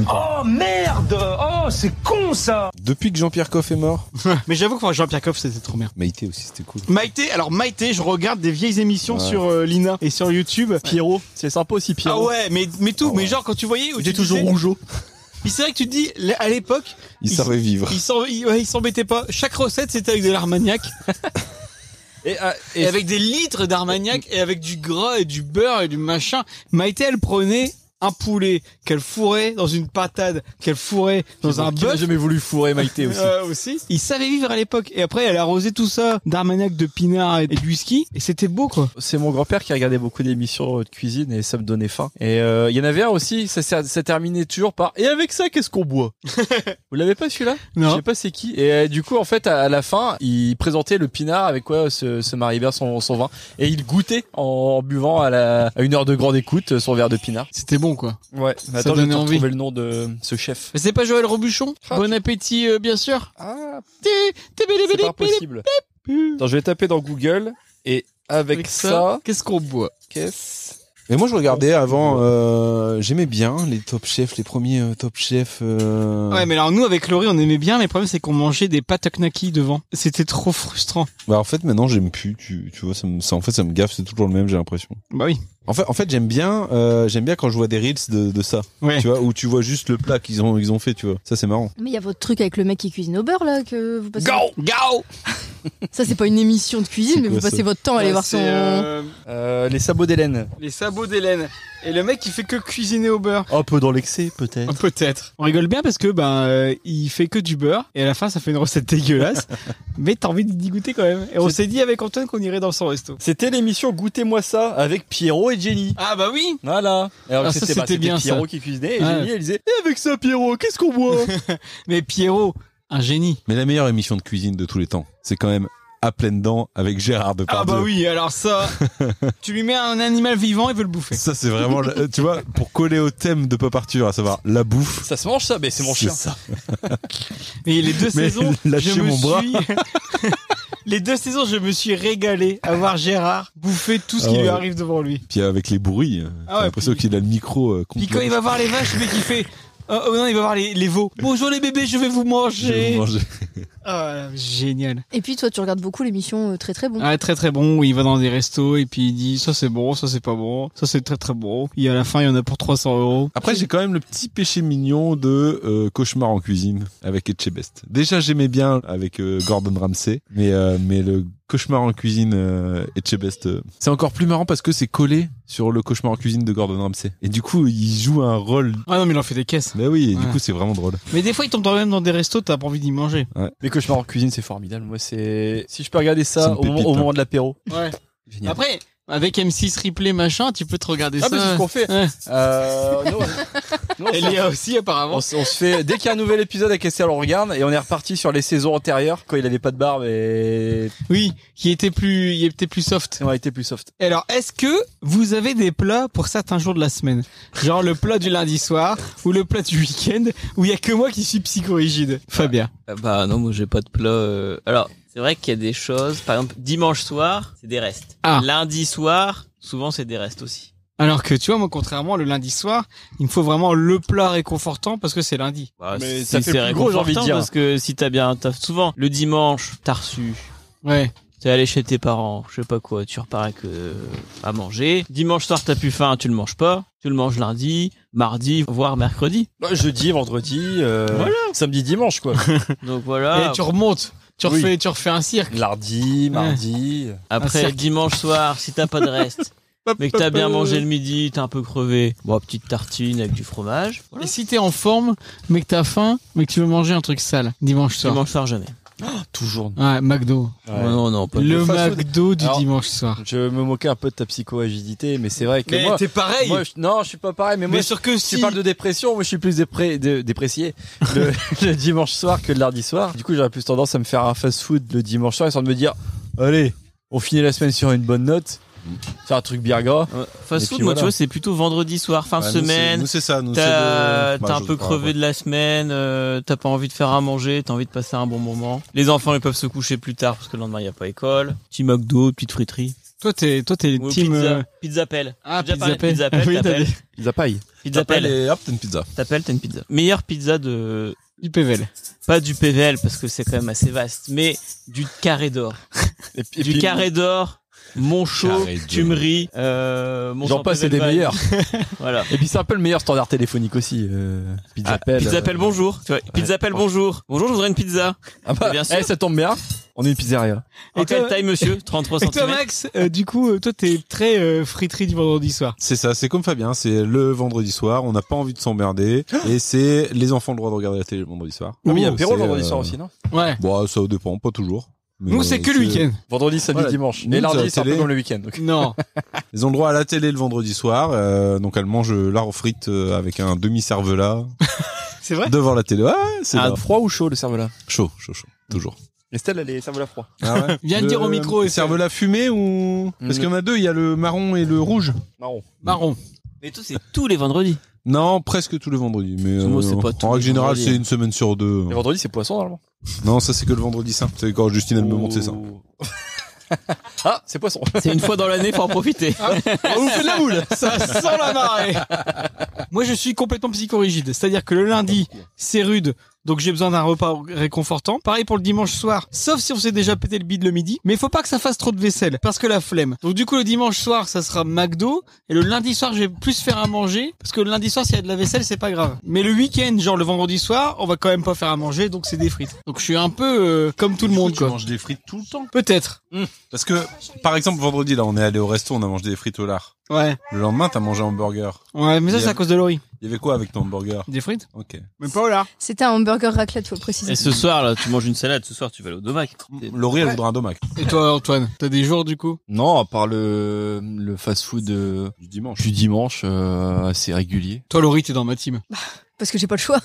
Speaker 7: Oh merde Oh c'est con ça
Speaker 5: Depuis que Jean-Pierre Coff est mort,
Speaker 2: Mais j'avoue que Jean-Pierre Coff, c'était trop merde.
Speaker 5: Maïté aussi, c'était cool.
Speaker 2: Maïté, alors Maïté, je regarde des vieilles émissions
Speaker 5: Ouais.
Speaker 2: sur euh, Lina et sur YouTube.
Speaker 3: Pierrot, c'est sympa aussi,
Speaker 2: Ah
Speaker 3: Pierrot.
Speaker 2: ouais, mais, mais tout,
Speaker 5: Ah
Speaker 2: mais genre quand tu voyais. où
Speaker 3: il est
Speaker 2: tu
Speaker 3: toujours
Speaker 2: disais-
Speaker 3: rougeau.
Speaker 2: Puis c'est vrai que tu te dis, là, à l'époque,
Speaker 5: Il,
Speaker 2: Il-
Speaker 5: savait vivre.
Speaker 2: ils s'en- ils ouais, ils s'embêtaient pas. Chaque recette, c'était avec de l'armagnac.
Speaker 3: Et, ah,
Speaker 2: Et,
Speaker 3: et-
Speaker 2: avec des litres d'armagnac et avec du gras et du beurre et du machin. Maïté, elle prenait un poulet qu'elle fourrait dans une patade, qu'elle fourrait dans un
Speaker 3: qui n'a
Speaker 2: bœuf.
Speaker 3: jamais voulu fourrer Maïté aussi.
Speaker 2: Euh, aussi. Il savait vivre à l'époque. Et après, elle arrosait tout ça d'armagnac, de pinard et de whisky. Et c'était beau, quoi.
Speaker 3: C'est mon grand-père qui regardait beaucoup d'émissions euh, de cuisine et ça me donnait faim. Et euh, il y en avait un aussi, ça, ça, ça terminait toujours par « Et avec ça, qu'est-ce qu'on boit ?» Vous l'avez pas celui-là Je
Speaker 2: Non.
Speaker 3: sais pas c'est qui. Et euh, du coup, en fait, à, à la fin, il présentait le pinard avec quoi se, se mariait bien son, son vin. Et il goûtait en, buvant à, la, à une heure de grande écoute euh, son verre de pinard.
Speaker 2: C'était bon, quoi.
Speaker 3: Ouais,
Speaker 2: Ça
Speaker 3: attends, je vais
Speaker 2: donnait
Speaker 3: te
Speaker 2: envie.
Speaker 3: retrouver le nom de ce chef.
Speaker 2: Mais c'est pas Joël Robuchon Bon appétit, euh, bien sûr.
Speaker 3: Ah,
Speaker 2: Té- té- bélé-
Speaker 3: c'est
Speaker 2: bélé-
Speaker 3: pas possible.
Speaker 2: bélé-
Speaker 3: Attends, je vais taper dans Google et avec,
Speaker 2: Avec
Speaker 3: ça,
Speaker 2: ça, qu'est-ce qu'on boit
Speaker 3: qu'est-ce
Speaker 5: Mais moi, je regardais avant, euh, j'aimais bien les top chefs, les premiers euh, top chefs. euh,
Speaker 2: Ouais, mais alors nous, avec Laurie, on aimait bien, mais le problème, c'est qu'on mangeait des pâtes knaki devant. C'était trop frustrant.
Speaker 5: Bah, en fait, maintenant, j'aime plus. Tu, tu vois, ça me, ça- en fait, ça me gaffe. C'est toujours le même, j'ai l'impression.
Speaker 2: Bah oui.
Speaker 5: En fait, en fait j'aime bien, euh, j'aime bien quand je vois des reels de, de ça.
Speaker 2: Ouais.
Speaker 5: Tu vois, où tu vois juste le plat qu'ils ont, ils ont fait, tu vois. Ça, c'est marrant.
Speaker 6: Mais il y a votre truc avec le mec qui cuisine au beurre là que vous passez.
Speaker 2: Go Go
Speaker 6: Ça c'est pas une émission de
Speaker 5: C'est
Speaker 6: cuisine, mais
Speaker 5: quoi
Speaker 6: vous passez
Speaker 5: ça
Speaker 6: votre temps à aller voir son.
Speaker 3: Euh, Les sabots d'Hélène.
Speaker 2: les sabots d'Hélène. Et le mec, il fait que cuisiner au beurre. Oh,
Speaker 3: Un peu dans l'excès, peut-être.
Speaker 2: Peut-être. On rigole bien parce que ben euh, il fait que du beurre et à la fin ça fait une recette dégueulasse, mais t'as envie d'y goûter quand même. Et on s'est dit avec Antoine qu'on irait dans son resto.
Speaker 3: C'était l'émission Goûtez-moi ça avec Pierrot et Jenny.
Speaker 2: Ah bah oui.
Speaker 3: Voilà. Alors
Speaker 2: Ah, ça,
Speaker 3: c'était bah,
Speaker 2: c'était
Speaker 3: c'était
Speaker 2: bien,
Speaker 3: Pierrot
Speaker 2: ça.
Speaker 3: qui cuisinait et
Speaker 2: Ouais.
Speaker 3: Jenny elle disait Et avec ça Pierrot, qu'est-ce qu'on boit
Speaker 2: Mais Pierrot, un génie.
Speaker 5: Mais la meilleure émission de cuisine de tous les temps, c'est quand même à pleines dents avec Gérard
Speaker 2: Ah
Speaker 5: Depardieu.
Speaker 2: bah oui. Alors ça, tu lui mets un animal vivant, il veut le bouffer.
Speaker 5: Ça, c'est vraiment, le- euh, tu vois, pour coller au thème de Pop Arthur, à savoir la bouffe.
Speaker 3: Ça se mange ça, mais c'est mon chien.
Speaker 5: ça.
Speaker 2: Et les deux
Speaker 5: Mais
Speaker 2: saisons,
Speaker 5: lâchez
Speaker 2: je me
Speaker 5: mon bras.
Speaker 2: suis. les deux saisons, je me suis régalé à voir Gérard bouffer tout ce
Speaker 5: Ah
Speaker 2: qui lui
Speaker 5: ouais.
Speaker 2: arrive devant lui.
Speaker 5: Puis avec les bruits, euh,
Speaker 2: Ah
Speaker 5: t'as
Speaker 2: ouais,
Speaker 5: l'impression
Speaker 2: puis-
Speaker 5: qu'il a le micro euh,
Speaker 2: Puis quand
Speaker 5: complet.
Speaker 2: il va voir les vaches, le mec il fait. Oh, oh non, il va voir les, les veaux. Bonjour les bébés, je vais vous
Speaker 5: Je vais
Speaker 2: manger.
Speaker 5: vous manger.
Speaker 2: Ah, génial.
Speaker 6: Et puis toi tu regardes beaucoup l'émission euh, très très bon.
Speaker 2: Ah, très très bon, où il va dans des restos et puis il dit ça c'est bon, ça c'est pas bon, ça c'est très très bon. Et à la fin, il y en a pour 300 euros.
Speaker 5: Après, j'ai quand même le petit péché mignon de euh, cauchemar en cuisine avec Etchebest. Déjà, j'aimais bien avec euh, Gordon Ramsay, mais euh, mais le cauchemar en cuisine euh, Etchebest, euh, c'est encore plus marrant parce que c'est collé sur le cauchemar en cuisine de Gordon Ramsay. Et du coup, il joue un rôle.
Speaker 2: Ah non, mais il en fait des caisses.
Speaker 5: Bah oui, et du
Speaker 2: Ouais.
Speaker 5: coup, c'est vraiment drôle.
Speaker 2: Mais des fois, il tombe quand même dans des restos, t'as pas envie d'y manger.
Speaker 3: Mais cauchemar en cuisine, c'est formidable. Moi, c'est. Si je peux regarder
Speaker 5: C'est
Speaker 3: ça
Speaker 5: une
Speaker 3: au, moment-
Speaker 5: pépite,
Speaker 3: au
Speaker 5: hein.
Speaker 3: moment de l'apéro.
Speaker 2: Ouais.
Speaker 3: Génial.
Speaker 2: Après, avec M6 Replay machin, tu peux te regarder
Speaker 3: ah,
Speaker 2: ça.
Speaker 3: mais c'est ce qu'on fait.
Speaker 2: Ouais.
Speaker 3: Euh, non, non,
Speaker 2: Et
Speaker 3: ça-
Speaker 2: Léa aussi, apparemment.
Speaker 3: On, s- on se fait dès qu'il y a un nouvel épisode à Castel, on regarde et on est reparti sur les saisons antérieures quand il avait pas de barbe et
Speaker 2: Oui, qui était plus, il était plus soft.
Speaker 3: on a été plus soft.
Speaker 2: Et Alors, est-ce que vous avez des plats pour certains jours de la semaine Genre le plat du lundi soir ou le plat du week-end où il y a que moi qui suis psychorigide Fabien.
Speaker 4: Ah Bah non, moi j'ai pas de plat. euh. Alors, c'est vrai qu'il y a des choses. Par exemple, dimanche soir, c'est des restes.
Speaker 2: Ah.
Speaker 4: Lundi soir, souvent c'est des restes aussi.
Speaker 2: Alors que tu vois, moi, contrairement, le lundi soir, il me faut vraiment le plat réconfortant parce que c'est lundi.
Speaker 4: Bah,
Speaker 3: Mais
Speaker 4: c'est-
Speaker 3: ça fait
Speaker 4: c'est
Speaker 3: plus gros, j'ai envie de
Speaker 4: réconfortant
Speaker 3: dire.
Speaker 4: Parce que si t'as bien un taf, souvent le dimanche, t'as reçu.
Speaker 2: Ouais.
Speaker 4: T'es allé chez tes parents, je sais pas quoi, tu repars avec euh, à manger. Dimanche soir, t'as plus faim, tu le manges pas. Tu le manges lundi, mardi, voire mercredi.
Speaker 3: Bah, Jeudi, vendredi, euh,
Speaker 4: Voilà.
Speaker 3: samedi, dimanche quoi.
Speaker 4: Donc voilà.
Speaker 2: Et tu remontes, tu
Speaker 3: Oui.
Speaker 2: refais, tu refais un cirque.
Speaker 3: Lardi, mardi.
Speaker 2: Un
Speaker 4: Après
Speaker 2: cirque.
Speaker 4: dimanche soir, si t'as pas de reste, mais que t'as bien mangé le midi, t'es un peu crevé, bon petite tartine avec du fromage.
Speaker 2: Et si t'es en forme, mais que t'as faim, mais que tu veux manger un truc sale dimanche soir.
Speaker 4: Dimanche soir jamais.
Speaker 3: Ah,
Speaker 4: Toujours.
Speaker 2: Ouais, McDo.
Speaker 3: Ouais.
Speaker 4: Non, non, pas
Speaker 2: Le
Speaker 3: de fast food.
Speaker 2: McDo du
Speaker 3: Alors-
Speaker 2: dimanche soir.
Speaker 3: Je me moquais un peu de ta psychoagilité, mais c'est vrai que moi,
Speaker 2: t'es pareil.
Speaker 3: moi, je- non, je suis pas pareil. Mais moi,
Speaker 2: mais sûr que
Speaker 3: tu
Speaker 2: si.
Speaker 3: parles de dépression, moi je suis plus dépré- de- déprécié le, le dimanche soir que le lundi soir. Du coup, j'aurais plus tendance à me faire un fast-food le dimanche soir, histoire de me dire, allez, on finit la semaine sur une bonne note, faire un truc bien gras.
Speaker 4: Fast
Speaker 3: Et
Speaker 4: food,
Speaker 3: puis
Speaker 4: moi,
Speaker 3: voilà.
Speaker 4: tu vois, c'est plutôt vendredi soir, fin de
Speaker 5: Ouais, nous, c'est-
Speaker 4: semaine.
Speaker 5: Nous, c'est ça. Nous, c'est
Speaker 4: T'as
Speaker 5: de-
Speaker 4: t'as
Speaker 5: Bah,
Speaker 4: un
Speaker 5: je-
Speaker 4: peu
Speaker 5: bah,
Speaker 4: crevé de la semaine, euh, t'as pas envie de faire à manger, t'as envie de passer un bon moment. Les enfants ils peuvent se coucher plus tard parce que le lendemain il y a pas école. Petit McDo, petite friterie.
Speaker 2: Toi, t'es, toi, t'es
Speaker 4: Ou
Speaker 2: team.
Speaker 4: pizza,
Speaker 2: euh,
Speaker 4: pizza pelle.
Speaker 2: Ah,
Speaker 4: J'ai déjà
Speaker 2: pizza
Speaker 4: parlé de
Speaker 2: pelle.
Speaker 4: pizza pelle,
Speaker 2: Oui, t'as
Speaker 4: t'appelles.
Speaker 2: dit.
Speaker 3: Ils paille.
Speaker 4: Pizza
Speaker 5: T'appelles
Speaker 4: pelle,
Speaker 5: et hop, t'as une pizza.
Speaker 4: t'appelles, t'as une pizza. Meilleure pizza de
Speaker 2: Du PVL.
Speaker 4: pas du PVL parce que c'est quand même assez vaste, mais du carré d'or.
Speaker 3: Et puis, et
Speaker 4: Du
Speaker 3: puis,
Speaker 4: carré d'or, Monchot,
Speaker 5: Carré d'or.
Speaker 4: Tumerie, euh,
Speaker 3: j'en
Speaker 4: Monchant
Speaker 3: passe, c'est des
Speaker 4: Pavel
Speaker 3: meilleurs.
Speaker 4: Valle. Voilà.
Speaker 3: Et puis, c'est un peu le meilleur standard téléphonique aussi. euh, pizza
Speaker 4: Ah,
Speaker 3: Pelle.
Speaker 4: pizza pelle bonjour. Tu vois, pizza pelle bonjour. Bonjour, je voudrais une pizza.
Speaker 3: Ah bah,
Speaker 4: Bien sûr.
Speaker 3: eh, ça tombe bien. On est une pizzeria.
Speaker 4: En
Speaker 2: Et
Speaker 4: quelle
Speaker 2: toi-
Speaker 4: taille monsieur 33
Speaker 2: Et toi,
Speaker 4: cm.
Speaker 2: Max, euh, du coup, euh, toi, t'es très euh, friterie du vendredi soir.
Speaker 5: C'est ça, c'est comme Fabien, c'est le vendredi soir, on n'a pas envie de s'emmerder, et c'est les enfants ont le droit de regarder la télé le vendredi soir.
Speaker 3: Ah oui, il y a
Speaker 5: Ouh,
Speaker 3: apéro le
Speaker 5: c'est,
Speaker 3: vendredi soir
Speaker 5: euh,
Speaker 3: aussi, non
Speaker 2: Ouais.
Speaker 5: Bon, ça dépend, pas toujours. Mais,
Speaker 2: Nous, c'est
Speaker 5: euh,
Speaker 2: que le week-end.
Speaker 3: Vendredi, samedi,
Speaker 5: Voilà.
Speaker 3: dimanche.
Speaker 5: Nous,
Speaker 3: Et
Speaker 5: c'est la
Speaker 3: lundi, c'est un peu
Speaker 5: télé.
Speaker 3: comme le week-end. donc.
Speaker 2: Non.
Speaker 5: Ils ont le droit à la télé le vendredi soir, euh, donc elles mangent l'art aux frites euh, avec un demi-cervelas
Speaker 2: C'est vrai.
Speaker 5: devant la télé. Ouais, ouais, c'est
Speaker 3: Ah,
Speaker 5: grave.
Speaker 3: froid ou chaud le cerveau-là
Speaker 5: chaud, chaud, chaud, toujours.
Speaker 3: Estelle, elle est cerveau-là froid.
Speaker 2: Viens le dire au micro,
Speaker 5: Le euh,
Speaker 2: Estelle.
Speaker 5: cervelas fumé ou... Parce
Speaker 3: Mm.
Speaker 5: qu'il y en a deux, il y a le marron et le rouge.
Speaker 3: Marron.
Speaker 2: Marron.
Speaker 4: Mais tout, c'est tous les vendredis.
Speaker 5: Non, presque tous les vendredis, mais
Speaker 4: Moi, c'est
Speaker 5: euh,
Speaker 4: pas tous
Speaker 5: en
Speaker 4: les
Speaker 5: règle générale,
Speaker 4: vendredis.
Speaker 5: c'est une semaine sur deux.
Speaker 3: Et vendredi, c'est poisson normalement.
Speaker 5: Non, ça c'est que le vendredi saint. C'est quand Justine elle me montre ça.
Speaker 3: ah, c'est poisson.
Speaker 4: Oh. C'est une fois dans l'année, faut en profiter.
Speaker 2: Ah On vous fait de la boule. Ça sent la marée. Moi, je suis complètement psychorigide. C'est-à-dire que le lundi, c'est rude. Donc j'ai besoin d'un repas réconfortant. Pareil pour le dimanche soir, sauf si on s'est déjà pété le bide le midi. Mais faut pas que ça fasse trop de vaisselle, parce que la flemme. Donc du coup le dimanche soir ça sera McDo, et le lundi soir je vais plus faire à manger, parce que le lundi soir s'il y a de la vaisselle c'est pas grave. Mais le week-end, genre le vendredi soir, on va quand même pas faire à manger, donc c'est des frites. Donc je suis un peu euh, comme tout le monde
Speaker 5: Tu
Speaker 2: quoi.
Speaker 5: manges des frites tout le temps.
Speaker 2: Peut-être.
Speaker 5: Parce que, par exemple, vendredi, là, on est allé au resto, on a mangé des frites au lard.
Speaker 2: Ouais.
Speaker 5: Le lendemain, t'as mangé un hamburger.
Speaker 2: Ouais, mais ça c'est à cause de Laurie.
Speaker 5: Il y avait quoi avec ton hamburger
Speaker 2: Des frites
Speaker 5: Ok.
Speaker 2: Mais pas là.
Speaker 6: C'était un hamburger raclette, faut préciser.
Speaker 4: Et ce soir, là, tu manges une salade. Ce soir, tu vas aller au domac.
Speaker 5: Laurie, elle voudra un domac.
Speaker 2: Et toi Antoine, t'as des jours du coup
Speaker 3: Non, à part le, le fast-food euh,
Speaker 5: Du dimanche.
Speaker 3: du dimanche, euh, assez régulier.
Speaker 2: Toi, Laurie, t'es dans ma team.
Speaker 6: Parce que j'ai pas le choix.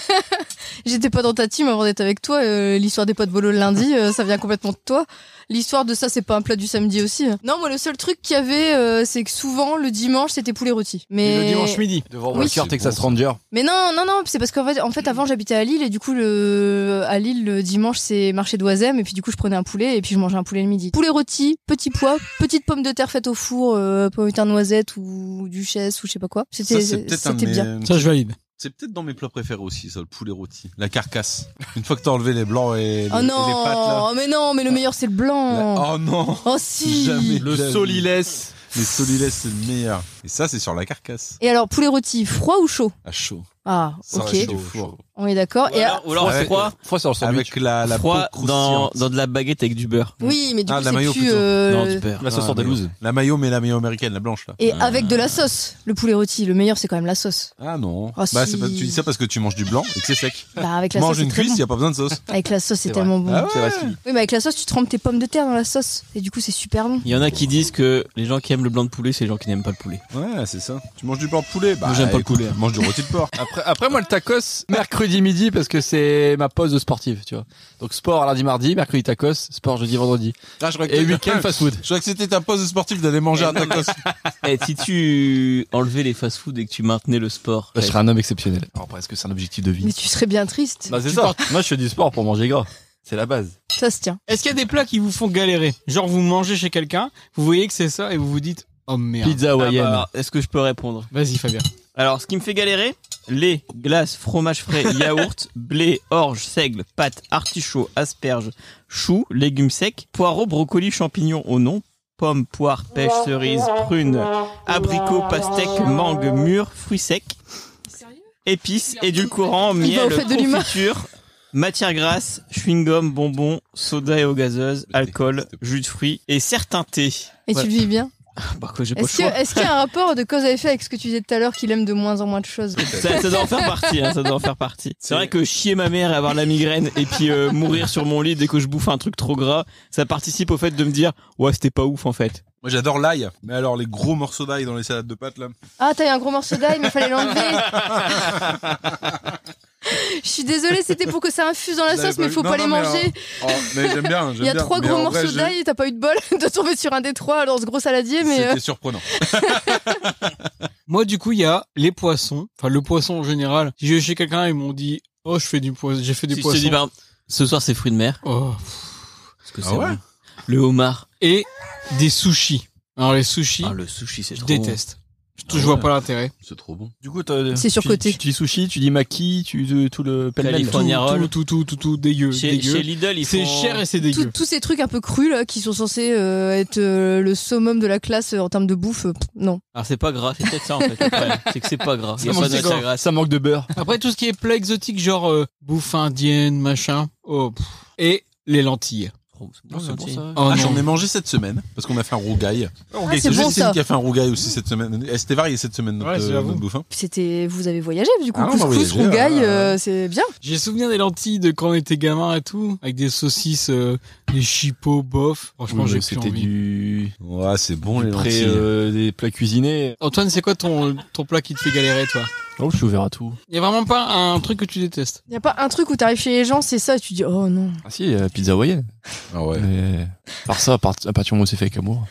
Speaker 6: J'étais pas dans ta team avant d'être avec toi. euh, L'histoire des potes bolo le lundi, euh, ça vient complètement de toi. L'histoire de ça, c'est pas un plat du samedi aussi. hein. Non, moi, le seul truc qu'il y avait, euh, c'est que souvent, le dimanche, c'était poulet rôti. Mais...
Speaker 2: Et le dimanche midi.
Speaker 3: Devant
Speaker 6: Oui.
Speaker 3: voiture
Speaker 5: C'est
Speaker 3: Texas
Speaker 5: bon, ça.
Speaker 3: Ranger.
Speaker 6: Mais non, non, non, c'est parce qu'en fait, en fait, avant, j'habitais à Lille et du coup, le... à Lille, le dimanche, c'est marché d'Oisem et puis du coup, je prenais un poulet et puis je mangeais un poulet le midi. Poulet rôti, petit pois, petite pomme de terre faite au four, euh, pomme de terre noisette ou duchesse ou je sais pas quoi.
Speaker 5: Ça,
Speaker 6: C'était
Speaker 5: c'est peut-être un de mes-
Speaker 6: c'était bien.
Speaker 2: Ça, je valide.
Speaker 5: C'est peut-être dans mes plats préférés aussi, ça, le poulet rôti. La carcasse. Une fois que t'as enlevé les blancs et les,
Speaker 6: Oh
Speaker 5: et les
Speaker 6: non,
Speaker 5: pattes, là.
Speaker 6: oh mais non, mais le meilleur c'est le blanc.
Speaker 5: La- Oh non
Speaker 6: Oh si.
Speaker 5: Jamais.
Speaker 3: Le
Speaker 5: Jamais.
Speaker 3: solilès.
Speaker 5: Les solilès, c'est le meilleur. Et ça, c'est sur la carcasse.
Speaker 6: Et alors poulet rôti, froid ou chaud
Speaker 5: À chaud.
Speaker 6: Ah,
Speaker 5: Ça
Speaker 6: ok,
Speaker 5: reste
Speaker 3: du
Speaker 5: au
Speaker 3: four.
Speaker 5: chaud.
Speaker 6: on est d'accord.
Speaker 4: Ou
Speaker 6: Et
Speaker 4: alors, ou alors
Speaker 5: Ouais.
Speaker 4: froid,
Speaker 3: Froid sur le sandwich.
Speaker 5: Avec la, la peau
Speaker 4: froid dans,
Speaker 5: croustillante.
Speaker 4: dans de la baguette avec du beurre.
Speaker 6: ah, oui, mais du
Speaker 5: Ah,
Speaker 6: coup
Speaker 5: la
Speaker 6: c'est
Speaker 5: mayo
Speaker 6: plus.
Speaker 5: plutôt.
Speaker 6: euh,
Speaker 4: Non, du beurre.
Speaker 3: La sauce
Speaker 5: Ah,
Speaker 3: andalouse.
Speaker 5: La mayo, mais la mayo américaine, la blanche, là.
Speaker 6: Et avec de la sauce, le poulet rôti. Le meilleur c'est quand même la sauce.
Speaker 5: Ah non.
Speaker 6: Ah,
Speaker 5: bah,
Speaker 6: si.
Speaker 5: c'est pas- tu dis ça parce que tu manges du blanc et que c'est sec.
Speaker 6: Bah avec la
Speaker 5: Mange
Speaker 6: sauce.
Speaker 5: une
Speaker 6: c'est très
Speaker 5: cuisse, il
Speaker 6: bon.
Speaker 5: n'y a Ah pas besoin de sauce.
Speaker 6: Avec la sauce c'est
Speaker 3: C'est
Speaker 6: tellement bon.
Speaker 3: C'est vrai, c'est-
Speaker 6: Oui, mais avec la sauce tu trempes tes pommes de terre dans la sauce et du coup c'est super bon.
Speaker 4: Il y en a qui disent que les gens qui aiment le blanc de poulet, c'est les gens qui n'aiment pas le poulet.
Speaker 5: Ouais, c'est ça. Tu manges du blanc de poulet Bah,
Speaker 4: Moi, j'aime pas le
Speaker 5: écoute,
Speaker 4: poulet.
Speaker 5: Mange du rôti de porc.
Speaker 3: Après, après, moi, le tacos, mercredi midi, parce que c'est ma pause de sportive, tu vois. Donc, sport lundi, mardi, mercredi tacos, sport jeudi, vendredi.
Speaker 5: Ah, je crois
Speaker 3: Et week-end, fast-food.
Speaker 5: Je crois que c'était ta pause sportive d'aller manger un tacos.
Speaker 4: Et Eh, si tu enlevais les fast-food et que tu maintenais le sport,
Speaker 3: Bah, je serais un homme exceptionnel.
Speaker 5: Oh,
Speaker 3: Alors, après, est-ce que c'est un objectif de
Speaker 6: Mais
Speaker 3: vie
Speaker 6: tu serais bien triste.
Speaker 3: Bah, c'est ça. Moi, je fais du sport pour manger gras. C'est la base.
Speaker 6: Ça se tient.
Speaker 2: Est-ce qu'il y a des plats qui vous font galérer Genre, vous mangez chez quelqu'un, vous voyez que c'est ça et vous vous dites Oh merde.
Speaker 3: Pizza
Speaker 4: Ah bah,
Speaker 3: hawaïenne.
Speaker 4: alors, est-ce que je peux répondre
Speaker 2: Vas-y, Fabien.
Speaker 4: Alors, ce qui me fait galérer, lait, glace, fromage frais, yaourt, blé, orge, seigle, pâte, artichaut, asperge, choux, légumes secs, poireaux, brocolis, champignons, oignons, pommes, poires, pêches, cerises, prunes, abricots, pastèques, mangue, mûres, fruits secs, épices, édulcorants,
Speaker 6: va au
Speaker 4: miel,
Speaker 6: fait de l'humain.
Speaker 4: confiture, matière grasse, chewing-gum, bonbons, soda et eau gazeuse, alcool, jus de fruits et certains thés.
Speaker 6: Et
Speaker 4: Ouais.
Speaker 6: tu le vis bien.
Speaker 4: Bah quoi, j'ai pas le
Speaker 6: Est-ce que-
Speaker 4: choix.
Speaker 6: est-ce qu'il y a un rapport de cause à effet avec ce que tu disais tout à l'heure qu'il aime de moins en moins de choses
Speaker 4: Ça, ça doit en faire partie, hein, ça doit en faire partie. C'est vrai que chier ma mère et avoir la migraine et puis euh, mourir sur mon lit dès que je bouffe un truc trop gras, ça participe au fait de me dire ouais c'était pas ouf en fait.
Speaker 5: Moi, j'adore l'ail. Mais alors, les gros morceaux d'ail dans les salades de pâtes, là.
Speaker 6: Ah, t'as eu un gros morceau d'ail, mais fallait l'enlever. Je suis désolée, c'était pour que ça infuse dans la
Speaker 5: Je l'avais
Speaker 6: sauce, mais
Speaker 5: pas
Speaker 6: faut
Speaker 5: vu.
Speaker 6: pas
Speaker 5: Non,
Speaker 6: les
Speaker 5: non, mais
Speaker 6: manger.
Speaker 5: Oh, mais j'aime bien.
Speaker 6: Il y a trois gros morceaux d'ail, t'as pas eu de bol de tomber sur un des trois dans ce gros saladier, mais. euh,
Speaker 5: C'était surprenant.
Speaker 2: Moi, du coup, il y a les poissons. Enfin, le poisson en général. Si j'ai chez quelqu'un, ils m'ont dit, oh, je fais du poisson, j'ai fait du
Speaker 4: Si je te
Speaker 2: poisson.
Speaker 4: dis ben, ce soir c'est fruits de mer
Speaker 2: Oh.
Speaker 4: parce que
Speaker 5: Ah
Speaker 4: c'est
Speaker 5: ouais
Speaker 4: bon. le homard,
Speaker 2: Et des sushis. Alors, les sushis,
Speaker 4: ah, le sushi c'est
Speaker 2: je
Speaker 4: trop
Speaker 2: déteste. Je,
Speaker 4: Ah
Speaker 2: je vois
Speaker 4: ouais.
Speaker 2: pas l'intérêt.
Speaker 4: bon. C'est trop bon.
Speaker 3: Du coup, t'as-
Speaker 6: C'est
Speaker 3: tu-
Speaker 6: surcoté.
Speaker 3: Tu, dis sushi, tu dis maki, tu tu- tout le pêle-mêle.
Speaker 4: Californie. California
Speaker 2: tout,
Speaker 4: roll.
Speaker 2: tout, tout, tout, tout dégueu.
Speaker 4: Chez,
Speaker 2: dégueu.
Speaker 4: chez Lidl ils
Speaker 2: C'est
Speaker 4: font-
Speaker 2: cher et c'est
Speaker 6: tous-
Speaker 2: dégueu.
Speaker 6: tous ces trucs un peu crus là qui sont censés euh, être euh, le summum de la classe euh, en termes de bouffe, euh, pff, non.
Speaker 4: Alors c'est pas gras, c'est peut-être ça en fait. le problème. C'est que c'est pas gras. Il y a
Speaker 3: Ça
Speaker 4: pas
Speaker 3: manque
Speaker 4: de
Speaker 3: de
Speaker 4: matière
Speaker 3: beurre.
Speaker 4: grasse.
Speaker 3: Ah, Ça manque de beurre.
Speaker 2: Après, tout ce qui est plat exotique, genre euh, bouffe indienne, machin. Oh, pff. Et les lentilles.
Speaker 4: Trop- c'est
Speaker 5: Non,
Speaker 4: bon,
Speaker 5: c'est
Speaker 4: c'est
Speaker 5: bon,
Speaker 4: gentil.
Speaker 5: ça.
Speaker 2: Oh, non.
Speaker 5: Ah, j'en ai mangé cette semaine parce qu'on a fait un rougail.
Speaker 6: Ah, c'est bon ça.
Speaker 5: Justine qui a fait un rougail aussi cette semaine. Eh, C'était varié cette semaine notre,
Speaker 2: Ouais, c'est j'avoue.
Speaker 5: notre bouffe. hein.
Speaker 6: C'était, vous avez voyagé du coup,
Speaker 5: Ah, on a
Speaker 6: couscous,
Speaker 5: voyagé,
Speaker 6: rougail,
Speaker 5: ah.
Speaker 6: euh, c'est bien.
Speaker 2: J'ai souvenir des lentilles de quand on était gamin et tout, avec des saucisses, euh, des chipots, bof. Franchement,
Speaker 3: Oui,
Speaker 2: j'ai
Speaker 3: mais
Speaker 2: plus
Speaker 3: C'était
Speaker 2: envie.
Speaker 3: du.
Speaker 5: Ouais, c'est bon les
Speaker 3: Après,
Speaker 5: lentilles.
Speaker 3: euh, des plats cuisinés.
Speaker 2: Antoine, c'est quoi ton, ton plat qui te fait galérer, toi
Speaker 3: Oh, je suis ouvert à tout.
Speaker 2: Y a vraiment pas un truc que tu détestes.
Speaker 6: Y a pas un truc où t'arrives chez les gens, c'est ça, et tu dis oh non.
Speaker 3: Ah si, euh, pizza hawaïenne.
Speaker 5: Ah ouais.
Speaker 3: Mais par ça, à part- à partir du moment où c'est fait avec amour.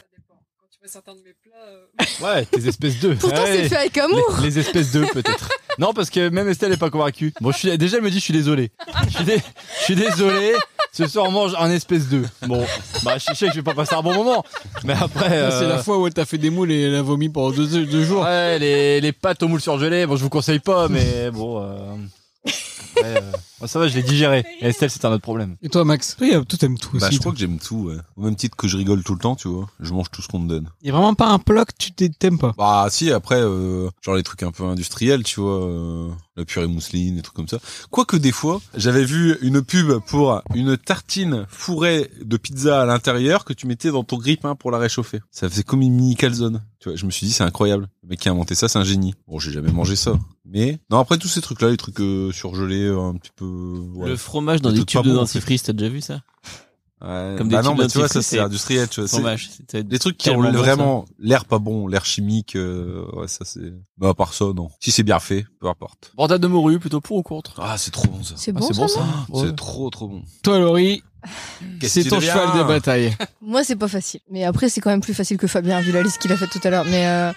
Speaker 3: Ouais, tes espèces d'œufs.
Speaker 6: Pourtant
Speaker 3: Ouais.
Speaker 6: c'est fait avec amour.
Speaker 3: Les, les espèces d'œufs, peut-être. non, parce que même Estelle est pas convaincue. Bon, je suis, déjà, elle me dit, je suis désolé. Je suis, dé- je suis désolé. Ce soir, on mange un espèce d'œuf. Bon, bah, je sais que je vais pas passer un bon moment. Mais après.
Speaker 2: Là, C'est
Speaker 3: euh,
Speaker 2: la fois où elle t'a fait des moules et elle a vomi pendant deux, deux jours.
Speaker 3: Ouais, les, les pâtes aux moules surgelées, bon, je vous conseille pas, mais bon. euh, après, euh, bon, ça va, je l'ai digéré. Et Estelle, c'est un autre problème.
Speaker 2: Et toi, Max Toi, y a- euh, toi, t'aimes tout
Speaker 5: Bah,
Speaker 2: aussi.
Speaker 5: je crois que j'aime tout. ouais. Au même titre que je rigole tout le temps, tu vois. Je mange tout ce qu'on me donne.
Speaker 2: Y a vraiment pas un plat que tu t'es- t'aimes pas.
Speaker 5: Bah si, après, euh, genre les trucs un peu industriels, tu vois, euh, la purée mousseline, des trucs comme ça. Quoique des fois, j'avais vu une pub pour une tartine fourrée de pizza à l'intérieur que tu mettais dans ton grille-pain pour la réchauffer. Ça faisait comme une mini calzone. Tu vois, je me suis dit, c'est incroyable. Le mec qui a inventé ça, c'est un génie. Bon, j'ai jamais mangé ça. Mais non, après tous ces trucs-là, les trucs euh, surgelés, euh, un petit peu... ouais.
Speaker 4: Le fromage dans
Speaker 5: Des
Speaker 4: des
Speaker 5: trucs pas
Speaker 4: tubes de
Speaker 5: bons, en
Speaker 4: dentifrice, t'as déjà vu ça
Speaker 5: Ouais.
Speaker 4: comme
Speaker 5: bah
Speaker 4: des
Speaker 5: non,
Speaker 4: types
Speaker 5: mais tu vois,
Speaker 4: dentifrice,
Speaker 5: ça c'est
Speaker 4: c'est-
Speaker 5: industriel, tu vois. c'est-
Speaker 4: Fromage. c'est-
Speaker 5: Les trucs qui ont
Speaker 4: Tellement bon,
Speaker 5: vraiment l'air pas bon, l'air chimique, euh, ouais, ça c'est. Bah, à part ça, non. Si c'est bien fait, peu importe.
Speaker 3: Bordade de morue, plutôt pour ou contre
Speaker 5: Ah, c'est trop bon ça.
Speaker 6: C'est
Speaker 3: Ah,
Speaker 6: bon,
Speaker 3: c'est
Speaker 6: ça,
Speaker 3: bon ça
Speaker 6: non
Speaker 3: Ouais.
Speaker 5: C'est trop trop bon.
Speaker 2: Toi, Laurie,
Speaker 5: Qu'est-ce
Speaker 2: c'est
Speaker 5: qui
Speaker 2: ton
Speaker 5: devient
Speaker 2: cheval de bataille.
Speaker 6: Moi, c'est pas facile. Mais après, c'est quand même plus facile que Fabien, vu la liste qu'il a faite tout à l'heure. Mais euh,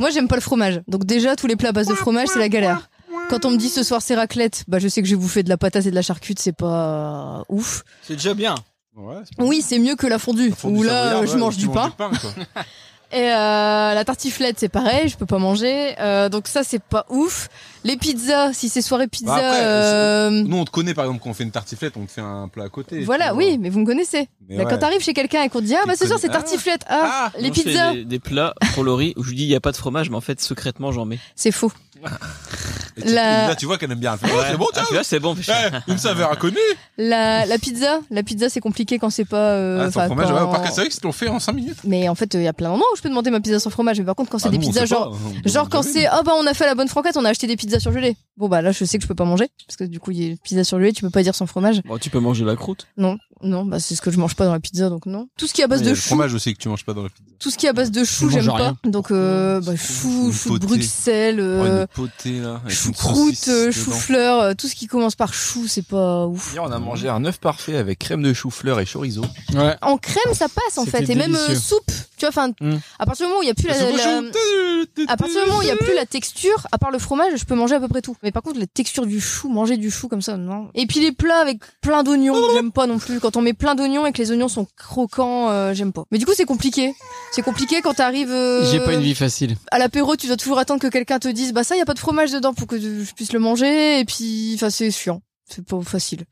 Speaker 6: moi, j'aime pas le fromage. Donc, déjà, tous les plats à base de fromage, c'est la galère. Quand on me dit ce soir c'est raclette, bah je sais que je vais bouffer de la patate et de la charcute, c'est pas euh, ouf.
Speaker 2: C'est déjà bien.
Speaker 5: Ouais, c'est
Speaker 6: Oui, c'est mieux que la fondue,
Speaker 5: pas-
Speaker 6: où là
Speaker 5: savoyard,
Speaker 6: euh, je
Speaker 5: ouais,
Speaker 6: mange
Speaker 5: tu
Speaker 6: du
Speaker 5: manges
Speaker 6: pain.
Speaker 5: quoi.
Speaker 6: Et euh, la tartiflette, c'est pareil, je peux pas manger. Euh, donc ça, c'est pas ouf. Les pizzas, si c'est soirée pizza,
Speaker 5: Bah après,
Speaker 6: euh,
Speaker 5: Nous, on te connaît par exemple quand on fait une tartiflette, on te fait un plat à côté. tu
Speaker 6: voilà,
Speaker 5: vois.
Speaker 6: oui, mais vous me connaissez. Bah,
Speaker 5: Mais
Speaker 6: Quand
Speaker 5: ouais.
Speaker 6: t'arrives chez quelqu'un et qu'on te dit ah bah
Speaker 5: Tu
Speaker 6: ce soir c'est
Speaker 5: connais-
Speaker 6: tartiflette, ah, les
Speaker 4: Moi, je fais
Speaker 6: pizzas,
Speaker 4: Des, des plats pour Laurie où je lui dis il y a pas de fromage, mais en fait secrètement j'en mets.
Speaker 6: c'est faux.
Speaker 5: Et tu-
Speaker 6: la-
Speaker 5: Là, tu vois qu'elle aime bien. Elle fait, oh, c'est bon,
Speaker 4: Ah,
Speaker 5: tiens.
Speaker 4: celui-là, c'est bon. mais je-
Speaker 5: eh, une saveur inconnue.
Speaker 6: La, la pizza, la pizza c'est compliqué quand c'est pas. euh,
Speaker 5: Ah, sans
Speaker 6: enfin,
Speaker 5: fromage, ouais,
Speaker 6: quand-
Speaker 5: par contre, c'est vrai que l'on fait en 5 minutes.
Speaker 6: Mais en fait, il y a plein de moments où je peux demander ma pizza sans fromage. Mais par contre, quand c'est
Speaker 5: Ah,
Speaker 6: des
Speaker 5: nous, on
Speaker 6: pizzas
Speaker 5: sait pas,
Speaker 6: genre,
Speaker 5: hein, on
Speaker 6: genre quand
Speaker 5: demande
Speaker 6: c'est ah bah on a fait la bonne franquette, on a acheté des pizzas surgelées. Bon bah là, je sais que je peux pas manger parce que du coup, il y a pizza surgelée, tu peux pas dire sans fromage.
Speaker 4: Bon, tu peux manger la croûte.
Speaker 6: Non, non, bah c'est ce que je mange pas dans la pizza, donc non. Tout ce qui est à
Speaker 5: jamais.
Speaker 6: base
Speaker 5: Il y a
Speaker 6: de
Speaker 5: le
Speaker 6: chou,
Speaker 5: fromage aussi que tu manges pas dans la pizza.
Speaker 6: tout ce qui est à base de chou,
Speaker 2: mange
Speaker 6: j'aime pas.
Speaker 2: rien.
Speaker 6: Donc euh, bah,
Speaker 5: Une
Speaker 6: chou, chou de
Speaker 5: potée.
Speaker 6: Bruxelles.
Speaker 5: Oh,
Speaker 6: euh,
Speaker 5: une potée là. avec une saucisse
Speaker 6: Choucroute, euh,
Speaker 5: dedans.
Speaker 6: chou-fleur, euh, tout ce qui commence par chou, c'est pas ouf.
Speaker 3: Hier, on a mangé un œuf parfait avec crème de chou-fleur et chorizo.
Speaker 2: Ouais.
Speaker 6: En crème, ça passe en fait,
Speaker 2: C'était
Speaker 6: et même
Speaker 2: délicieux. Hmm.
Speaker 6: euh, soupe. Tu vois, enfin,
Speaker 3: Mm.
Speaker 6: à partir du moment où il y a plus la, la- à partir du moment où il y a plus la texture, à part le fromage, je peux manger à peu près tout. Mais par contre, la texture du chou, manger du chou comme ça, non. Et puis les plats avec plein d'oignons, j'aime pas non plus. Quand on met plein d'oignons et que les oignons sont croquants, euh, j'aime pas. Mais du coup, c'est compliqué. C'est compliqué quand t'arrives euh,
Speaker 2: J'ai pas une vie facile.
Speaker 6: à l'apéro, tu dois toujours attendre que quelqu'un te dise, bah ça, il y a pas de fromage dedans pour que je puisse le manger. Et puis, enfin, c'est chiant. C'est pas facile.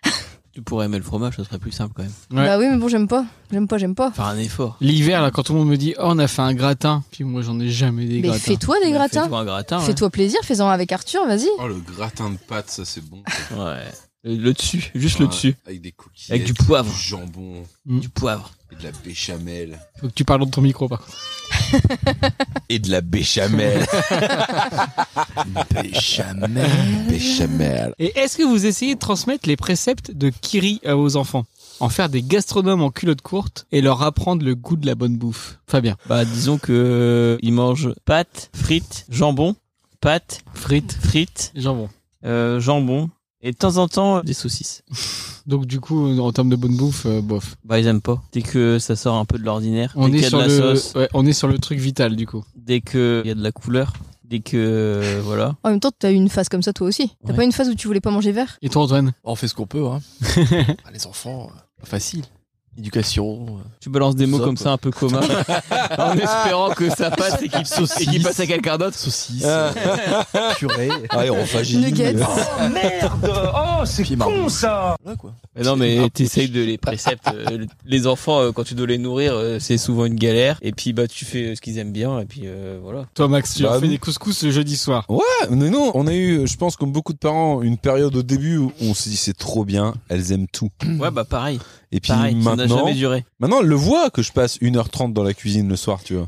Speaker 4: Tu pourrais aimer le fromage, ça serait plus simple quand même.
Speaker 2: Ouais.
Speaker 6: Bah oui, mais bon, j'aime pas. J'aime pas, j'aime pas.
Speaker 4: Faire un effort.
Speaker 2: L'hiver, là, quand tout le monde me dit, oh, on a fait un gratin. Puis moi, j'en ai jamais des
Speaker 6: Mais
Speaker 2: gratins.
Speaker 6: fais-toi des
Speaker 4: Bah,
Speaker 6: gratins.
Speaker 4: Fais-toi un gratin. hein. ouais.
Speaker 6: Fais-toi plaisir, fais-en avec Arthur, vas-y.
Speaker 5: Oh, le gratin de pâte, ça c'est bon.
Speaker 4: Ouais. Le, le dessus, juste le
Speaker 5: Ouais,
Speaker 4: dessus.
Speaker 5: Avec des coquillettes.
Speaker 4: Avec du poivre.
Speaker 5: jambon
Speaker 4: Du poivre.
Speaker 5: et de la béchamel.
Speaker 2: Faut que tu parles dans ton micro, par contre.
Speaker 5: Et de la béchamel. béchamel. Béchamel.
Speaker 2: Et est-ce que vous essayez de transmettre les préceptes de Kiri à vos enfants en faire des gastronomes en culotte courte et leur apprendre le goût de la bonne bouffe. Fabien.
Speaker 4: Bah, disons que euh, ils mangent pâtes, frites, jambon, pâtes, frites, frites,
Speaker 10: Jambon.
Speaker 4: euh, jambon et de temps en temps euh, des saucisses.
Speaker 10: Donc du coup, en termes de bonne bouffe, euh, bof.
Speaker 4: Bah, ils aiment pas. Dès que ça sort un peu de l'ordinaire,
Speaker 10: On
Speaker 4: dès qu'il
Speaker 10: est,
Speaker 4: y a de
Speaker 10: sur
Speaker 4: la
Speaker 10: le,
Speaker 4: sauce,
Speaker 10: ouais, on est sur le truc vital du coup.
Speaker 4: dès qu'il y a de la couleur, dès que euh, voilà.
Speaker 6: En même temps, t'as eu une phase comme ça toi aussi. T'as
Speaker 4: Ouais.
Speaker 6: pas eu une phase où tu voulais pas manger vert
Speaker 10: Et toi Antoine
Speaker 9: On fait ce qu'on peut, hein. Ah, les enfants, euh, facile. Éducation. euh.
Speaker 4: Tu balances des mots
Speaker 9: Ça,
Speaker 4: comme
Speaker 9: quoi.
Speaker 4: ça un peu communs en espérant que ça passe et qu'il et qu'il passe à quelqu'un d'autre.
Speaker 9: Saucisse, euh, purée.
Speaker 5: Allez, on fagit.
Speaker 6: Nuggets.
Speaker 7: Oh merde Oh, c'est
Speaker 9: Puis marron.
Speaker 7: con ça
Speaker 9: Voilà, quoi.
Speaker 4: Mais non, mais t'essayes de les préceptes. euh, les enfants, euh, quand tu dois les nourrir, euh, c'est souvent une galère. Et puis, bah, tu fais euh, ce qu'ils aiment bien. Et puis, euh, voilà.
Speaker 10: Toi Max, tu
Speaker 5: Bah,
Speaker 10: as fait
Speaker 5: oui.
Speaker 10: des couscous le jeudi soir.
Speaker 5: Mais non, on a eu, je pense, comme beaucoup de parents, une période au début où on s'est dit c'est trop bien, elles aiment tout.
Speaker 4: Ouais, bah, pareil.
Speaker 5: Et puis
Speaker 4: Pareil. Ça n'a
Speaker 5: maintenant,
Speaker 4: jamais duré.
Speaker 5: maintenant, elles le voient que je passe 1h30 dans la cuisine le soir, tu vois.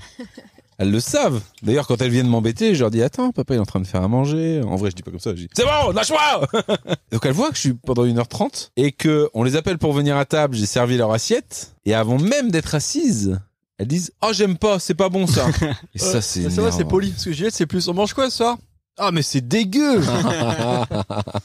Speaker 5: Elles le savent. D'ailleurs, quand elles viennent m'embêter, je leur dis Attends, papa, il est en train de faire à manger. En vrai, je dis pas comme ça. Je dis C'est bon, lâche-moi Donc, elles voient que je suis pendant 1h30 et que on les appelle pour venir à table. J'ai servi leur assiette. Et avant même d'être assises, elles disent Oh, j'aime pas, c'est pas bon ça. et ça, c'est.
Speaker 3: Mais ça va, c'est
Speaker 5: énervant.
Speaker 3: poli. Parce que Juliette, c'est plus. On mange quoi ce soir Ah, mais c'est dégueu
Speaker 5: Ah,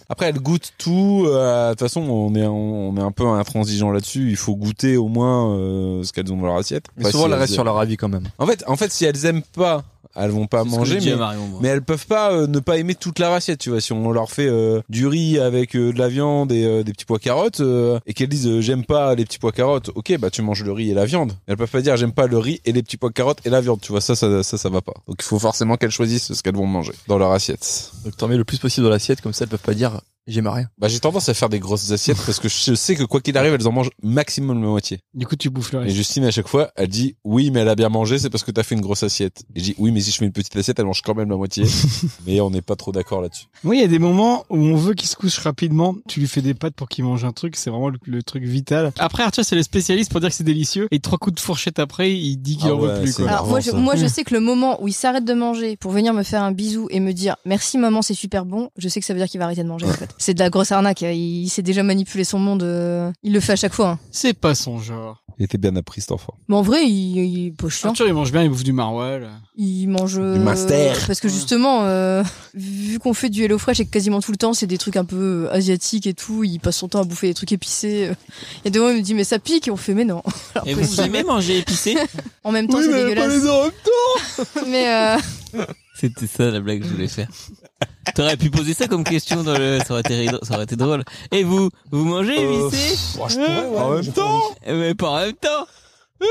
Speaker 5: Après, elle goûte tout. euh, De toute façon, on est, on est un peu intransigeant là-dessus. Il faut goûter au moins euh, ce qu'elles ont dans leur assiette.
Speaker 3: Mais
Speaker 5: Enfin,
Speaker 3: souvent,
Speaker 5: si
Speaker 3: elle
Speaker 5: elles-
Speaker 3: reste sur leur avis quand même.
Speaker 5: En fait, en fait, si elles aiment pas, elles vont pas
Speaker 4: C'est ce que
Speaker 5: manger.
Speaker 4: je dis à
Speaker 5: Mais,
Speaker 4: Marion, moi.
Speaker 5: mais elles peuvent pas euh, ne pas aimer toute leur assiette. Tu vois, si on leur fait euh, du riz avec euh, de la viande et euh, des petits pois carottes euh, et qu'elles disent euh, j'aime pas les petits pois carottes, ok, bah tu manges le riz et la viande. Elles peuvent pas dire j'aime pas le riz et les petits pois carottes et la viande. Tu vois, ça, ça, ça, ça va pas. Donc il faut forcément qu'elles choisissent ce qu'elles vont manger dans leur assiette.
Speaker 9: Donc t'en mets le plus possible dans l'assiette, comme ça elles peuvent pas dire j'aime rien.
Speaker 5: Bah, j'ai tendance à faire des grosses assiettes parce que je sais que quoi qu'il arrive, elles en mangent maximum la moitié.
Speaker 10: Du coup, tu bouffes le
Speaker 5: Et
Speaker 10: reste.
Speaker 5: Justine, à chaque fois, elle dit oui, mais elle a bien mangé, c'est parce que t'as fait une grosse assiette. Et je dis oui, mais si je fais une petite assiette, elle mange quand même la moitié. mais on n'est pas trop d'accord là-dessus.
Speaker 10: Moi, il y a des moments où on veut qu'il se couche rapidement. Tu lui fais des pâtes pour qu'il mange un truc. C'est vraiment le, le truc vital. Après, Arthur, c'est le spécialiste pour dire que c'est délicieux. Et trois coups de fourchette après, il dit qu'il
Speaker 5: Ah
Speaker 10: en veut
Speaker 5: ouais,
Speaker 10: plus.
Speaker 5: c'est
Speaker 10: Quoi.
Speaker 6: Alors moi,
Speaker 5: énervant,
Speaker 6: je,
Speaker 5: ça.
Speaker 6: moi je sais que le moment où il s'arrête de manger pour venir me faire un bisou et me dire merci maman c'est super bon, je sais que ça veut dire qu'il va arrêter de manger en fait. C'est de la grosse arnaque, il, il s'est déjà manipulé son monde, euh, il le fait à chaque fois. hein.
Speaker 10: C'est pas son genre.
Speaker 5: Il était bien appris cet enfant.
Speaker 6: Mais en vrai il, il est pas chiant,
Speaker 10: Arthur, il mange bien, il bouffe du maroilles.
Speaker 6: il mange... euh,
Speaker 5: Du master.
Speaker 6: Parce que justement, euh, vu qu'on fait du HelloFresh et que quasiment tout le temps c'est des trucs un peu euh, asiatiques et tout, il passe son temps à bouffer des trucs épicés. euh. Il y a des moments où il me dit mais ça pique et on fait mais non. Alors
Speaker 4: Et
Speaker 6: que
Speaker 4: vous, vous
Speaker 6: si.
Speaker 4: aimez manger épicé
Speaker 6: En même temps c'est dégueulasse. Mais euh,
Speaker 4: C'était ça la blague que je voulais faire. T'aurais pu poser ça comme question dans le. Ça aurait été, ri- ça aurait été drôle. Et vous, vous mangez épicé
Speaker 5: en même temps
Speaker 4: Eh, Mais pas en même temps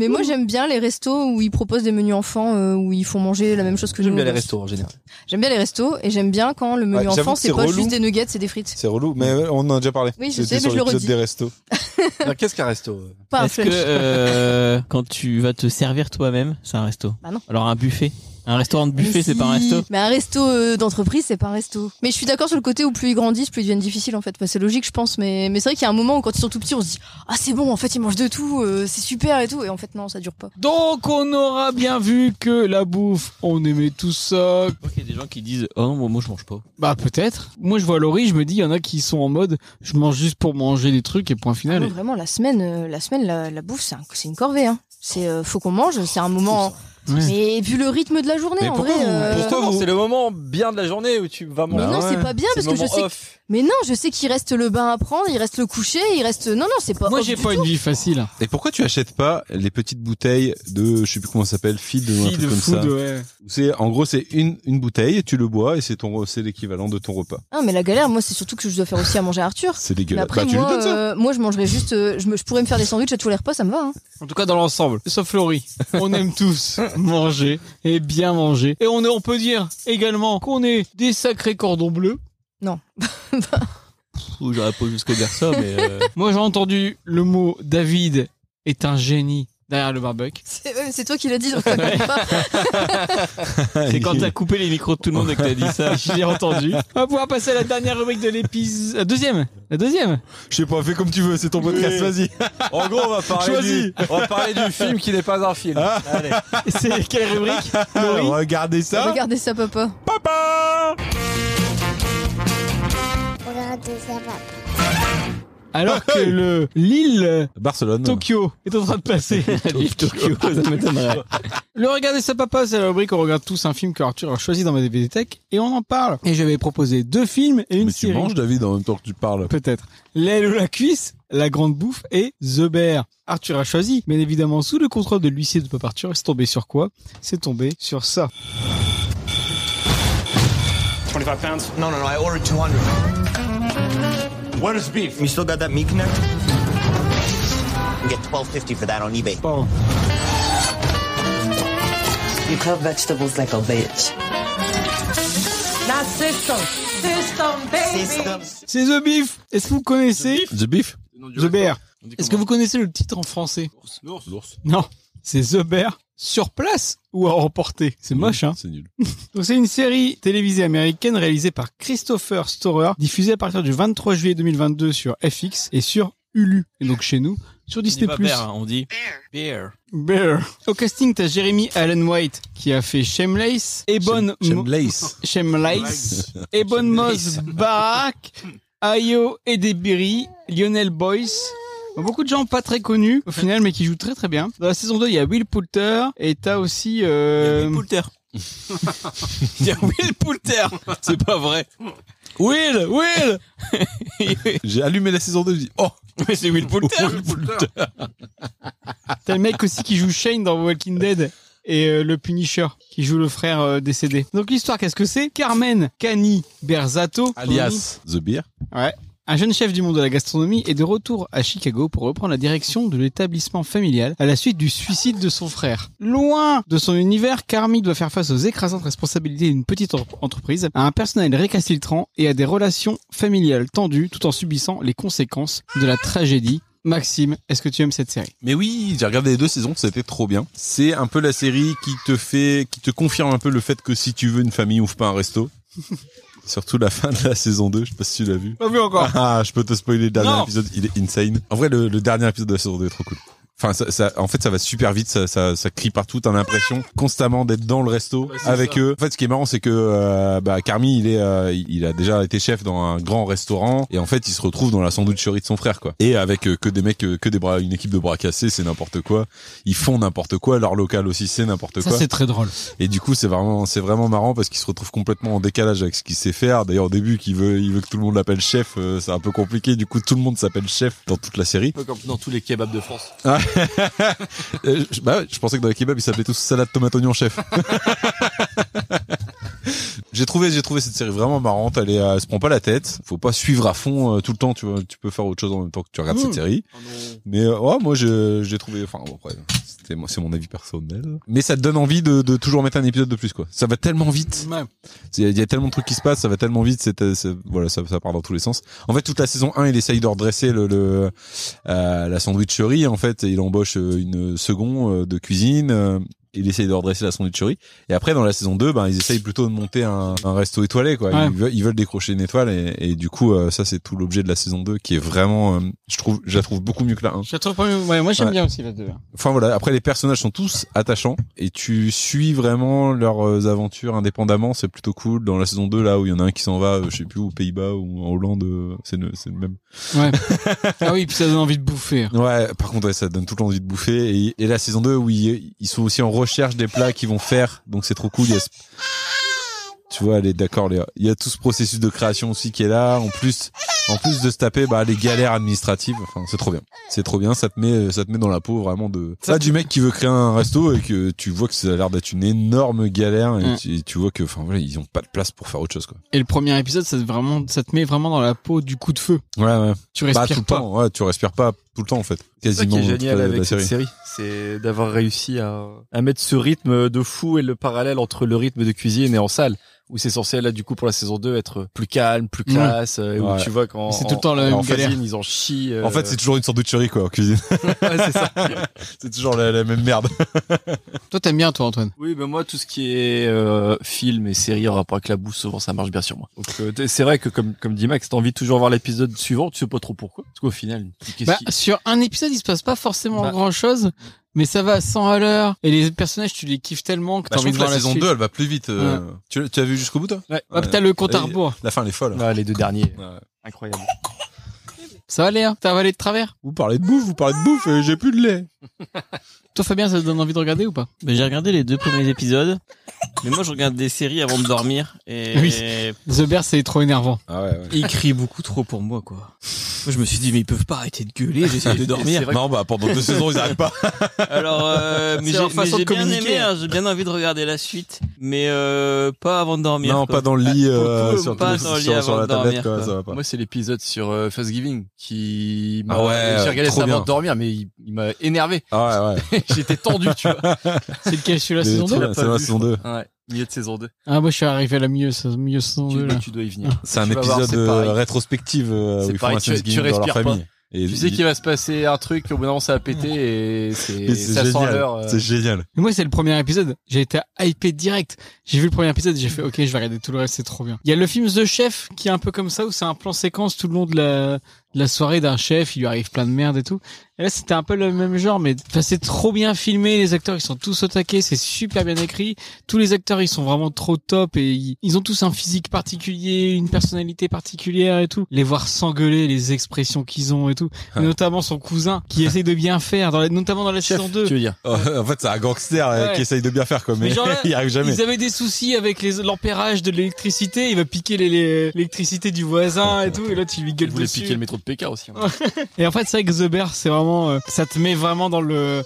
Speaker 6: Mais moi j'aime bien les restos où ils proposent des menus enfants euh, où ils font manger la même chose que nous.
Speaker 9: J'aime bien les restos en général.
Speaker 6: J'aime bien les restos et j'aime bien quand le menu
Speaker 5: Ouais, j'avoue
Speaker 6: enfant
Speaker 5: que
Speaker 6: c'est
Speaker 5: c'est
Speaker 6: pas
Speaker 5: relou.
Speaker 6: juste des nuggets, c'est des frites.
Speaker 5: C'est relou, mais on en a déjà parlé.
Speaker 6: Oui, je
Speaker 5: C'était
Speaker 6: sais,
Speaker 5: sur
Speaker 6: mais je le
Speaker 5: l'épisode
Speaker 6: redis.
Speaker 5: des restos.
Speaker 9: Alors, Qu'est-ce qu'un resto euh
Speaker 6: Pas un
Speaker 4: Est-ce que
Speaker 6: flunch.
Speaker 4: euh, quand tu vas te servir toi-même, c'est un resto
Speaker 6: Bah non.
Speaker 4: Alors un buffet Un restaurant de
Speaker 6: Mais
Speaker 4: buffet, c'est
Speaker 6: si.
Speaker 4: pas un resto
Speaker 6: Mais un resto euh, d'entreprise, c'est pas un resto. Mais je suis d'accord sur le côté où plus ils grandissent, plus ils deviennent difficiles en fait. Enfin, c'est logique, je pense. Mais, mais c'est vrai qu'il y a un moment où quand ils sont tout petits, on se dit Ah, c'est bon, en fait, ils mangent de tout, euh, c'est super et tout. Et en fait, non, ça dure pas.
Speaker 10: Donc, on aura bien vu que la bouffe, on aimait tout ça,
Speaker 4: Il y a des gens qui disent Oh non, moi, moi, je mange pas.
Speaker 10: Bah peut-être. Moi je vois Laurie, je me dis, il y en a qui sont en mode, je mange juste pour manger des trucs et point
Speaker 6: Ah non,
Speaker 10: final.
Speaker 6: vraiment, la semaine, euh, la, semaine la, la bouffe, c'est un- c'est une corvée. Hein. C'est euh, faut qu'on mange, c'est un moment.
Speaker 10: Ouais.
Speaker 6: Mais vu le rythme de la journée,
Speaker 5: Mais
Speaker 6: en
Speaker 5: pourquoi
Speaker 6: vrai.
Speaker 5: vous- Bah
Speaker 6: euh,
Speaker 5: pourquoi
Speaker 9: Non,
Speaker 5: vous-
Speaker 9: C'est le moment bien de la journée où tu vas manger.
Speaker 6: Mais non, c'est pas bien
Speaker 9: C'est
Speaker 6: parce
Speaker 9: le
Speaker 6: que je
Speaker 9: moment
Speaker 6: sais
Speaker 9: off.
Speaker 6: Mais non, je sais qu'il reste le bain à prendre, il reste le coucher, il reste. Non, non, c'est pas.
Speaker 10: Moi
Speaker 6: off
Speaker 10: j'ai
Speaker 6: du
Speaker 10: pas une vie facile. hein.
Speaker 5: Et pourquoi tu achètes pas les petites bouteilles de, je sais plus comment ça s'appelle, feed ou un
Speaker 10: Fille
Speaker 5: truc
Speaker 10: de
Speaker 5: comme
Speaker 10: food,
Speaker 5: ça
Speaker 10: ouais.
Speaker 5: Où C'est en gros c'est une une bouteille, tu le bois et c'est ton c'est l'équivalent de ton repas.
Speaker 6: Ah, mais la galère, moi, c'est surtout que je dois faire aussi à manger à Arthur.
Speaker 5: C'est
Speaker 6: Mais
Speaker 5: dégueulasse.
Speaker 6: après,
Speaker 5: Bah, tu lui
Speaker 6: moi,
Speaker 5: donnes ça.
Speaker 6: euh, moi, je mangerais juste. euh, je, me, je pourrais me faire des sandwichs à tous les repas, ça me va. Hein.
Speaker 10: En tout cas dans l'ensemble. Sauf Laurie. On aime tous manger et bien manger. Et on, est, on peut dire également qu'on est des sacrés cordons bleus.
Speaker 4: Ou j'aurais pas jusqu'à dire ça, mais. euh,
Speaker 10: Moi j'ai entendu le mot David est un génie
Speaker 11: derrière le barbecue.
Speaker 6: C'est ouais, mais c'est toi qui l'as dit, donc t'inquiète pas.
Speaker 4: C'est quand t'as coupé les micros de tout le monde et que t'as dit ça.
Speaker 2: J'ai entendu. On va pouvoir passer à la dernière rubrique de l'épisode. La deuxième La deuxième
Speaker 5: Je sais pas, fais comme tu veux, c'est ton podcast,
Speaker 12: Oui.
Speaker 5: vas-y.
Speaker 12: En gros, on va parler,
Speaker 5: Choisis.
Speaker 12: du, on va parler du film qui n'est pas un film. Allez.
Speaker 2: C'est quelle rubrique Laurie
Speaker 5: Regardez ça.
Speaker 6: Regardez ça, papa.
Speaker 5: Papa
Speaker 2: Alors que le Lille
Speaker 5: Barcelone.
Speaker 2: Tokyo est en train de passer. Tokyo,
Speaker 5: Ah,
Speaker 2: ça m'étonnerait. Le Regardez ça papa, c'est la rubrique où on regarde tous un film que Arthur a choisi dans ma bibliothèque et on en parle. Et j'avais proposé deux films et une
Speaker 5: Mais tu
Speaker 2: série.
Speaker 5: manges, David, en même temps que tu parles.
Speaker 2: Peut-être. L'aile ou la cuisse, la grande bouffe et The Bear. Arthur a choisi, bien évidemment, sous le contrôle de l'huissier de Pop Arthur. C'est tombé sur quoi C'est tombé sur ça.
Speaker 13: We still got that meat connect? You get 12.50 for that on eBay.
Speaker 2: Bon.
Speaker 14: You cut vegetables like a bitch.
Speaker 2: C'est The Beef. Est-ce que vous connaissez
Speaker 5: The beef
Speaker 2: The Bear Est-ce que vous connaissez le titre en français Non, c'est The Bear sur place ou à emporter. C'est moche, hein
Speaker 5: C'est nul.
Speaker 2: Donc c'est une série télévisée américaine réalisée par Christopher Storer, diffusée à partir du 23 juillet 2022 sur FX et sur Hulu, et donc chez nous sur
Speaker 4: C'est
Speaker 2: Disney+.
Speaker 4: pas Bear, hein, on dit. Bear.
Speaker 2: Bear. Au casting, t'as Jeremy Allen White qui a fait Shameless, Ebon Mo-
Speaker 5: Blaze.
Speaker 2: Shameless, Ebon Moss Barak, Ayo Edebiri, Lionel Boyce. Donc, Beaucoup de gens pas très connus au final, mais qui jouent très très bien. Dans la saison 2, il y a Will Poulter et t'as aussi euh,
Speaker 4: Will Poulter. Il y a Will Poulter. C'est pas vrai. Will, Will.
Speaker 5: J'ai allumé la saison 2, j'ai dit, oh,
Speaker 4: Mais c'est Will Poulter.
Speaker 2: T'as le mec aussi qui joue Shane dans Walking Dead et euh, le Punisher qui joue le frère euh, décédé. Donc l'histoire, qu'est-ce que c'est Carmen Cani Berzato,
Speaker 5: alias The Beer.
Speaker 2: un jeune chef du monde de la gastronomie, est de retour à Chicago pour reprendre la direction de l'établissement familial à la suite du suicide de son frère. Loin de son univers, Carmi doit faire face aux écrasantes responsabilités d'une petite entre- entreprise, à un personnel récalcitrant et à des relations familiales tendues tout en subissant les conséquences de la tragédie. Maxime, est-ce que tu aimes cette série
Speaker 5: Mais oui, j'ai regardé les deux saisons, c'était trop bien. C'est un peu la série qui te fait, qui te confirme un peu le fait que si tu veux une famille, ouvre pas un resto. Surtout la fin de la saison 2, je sais pas si tu l'as vu.
Speaker 2: Pas vu encore.
Speaker 5: Ah, je peux te spoiler le dernier
Speaker 2: Non.
Speaker 5: épisode, il est insane. En vrai, le, le dernier épisode de la saison 2 est trop cool. Enfin, ça, ça- en fait, ça va super vite, ça, ça, ça crie partout, t'as l'impression constamment d'être dans le resto avec eux. En fait, ce qui est marrant, c'est que euh, bah, Carmi, il est, euh, il a déjà été chef dans un grand restaurant et en fait, il se retrouve dans la sandwicherie de son frère, quoi. Et avec euh, que des mecs, euh, que des bras, une équipe de bras cassés, c'est n'importe quoi. Ils font n'importe quoi, leur local aussi, c'est n'importe
Speaker 2: Ça
Speaker 5: quoi.
Speaker 2: c'est très drôle.
Speaker 5: Et du coup, c'est vraiment, c'est vraiment marrant parce qu'il se retrouve complètement en décalage avec ce qu'il sait faire. D'ailleurs, au début, qu'il veut, il veut que tout le monde l'appelle chef, euh, c'est un peu compliqué. Du coup, tout le monde s'appelle chef dans toute la série.
Speaker 3: peu comme dans tous les kebabs de France.
Speaker 5: Euh, je, bah ouais, je pensais que dans les kebabs, ils s'appelaient tous salade tomate oignon chef. j'ai trouvé, j'ai trouvé cette série vraiment marrante. Elle est, euh, elle se prend pas la tête. Faut pas suivre à fond euh, tout le temps. Tu vois, tu peux faire autre chose en même temps que tu regardes cette série.
Speaker 2: Ah
Speaker 5: Mais euh, ouais, moi, je, j'ai trouvé. Enfin, bon, après, c'était moi, c'est mon avis personnel. Mais ça te donne envie de, de toujours mettre un épisode de plus, quoi. Ça va tellement vite. Il y, a- il y a tellement de trucs qui se passent, ça va tellement vite, c'est, euh, c'est- voilà, ça, ça part dans tous les sens. En fait, toute la saison 1, il essaye de redresser le, le euh, la sandwicherie. En fait, et il embauche euh, une seconde euh, de cuisine. euh, il essaye de redresser la sandwicherie. Et après, dans la saison 2, ben, ils essayent plutôt de monter un, un resto étoilé, quoi.
Speaker 2: Ouais.
Speaker 5: Ils, veulent, ils veulent décrocher une étoile. Et, et du coup, euh, ça, c'est tout l'objet de la saison 2 qui est vraiment, euh, je trouve, je la trouve beaucoup mieux que la 1.
Speaker 2: Je la trouve pas mieux. Ouais, moi j'aime
Speaker 5: Ouais.
Speaker 2: bien aussi la 2. hein.
Speaker 5: Enfin voilà, après les personnages sont tous attachants et tu suis vraiment leurs euh, aventures indépendamment, c'est plutôt cool. Dans la saison 2 là où il y en a un qui s'en va, euh, je sais plus aux Pays-Bas ou en Hollande, euh, c'est le, c'est le même.
Speaker 2: Ouais. ah oui, puis ça donne envie de bouffer. hein.
Speaker 5: Ouais, par contre ouais, ça donne tout le temps envie de bouffer et, et la saison 2 où ils, ils sont aussi en recherche des plats qu'ils vont faire, donc c'est trop cool. Il y a ce- Tu vois, allez, d'accord, Léa. Il y a tout ce processus de création aussi qui est là. En plus, en plus de se taper, bah, les galères administratives. Enfin, c'est trop bien. C'est trop bien. Ça te met, ça te met dans la peau vraiment de. Ça, du mec qui veut créer un resto et que tu vois que ça a l'air d'être une énorme galère et,
Speaker 3: Mm.
Speaker 2: Ouais.
Speaker 5: tu, et tu vois que, enfin, voilà, ils ont pas de place pour faire autre chose, quoi.
Speaker 2: Et le premier épisode, ça te, vraiment, ça te met vraiment dans la peau du coup de feu.
Speaker 5: Ouais, ouais.
Speaker 2: Tu
Speaker 5: Bah, tout
Speaker 2: respires
Speaker 5: le
Speaker 2: pas.
Speaker 5: temps. Ouais, tu respires pas tout le temps, en fait.
Speaker 3: C'est ça qui
Speaker 5: Quasiment.
Speaker 3: est
Speaker 5: toute
Speaker 3: génial
Speaker 5: la- la
Speaker 3: avec
Speaker 5: série.
Speaker 3: cette série, c'est d'avoir réussi à, à mettre ce rythme de fou et le parallèle entre le rythme de cuisine et en salle. où c'est censé, là, du coup, pour la saison 2, être plus calme, plus classe, euh, où
Speaker 5: Ouais.
Speaker 3: tu vois quand.
Speaker 2: C'est tout le temps la même galère.
Speaker 3: ils en chient. euh,
Speaker 5: En fait, c'est toujours une sandwicherie, quoi, en cuisine.
Speaker 3: ouais, c'est ça.
Speaker 5: c'est toujours la, la même merde.
Speaker 2: Toi, t'aimes bien, toi, Antoine.
Speaker 3: Oui, ben moi, tout ce qui est euh, film et série en rapport avec la bouffe, souvent, ça marche bien sur moi. Donc, euh, t'es- c'est vrai que, comme, comme dit Max, t'as envie de toujours voir l'épisode suivant, tu sais pas trop pourquoi. Parce qu'au final, tu dis, qu'est-ce
Speaker 2: Bah,
Speaker 3: qui...
Speaker 2: sur un épisode, il se passe pas forcément
Speaker 3: Bah.
Speaker 2: grand chose, mais ça va à 100 à l'heure, et les personnages, tu les kiffes tellement que t'as
Speaker 5: Bah, je
Speaker 2: envie
Speaker 5: trouve
Speaker 2: de voir
Speaker 5: que la
Speaker 2: la,
Speaker 5: saison
Speaker 2: suite.
Speaker 5: 2, elle va plus vite. euh. Tu, tu as vu jusqu'au bout, toi
Speaker 2: Ouais. Hop, t'as le compte à
Speaker 5: Et-
Speaker 2: rebours.
Speaker 5: La fin, elle est folle.
Speaker 3: Ah, les deux derniers.
Speaker 5: Ouais.
Speaker 3: Incroyable.
Speaker 2: Ça va aller, hein T'as avalé de travers.
Speaker 5: Vous parlez de bouffe, vous parlez de bouffe, et j'ai plus de lait.
Speaker 2: Toi, Fabien, ça te donne envie de regarder ou pas
Speaker 4: Mais j'ai regardé les deux premiers épisodes. Mais moi, je regarde des séries avant de dormir. Et
Speaker 2: Oui. The Bear, c'est trop énervant.
Speaker 5: Ah ouais, ouais.
Speaker 4: ils crient beaucoup trop pour moi, quoi. Moi, je me suis dit, mais ils peuvent pas arrêter de gueuler, j'essaie de dormir.
Speaker 5: Non, bah pendant deux saisons, ils arrêtent pas.
Speaker 4: Alors, euh, mais
Speaker 15: C'est
Speaker 4: j'ai
Speaker 15: leur
Speaker 4: mais
Speaker 15: façon
Speaker 4: j'ai
Speaker 15: de
Speaker 4: bien
Speaker 15: communiquer,
Speaker 4: aimé, hein, j'ai bien envie de regarder la suite, mais euh, pas avant de dormir.
Speaker 5: Non,
Speaker 4: quoi.
Speaker 5: pas dans le lit, euh,
Speaker 4: pour le-
Speaker 5: sur,
Speaker 4: pas
Speaker 5: sur-
Speaker 4: dans le lit
Speaker 5: sur
Speaker 4: avant
Speaker 5: la
Speaker 4: de dormir,
Speaker 5: tablette, quoi,
Speaker 4: quoi.
Speaker 5: ça va pas.
Speaker 3: Moi, c'est l'épisode sur euh, Thanksgiving qui m'a.
Speaker 5: Ah ouais,
Speaker 3: J'ai regardé
Speaker 5: trop
Speaker 3: ça avant
Speaker 5: bien.
Speaker 3: de dormir, mais il, il m'a énervé.
Speaker 5: Ah ouais, ouais.
Speaker 3: J'étais tendu, tu vois.
Speaker 2: C'est lequel, celui-là,
Speaker 5: Les-
Speaker 2: saison
Speaker 5: tu
Speaker 2: 2
Speaker 5: l'as- C'est la saison 2.
Speaker 3: Ouais, milieu de saison 2.
Speaker 2: Ah, moi, je suis arrivé à la milieu, milieu saison
Speaker 3: Tu,
Speaker 2: 2, là.
Speaker 3: tu dois y venir.
Speaker 5: C'est un
Speaker 3: Tu vas voir,
Speaker 5: épisode
Speaker 3: c'est
Speaker 5: euh,
Speaker 3: pareil.
Speaker 5: rétrospective euh,
Speaker 3: C'est
Speaker 5: où ils font
Speaker 3: pareil,
Speaker 5: un
Speaker 3: tu- tu
Speaker 5: Thanksgiving dans leur
Speaker 3: respires pas.
Speaker 5: famille. Et
Speaker 3: Tu sais
Speaker 5: ils-
Speaker 3: qu'il va se passer un truc, au bout d'un moment ça va péter et c'est ça
Speaker 5: Mais c'est
Speaker 3: sent
Speaker 5: génial.
Speaker 3: l'heure. euh.
Speaker 5: C'est génial.
Speaker 2: Mais moi, c'est le premier épisode. J'ai été hypé direct. J'ai vu le premier épisode, j'ai fait, ok, je vais regarder tout le reste, c'est trop bien. Il y a le film The Chef qui est un peu comme ça, où c'est un plan séquence tout le long de la, de la soirée d'un chef, il lui arrive plein de merde et tout. Et là, c'était un peu le même genre, mais enfin, c'est trop bien filmé, les acteurs, ils sont tous au taquet, c'est super bien écrit. Tous les acteurs, ils sont vraiment trop top et ils, ils ont tous un physique particulier, une personnalité particulière et tout. Les voir s'engueuler, les expressions qu'ils ont et tout. Et Notamment son cousin qui essaie de bien faire, dans la- notamment dans la
Speaker 3: Chef,
Speaker 2: saison 2.
Speaker 3: tu veux dire.
Speaker 5: en fait, c'est un gangster euh,
Speaker 2: Ouais.
Speaker 5: qui essaye de bien faire, quoi,
Speaker 2: Mais
Speaker 5: mais,
Speaker 2: genre là,
Speaker 5: il y arrive jamais.
Speaker 2: Ils avaient des soucis avec les- l'ampérage de l'électricité, il va piquer les- les- l'électricité du voisin et tout, et là tu lui
Speaker 3: Il
Speaker 2: gueules
Speaker 3: voulait
Speaker 2: dessus.
Speaker 3: piquer le métro de Pékin aussi. hein.
Speaker 2: Et en fait, c'est vrai que The Bear, c'est vraiment, euh, ça te met vraiment dans le.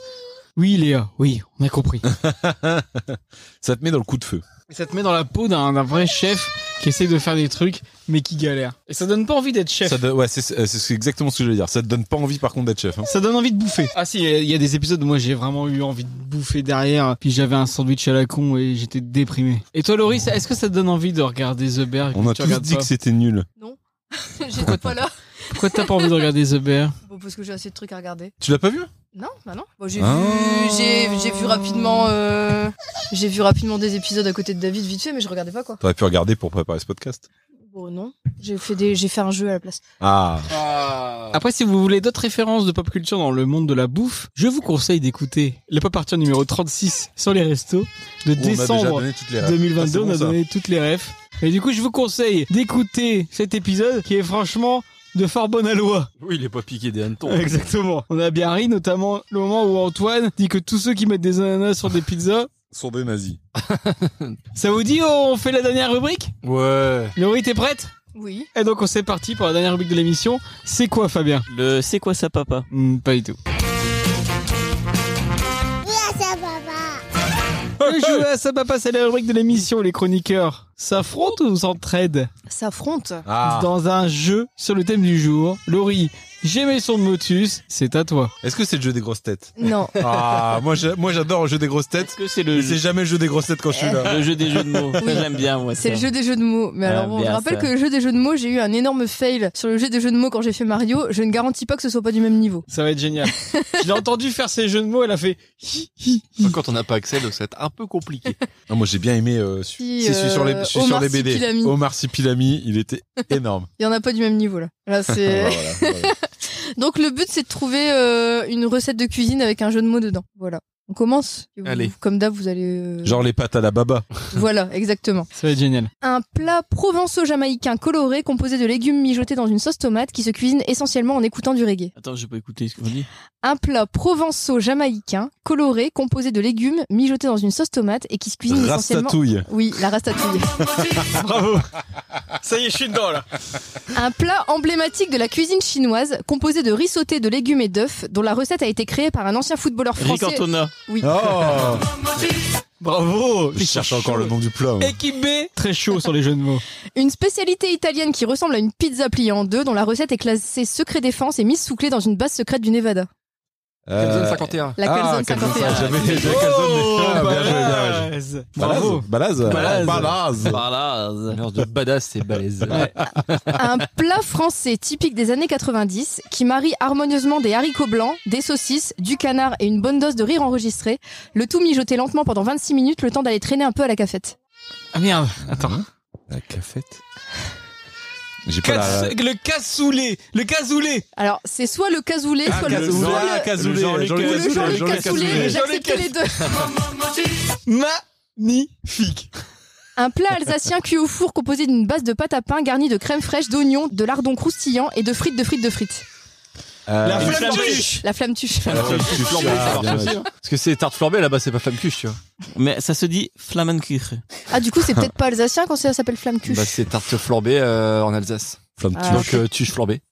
Speaker 2: Oui, Léa, oui, on a compris.
Speaker 5: Ça te met dans le coup de feu.
Speaker 2: Et ça te met dans la peau d'un d'un vrai chef qui essaie de faire des trucs, mais qui galère. Et ça donne pas envie d'être chef.
Speaker 5: Ça donne- ouais, c'est euh, c'est- c'est exactement ce que je voulais dire. Ça te donne pas envie, par contre, d'être chef. hein.
Speaker 2: Ça donne envie de bouffer. Ah si, il y a des épisodes où moi j'ai vraiment eu envie de bouffer derrière, puis j'avais un sandwich à la con et j'étais déprimé. Et toi Loris, est-ce que ça te donne envie de regarder The Bear et
Speaker 5: On
Speaker 2: que
Speaker 5: a
Speaker 2: tu
Speaker 5: tous
Speaker 2: regardes
Speaker 5: dit
Speaker 2: pas
Speaker 5: que c'était nul.
Speaker 6: J'étais pas là.
Speaker 2: Pourquoi t'as pas envie de regarder The Bear
Speaker 6: Bon, parce que j'ai assez de trucs à regarder.
Speaker 5: Tu l'as pas vu
Speaker 6: Non, bah non. Bon, j'ai
Speaker 5: Ah.
Speaker 6: vu, j'ai, j'ai vu rapidement, euh, j'ai vu rapidement des épisodes à côté de David vite fait, mais je regardais pas quoi.
Speaker 5: T'aurais pu regarder pour préparer ce podcast.
Speaker 6: Bon, non. J'ai fait des, j'ai fait un jeu à la place.
Speaker 5: Ah,
Speaker 2: Après, si vous voulez d'autres références de pop culture dans le monde de la bouffe, je vous conseille d'écouter le pop Arthur numéro 36 sur les restos de décembre
Speaker 5: toutes les
Speaker 2: 2022.
Speaker 5: Ah,
Speaker 2: on a
Speaker 5: c'est bon,
Speaker 2: donné toutes les refs. Et du coup, je vous conseille d'écouter cet épisode qui est franchement de fort bonne aloi.
Speaker 3: Oui, il est pas piqué des hannetons.
Speaker 2: Exactement. On a bien ri, notamment le moment où Antoine dit que tous ceux qui mettent des ananas sur des pizzas,
Speaker 5: ça. Sont des nazis.
Speaker 2: ça vous dit, oh, on fait la dernière rubrique
Speaker 3: Ouais.
Speaker 2: Laurie, t'es prête
Speaker 6: Oui.
Speaker 2: Et donc, on s'est parti pour la dernière rubrique de l'émission. C'est quoi, Fabien
Speaker 4: Le c'est quoi ça, papa
Speaker 2: Hmm, Pas du tout.
Speaker 1: Ah,
Speaker 2: Le jeu à sa papa, c'est la rubrique de l'émission. Les chroniqueurs s'affrontent ou s'entraident
Speaker 6: S'affronte.
Speaker 5: Ah,
Speaker 2: dans un jeu sur le thème du jour. Laurie, j'aimais son motus, c'est à toi.
Speaker 5: est-ce que c'est le jeu des grosses têtes
Speaker 6: Non.
Speaker 5: Ah, moi j'a- moi, j'adore le jeu des grosses têtes.
Speaker 4: Est-ce que c'est le,
Speaker 5: Mais c'est jamais le jeu des grosses têtes quand je suis là.
Speaker 4: le jeu des jeux de mots
Speaker 6: Oui.
Speaker 4: J'aime bien, moi.
Speaker 6: C'est
Speaker 4: ça.
Speaker 6: le jeu des jeux de mots. Mais
Speaker 4: Ah,
Speaker 6: alors, bon, je
Speaker 4: bien,
Speaker 6: rappelle
Speaker 4: ça.
Speaker 6: que le jeu des jeux de mots, j'ai eu un énorme fail sur le jeu des jeux de mots quand j'ai fait Mario. Je ne garantis pas que ce soit pas du même niveau.
Speaker 2: Ça va être génial. Je l'ai entendu faire ces jeux de mots, elle a fait hi, hi, hi.
Speaker 3: Bah, Quand on n'a pas accès, donc ça va être un peu compliqué.
Speaker 5: Non, moi j'ai bien aimé. euh,
Speaker 6: Si,
Speaker 5: c'est celui sur les,
Speaker 6: euh,
Speaker 5: je suis sur
Speaker 6: Omar
Speaker 5: les BD.
Speaker 6: Sipilami.
Speaker 5: Omar Sipilami, il était énorme.
Speaker 6: Il y en a pas du même niveau là. Là,
Speaker 5: Voilà,
Speaker 6: c'est.
Speaker 5: voilà, voilà.
Speaker 6: Donc le but c'est de trouver euh, une recette de cuisine avec un jeu de mots dedans. Voilà. On commence. Et vous-
Speaker 3: Allez.
Speaker 6: Comme d'hab, vous allez. euh,
Speaker 5: Genre les pâtes à la baba.
Speaker 6: Voilà, exactement.
Speaker 2: Ça va être génial.
Speaker 6: Un plat provençaux-jamaïcain coloré composé de légumes mijotés dans une sauce tomate qui se cuisine essentiellement en écoutant du reggae.
Speaker 4: Attends, j'ai pas écouté ce qu'on dit.
Speaker 6: Un plat provençaux-jamaïcain coloré composé de légumes mijotés dans une sauce tomate et qui se cuisine essentiellement.
Speaker 5: Rastatouille.
Speaker 6: Oui, la rastatouille.
Speaker 2: Bravo. Ah, Ça y est, je suis dedans là.
Speaker 6: Un plat emblématique de la cuisine chinoise composé de riz sauté, de légumes et d'œufs dont la recette a été créée par un ancien footballeur
Speaker 4: Rick
Speaker 6: français.
Speaker 4: Antona.
Speaker 6: Oui.
Speaker 5: Oh
Speaker 2: Bravo.
Speaker 5: Je cherche encore le nom du plat. moi.
Speaker 2: Équipe B, très chaud sur les jeux de mots.
Speaker 6: Une spécialité italienne qui ressemble à une pizza pliée en deux, dont la recette est classée secret défense et mise sous clé dans une base secrète du Nevada.
Speaker 5: Euh,
Speaker 3: Calzone 51.
Speaker 6: La
Speaker 5: Ah,
Speaker 6: calzone
Speaker 5: Calzone
Speaker 6: 51.
Speaker 5: J'avais j'avais Calzone. Ah, bien joué, bien joué.
Speaker 10: Bravo.
Speaker 5: Balaz. Balaz.
Speaker 10: Balaz.
Speaker 5: Balaz.
Speaker 4: Ah.
Speaker 3: Merde de badass, c'est balèze.
Speaker 6: un plat français typique des années 90 qui marie harmonieusement des haricots blancs, des saucisses, du canard et une bonne dose de rire enregistré. Le tout mijoté lentement pendant 26 minutes, le temps d'aller traîner un peu à la cafette.
Speaker 10: Ah merde, attends.
Speaker 5: La cafette. J'ai pas la.
Speaker 2: Cas- Le cassoulet Le cassoulet
Speaker 6: Alors, c'est soit le cassoulet, soit le,
Speaker 5: cassoulet.
Speaker 6: soit
Speaker 5: Ah,
Speaker 6: le-
Speaker 5: cassoulet,
Speaker 6: ou le Jean-Luc
Speaker 5: Jean-Luc
Speaker 6: cassoulet.
Speaker 5: Cassoulet.
Speaker 6: J'accepte les deux.
Speaker 2: Magnifique
Speaker 6: Un plat alsacien cuit au four composé d'une base de pâte à pain garnie de crème fraîche, d'oignons, de lardons croustillants et de frites de frites de frites.
Speaker 5: Euh,
Speaker 2: La
Speaker 5: la
Speaker 2: flamme
Speaker 1: flamme
Speaker 2: tuche
Speaker 6: La flamme tuche.
Speaker 3: Ah,
Speaker 5: flamme du chat, bien joué.
Speaker 3: Parce que c'est tarte flambée là-bas, c'est pas flamme cuche, tu vois.
Speaker 4: Mais ça se dit flamencuche.
Speaker 6: Ah, du coup, c'est peut-être pas alsacien quand ça s'appelle flamme cuche.
Speaker 3: Bah, c'est tarte flambée euh, en Alsace.
Speaker 5: Flamme
Speaker 6: Ah.
Speaker 3: Donc, euh, tuche flambée.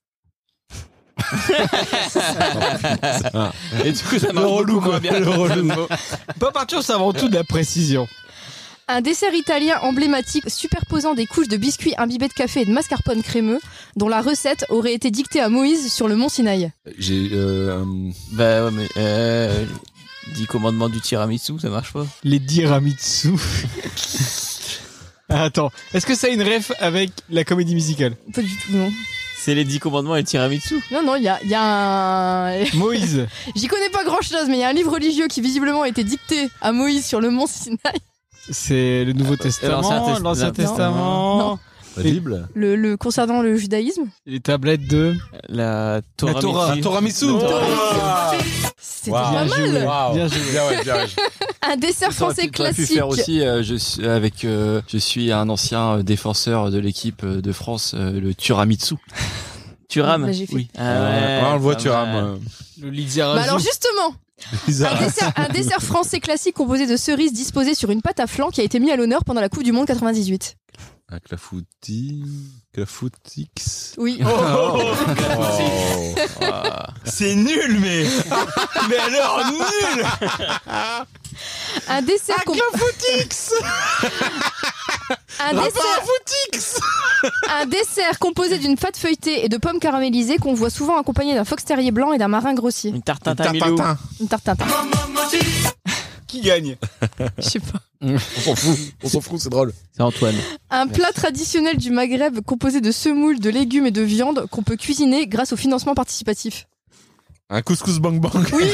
Speaker 4: Et du coup, ça marche beaucoup moins bien.
Speaker 10: Pas partir, c'est avant tout de la précision.
Speaker 6: Un dessert italien emblématique superposant des couches de biscuits imbibés de café et de mascarpone crémeux, dont la recette aurait été dictée à Moïse sur le mont Sinaï.
Speaker 5: J'ai. euh, euh,
Speaker 4: Bah ouais, mais euh, 10 commandements du tiramisu, ça marche pas.
Speaker 10: Les diramitsu. attends, est-ce que ça a une ref avec la comédie musicale
Speaker 6: Pas du tout, non.
Speaker 4: C'est les 10 commandements et le tiramisu.
Speaker 6: Non, non, il y a, il y a un.
Speaker 10: Moïse.
Speaker 6: J'y connais pas grand chose, mais il y a un livre religieux qui visiblement a été dicté à Moïse sur le mont Sinaï.
Speaker 10: C'est le Nouveau Testament,
Speaker 4: Test-
Speaker 10: Euh, l'Ancien
Speaker 4: Non.
Speaker 10: Testament,
Speaker 6: Non.
Speaker 5: La Bible.
Speaker 6: Le, le- concernant le judaïsme.
Speaker 10: les tablettes de.
Speaker 4: La Torah.
Speaker 2: La Torah.
Speaker 4: Michi.
Speaker 5: Toramisu.
Speaker 6: C'était
Speaker 5: Waouh.
Speaker 6: pas mal.
Speaker 5: Bien
Speaker 10: Bien
Speaker 5: joué. hein.
Speaker 10: joué.
Speaker 5: Bien ouais, bien joué.
Speaker 6: Un dessert
Speaker 3: T'aurais
Speaker 6: français
Speaker 3: pu- t'aurais
Speaker 6: classique.
Speaker 3: pu faire aussi, euh, je suis avec, euh, je suis un ancien euh, défenseur de l'équipe euh, de France, euh, le Turamitsu.
Speaker 4: Tu rames
Speaker 6: Bah, j'ai fait.
Speaker 4: Oui. Ah,
Speaker 5: Euh, ouais, on le voit, tu
Speaker 4: rames.
Speaker 5: rames.
Speaker 10: Le
Speaker 6: Bah alors justement, un
Speaker 5: Bizarre.
Speaker 6: dessert, un dessert français classique composé de cerises disposées sur une pâte à flan qui a été mis à l'honneur pendant la Coupe du Monde 98.
Speaker 5: Un clafoutis. Clafoutix.
Speaker 6: Oui.
Speaker 5: Oh.
Speaker 2: C'est nul, mais Mais alors, nul
Speaker 6: Un dessert com- un dessert Un dessert composé d'une pâte feuilletée et de pommes caramélisées qu'on voit souvent accompagné d'un fox terrier blanc et d'un marin grossier.
Speaker 4: Une tartin tamilou.
Speaker 6: Une tarte Tintin.
Speaker 10: qui gagne
Speaker 6: Je sais pas.
Speaker 5: On s'en fout. On s'en fout, c'est drôle.
Speaker 4: C'est Antoine.
Speaker 6: Un plat traditionnel du Maghreb composé de semoules, de légumes et de viande qu'on peut cuisiner grâce au financement participatif.
Speaker 5: Un couscous bang bang.
Speaker 6: Oui.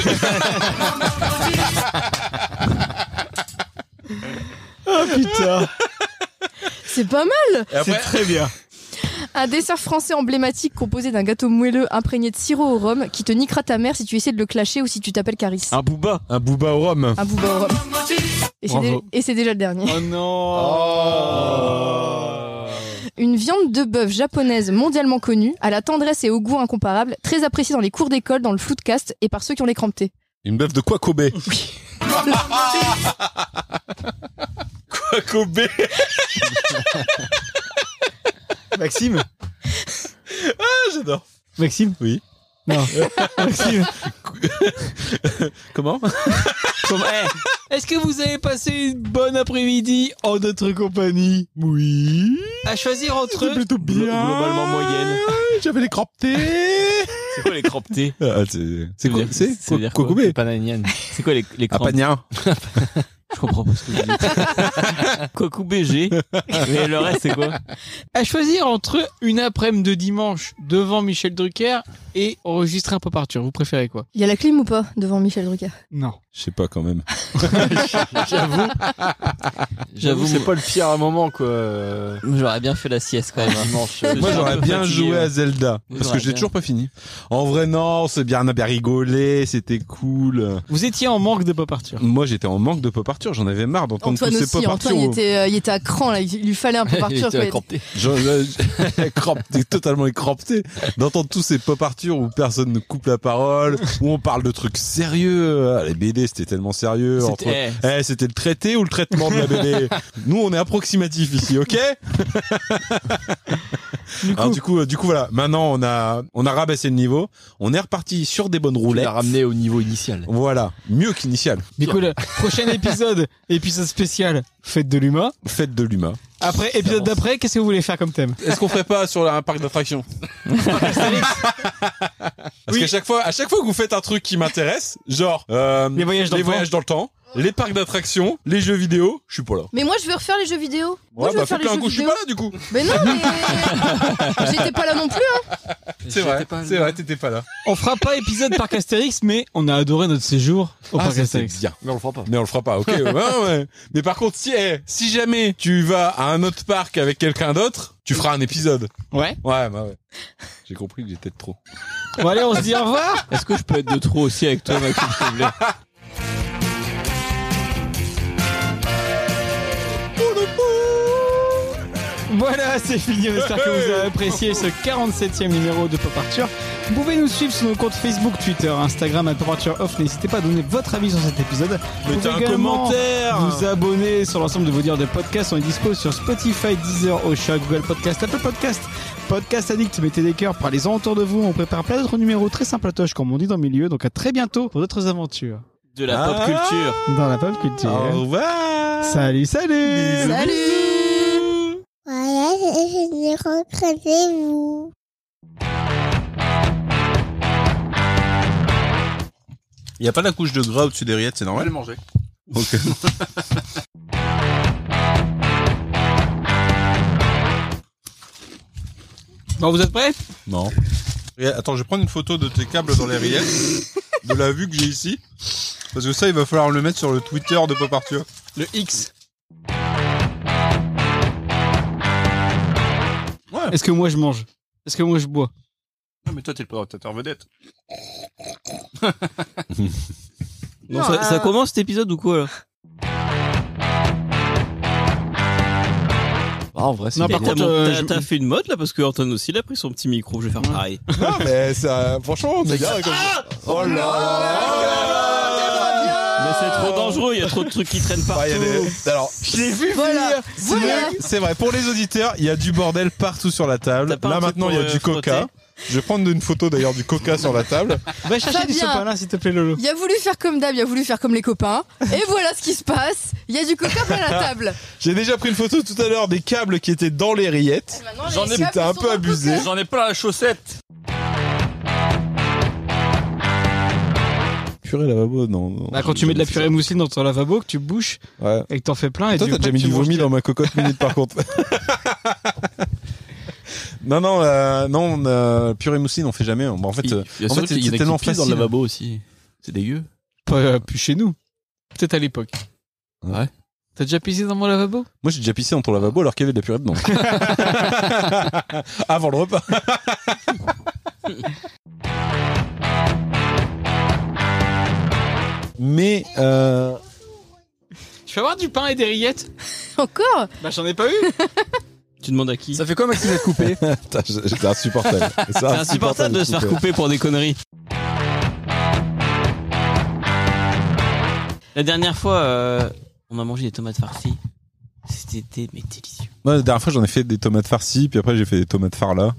Speaker 10: Ah putain,
Speaker 6: C'est pas mal.
Speaker 5: Et après,
Speaker 10: c'est très bien.
Speaker 6: Un dessert français emblématique composé d'un gâteau moelleux imprégné de sirop au rhum qui te niquera ta mère si tu essaies de le clasher ou si tu t'appelles Caris.
Speaker 5: Ah
Speaker 4: Un booba.
Speaker 5: un booba au rhum.
Speaker 6: Un bouba au rhum. Et c'est,
Speaker 10: Bravo.
Speaker 6: dé- et c'est déjà le dernier.
Speaker 10: Oh non
Speaker 6: Une viande de bœuf japonaise mondialement connue, à la tendresse et au goût incomparable, très appréciée dans les cours d'école, dans le flou de caste et par ceux qui ont les cramptés.
Speaker 5: Une bœuf de quoi Kobe Quoi Kobe
Speaker 10: Maxime Ah,
Speaker 5: J'adore.
Speaker 10: Maxime
Speaker 5: Oui.
Speaker 10: Non. Maxime
Speaker 5: Comment
Speaker 10: comment- eh, Est-ce que vous avez passé une bonne après-midi en notre compagnie Oui. À choisir entre
Speaker 5: plutôt
Speaker 4: bien. globalement moyenne.
Speaker 5: J'avais les crampetés.
Speaker 4: C'est quoi les crampetés
Speaker 5: Ah, c'est c'est
Speaker 4: Ça veut
Speaker 5: quoi
Speaker 4: dire-
Speaker 5: C'est
Speaker 4: ça veut dire
Speaker 5: quoi
Speaker 4: quoi
Speaker 5: Kobe
Speaker 4: C'est quoi les, les
Speaker 5: Ah,
Speaker 4: crampetés
Speaker 5: Pagnard.
Speaker 4: Je comprends pas ce que vous dites. Quacou BG. Mais le reste, c'est quoi
Speaker 10: à choisir entre une après-midi de dimanche devant Michel Drucker et enregistrer un peu partir. Vous préférez quoi
Speaker 6: Il y a la clim ou pas devant Michel Drucker
Speaker 10: Non.
Speaker 5: Je sais pas quand même.
Speaker 4: J'avoue,
Speaker 3: c'est pas le pire moment, quoi. euh,
Speaker 4: j'aurais bien fait la sieste quand même. hein.
Speaker 3: Dimanche.
Speaker 4: Je
Speaker 5: Moi
Speaker 4: suis un
Speaker 5: j'aurais
Speaker 4: peu
Speaker 5: bien
Speaker 4: fatigué, hein.
Speaker 5: joué
Speaker 4: ouais.
Speaker 5: à Zelda
Speaker 4: Oui,
Speaker 5: parce que
Speaker 4: j'aurais
Speaker 5: j'ai
Speaker 4: bien.
Speaker 5: toujours pas fini. En vrai non, c'est bien, on a bien rigolé, c'était cool.
Speaker 10: Vous étiez en manque de pas partir.
Speaker 5: Moi j'étais en manque de pop Arthur, j'en avais marre d'entendre tous
Speaker 6: Antoine
Speaker 5: ces
Speaker 6: aussi,
Speaker 5: pop
Speaker 6: Antoine il
Speaker 5: Arthur.
Speaker 6: était, euh, il était à cran là, il il lui fallait un peu
Speaker 3: hein. Il
Speaker 6: partir.
Speaker 3: était
Speaker 6: quoi.
Speaker 3: crampé.
Speaker 5: J'en- euh, écrampé, totalement écrampé d'entendre tous ces pop Arthur où personne ne coupe la parole, où on parle de trucs sérieux. Ah, les BD c'était tellement sérieux. entre-
Speaker 4: C'était- eh,
Speaker 5: Eh, c'était le traité ou le traitement de la BD Nous, on est approximatif ici, ok du coup, du coup, euh, du coup, voilà. Maintenant, on a, on a rabaissé le niveau. On est reparti sur des bonnes
Speaker 3: On
Speaker 5: roulettes.
Speaker 3: l'a ramené au niveau initial.
Speaker 5: Voilà, mieux qu'initial.
Speaker 10: Du coup, le prochain épisode, épisode spécial, fête de l'humain.
Speaker 5: Fête de l'humain.
Speaker 2: Après, épisode d'après, qu'est-ce que vous voulez faire comme thème
Speaker 5: Est-ce qu'on ferait pas sur un parc d'attractions Parce qu'à chaque fois, à chaque fois que vous faites un truc qui m'intéresse, genre euh,
Speaker 2: Les voyages dans le temps.
Speaker 5: dans le temps, les parcs d'attractions, les jeux vidéo, je suis pas là.
Speaker 6: Mais moi, je veux refaire les jeux vidéo. Moi,
Speaker 5: Ouais,
Speaker 6: je veux
Speaker 5: bah
Speaker 6: faire
Speaker 5: faites
Speaker 6: les
Speaker 5: un
Speaker 6: jeux
Speaker 5: coup, je suis
Speaker 6: vidéo.
Speaker 5: pas là du coup.
Speaker 6: Mais non, mais j'étais pas là non plus. hein.
Speaker 5: C'est vrai, c'est vrai, t'étais pas là.
Speaker 2: On fera pas épisode parc Astérix, mais on a adoré notre séjour au
Speaker 5: Ah,
Speaker 2: parc
Speaker 5: ça, c'est
Speaker 2: Astérix.
Speaker 5: bien.
Speaker 3: Mais on le fera pas.
Speaker 5: Mais on le fera pas, ok. ouais, ouais. Mais par contre, si, eh, si jamais tu vas à un autre parc avec quelqu'un d'autre, tu feras un épisode.
Speaker 2: Ouais.
Speaker 5: Ouais, bah ouais. J'ai compris que j'étais de trop.
Speaker 2: Bon allez, on se dit au revoir.
Speaker 16: Est-ce que je peux être de trop aussi avec toi, Maxime, s'il te plaît
Speaker 2: Voilà, c'est fini. On espère que vous avez apprécié ce 47e numéro de Pop Arthur. Vous pouvez nous suivre sur nos comptes Facebook, Twitter, Instagram, à Pop Arthur Off. N'hésitez pas à donner votre avis sur cet épisode. Vous
Speaker 4: Mettez
Speaker 2: pouvez
Speaker 4: un
Speaker 2: également
Speaker 4: commentaire
Speaker 2: Vous abonner sur l'ensemble de vos dires de podcast. On est dispo sur Spotify, Deezer, Ocha, Google Podcast, Apple Podcast, Podcast Addict. Mettez des cœurs, parlez-en autour de vous. On prépare plein d'autres numéros très sympatoches, comme on dit dans le milieu. Donc à très bientôt pour d'autres aventures Oh.
Speaker 4: De la pop culture.
Speaker 2: dans la pop culture.
Speaker 5: Au revoir
Speaker 2: Salut, salut
Speaker 6: Salut.
Speaker 17: Voilà, je dis recrutez-vous.
Speaker 5: Il y a pas la couche de gras au-dessus des rillettes, c'est
Speaker 18: On va
Speaker 5: normal
Speaker 18: le manger.
Speaker 5: Ok.
Speaker 2: Bon, vous êtes prêts
Speaker 5: Non. Attends, je vais prendre une photo de tes câbles dans les rillettes, de la vue que j'ai ici. Parce que ça, il va falloir le mettre sur le Twitter de Pop Arthur.
Speaker 2: Le X.
Speaker 5: Ouais.
Speaker 2: Est-ce que moi je mange Est-ce que moi je bois
Speaker 18: Non, mais toi, t'es le présentateur vedette.
Speaker 4: Non,
Speaker 6: Non,
Speaker 4: ça,
Speaker 6: euh,
Speaker 4: ça commence cet épisode ou quoi là
Speaker 3: Ah, en vrai, c'est
Speaker 2: Non, par
Speaker 4: Eh,
Speaker 2: contre,
Speaker 4: t'as-
Speaker 2: euh,
Speaker 4: t'as-
Speaker 2: je-
Speaker 4: t'as fait une mode là parce que Anton aussi il a pris son petit micro. Je vais faire pareil.
Speaker 5: Non, mais ça, franchement, c'est bien comme Oh là
Speaker 4: Mais c'est trop dangereux. Il y a trop de trucs qui traînent partout.
Speaker 5: Ah, Oh. il y a des- Alors,
Speaker 2: Je l'ai vu
Speaker 6: Voilà.
Speaker 5: c'est vrai- c'est vrai, pour les auditeurs, il y a du bordel partout sur la
Speaker 4: T'as
Speaker 5: table.
Speaker 4: pas un
Speaker 5: Là
Speaker 4: truc
Speaker 5: maintenant, il y a
Speaker 4: pour,
Speaker 5: du
Speaker 4: euh,
Speaker 5: coca.
Speaker 4: frotter
Speaker 5: Je vais prendre une photo d'ailleurs du coca sur la table.
Speaker 2: Va chercher du
Speaker 6: Fabien.
Speaker 2: sopalin s'il te plaît Lolo.
Speaker 6: Il a voulu faire comme d'hab, il a voulu faire comme les copains. Et voilà ce qui se passe. Il y a du coca plein la table.
Speaker 5: J'ai déjà pris une photo tout à l'heure des câbles qui étaient dans les rillettes. J'en ai- t'as un peu abusé.
Speaker 18: J'en ai plein la chaussette.
Speaker 5: Purée lavabo, non. non.
Speaker 2: Bah, quand tu mets de la purée mousseline dans ton lavabo, que tu bouches
Speaker 5: Ouais.
Speaker 2: et que t'en fais plein. Et
Speaker 5: Toi,
Speaker 2: tu
Speaker 5: t'as
Speaker 2: veux
Speaker 5: déjà
Speaker 2: pas
Speaker 5: mis
Speaker 2: que
Speaker 5: du
Speaker 2: tu manges
Speaker 5: vomi
Speaker 2: tes-
Speaker 5: dans ma cocotte minute par contre. non, non, euh, non, euh, purée mousseline, on fait jamais. Bon, en fait, euh, en fait, c'est tellement
Speaker 3: pisse dans
Speaker 5: facile.
Speaker 3: le lavabo aussi. C'est dégueu.
Speaker 2: Pas euh, plus chez nous. Peut-être à l'époque.
Speaker 3: Ouais.
Speaker 2: T'as déjà pissé dans mon lavabo
Speaker 5: moi, j'ai déjà pissé dans ton lavabo alors qu'il y avait de la purée dedans. Avant le repas. Mais euh,
Speaker 2: Je peux avoir du pain et des rillettes
Speaker 6: Encore
Speaker 2: Bah j'en ai pas eu.
Speaker 4: Tu demandes à qui
Speaker 3: Ça fait quoi, Maxime, d'être coupé
Speaker 5: putain, je- c'est insupportable. C'est
Speaker 4: C'est insupportable de se faire couper pour des conneries. La dernière fois, euh, on a mangé des tomates farcies. C'était mais délicieux.
Speaker 5: Moi, la dernière fois, j'en ai fait des tomates farcies, puis après, j'ai fait des tomates farla.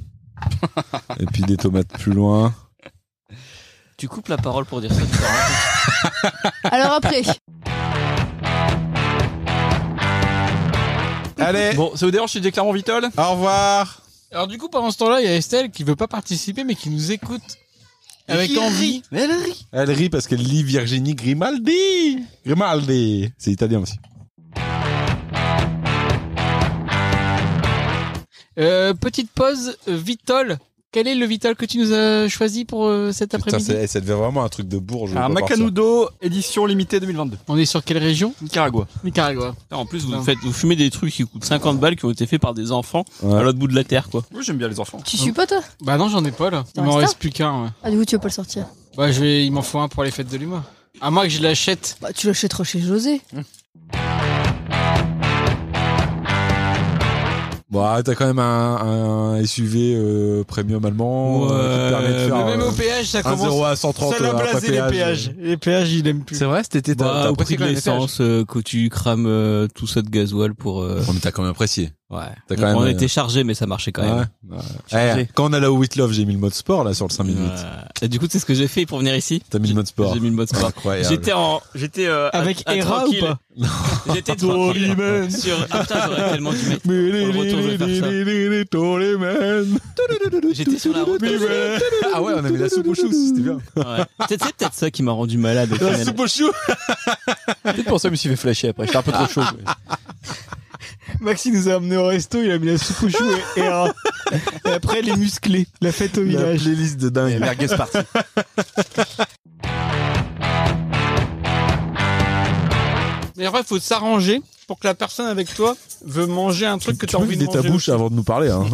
Speaker 5: et puis des tomates plus loin.
Speaker 4: Tu coupes la parole pour dire ça. tu parles.
Speaker 6: Alors après,
Speaker 5: Allez,
Speaker 3: Bon, ça vous dérange, je suis déclarant Vitol
Speaker 5: au revoir.
Speaker 2: Alors du coup pendant ce temps-là, il y a Estelle qui veut pas participer mais qui nous écoute avec envie.
Speaker 5: Elle rit parce qu'elle lit Virginie Grimaldi. Grimaldi. C'est italien aussi.
Speaker 2: Euh, petite pause, euh, Vitol. Quel est le Vitol que tu nous as choisi pour euh, cet
Speaker 5: Putain,
Speaker 2: après-midi
Speaker 5: c'est- eh, ça devait vraiment un truc de bourge.
Speaker 3: Un
Speaker 5: au revoir, ça.
Speaker 3: Macanudo, édition limitée 2022.
Speaker 2: On est sur quelle région
Speaker 3: Nicaragua.
Speaker 2: Nicaragua.
Speaker 4: En plus, vous,
Speaker 2: Putain.
Speaker 4: faites, vous fumez des trucs qui coûtent 50 balles qui ont été faits par des enfants à
Speaker 5: Ouais.
Speaker 4: l'autre bout de la terre, quoi.
Speaker 3: Oui, j'aime bien les enfants.
Speaker 6: tu suis pas toi
Speaker 2: Bah non, j'en ai pas là. Il
Speaker 6: en
Speaker 2: m'en
Speaker 6: reste
Speaker 2: reste plus qu'un. ouais.
Speaker 6: Ah du coup tu vas pas le sortir.
Speaker 2: Bah je vais, il m'en faut un pour les fêtes de l'humour. À moins que je l'achète.
Speaker 6: Bah tu l'achèteras chez José.
Speaker 5: Bon, Bah, t'as quand même un, un SUV euh, premium allemand euh, qui te permet de faire.
Speaker 2: Mais même
Speaker 5: euh,
Speaker 2: au péage, ça
Speaker 5: un
Speaker 2: commence.
Speaker 5: 0 à 130
Speaker 2: ça l'a
Speaker 5: euh, après
Speaker 2: blasé les
Speaker 5: péage.
Speaker 2: péages. Les péages, il aime plus.
Speaker 19: C'est vrai, cet été, t'as
Speaker 4: Bah,
Speaker 19: t'as
Speaker 4: au
Speaker 19: apprécié
Speaker 4: prix
Speaker 19: quand même
Speaker 4: de
Speaker 19: les péages.
Speaker 4: l'essence euh, que tu crames euh, tout ça de gasoil pour. euh,
Speaker 5: Oh, mais t'as quand même apprécié.
Speaker 4: Ouais. On,
Speaker 5: T'as quand même,
Speaker 4: on
Speaker 5: euh,
Speaker 4: était chargé, mais ça marchait quand même.
Speaker 5: Ouais.
Speaker 4: Chargé.
Speaker 5: Eh, quand on allait au Whitlove, j'ai mis le mode sport là sur le 5 minutes.
Speaker 4: Euh, et du coup, tu sais ce que j'ai fait pour venir ici
Speaker 5: T'as mis le mode sport.
Speaker 4: J'ai mis le mode sport.
Speaker 5: Incroyable.
Speaker 4: J'étais en, j'étais euh, à-
Speaker 2: Avec
Speaker 4: à
Speaker 2: Hera ou
Speaker 4: tranquille.
Speaker 2: pas
Speaker 4: J'étais tranquille sur. Ah putain, j'aurais tellement dû mettre. Pour le retour, je vais faire ça. J'étais sur la route. comme ça.
Speaker 5: Ah ouais, on avait la soupe aux choux, c'était bien.
Speaker 4: Ouais. C'est c'est peut-être ça qui m'a rendu malade. au final.
Speaker 5: Soupe aux choux
Speaker 3: Peut-être pour ça, je me suis fait flasher après. J'étais un peu trop chaud. ouais.
Speaker 2: Maxi nous a amené au resto, il a mis la soupe aux choux et, et, un- et après les musclés, la fête au
Speaker 5: La
Speaker 2: village.
Speaker 5: playlist de dingue.
Speaker 3: Merguez party.
Speaker 2: Mais en vrai, faut s'arranger pour que la personne avec toi veut manger un truc que
Speaker 5: Tu
Speaker 2: t'as
Speaker 5: peux
Speaker 2: envie de
Speaker 5: vider
Speaker 2: manger.
Speaker 5: ta bouche avant de nous parler, hein.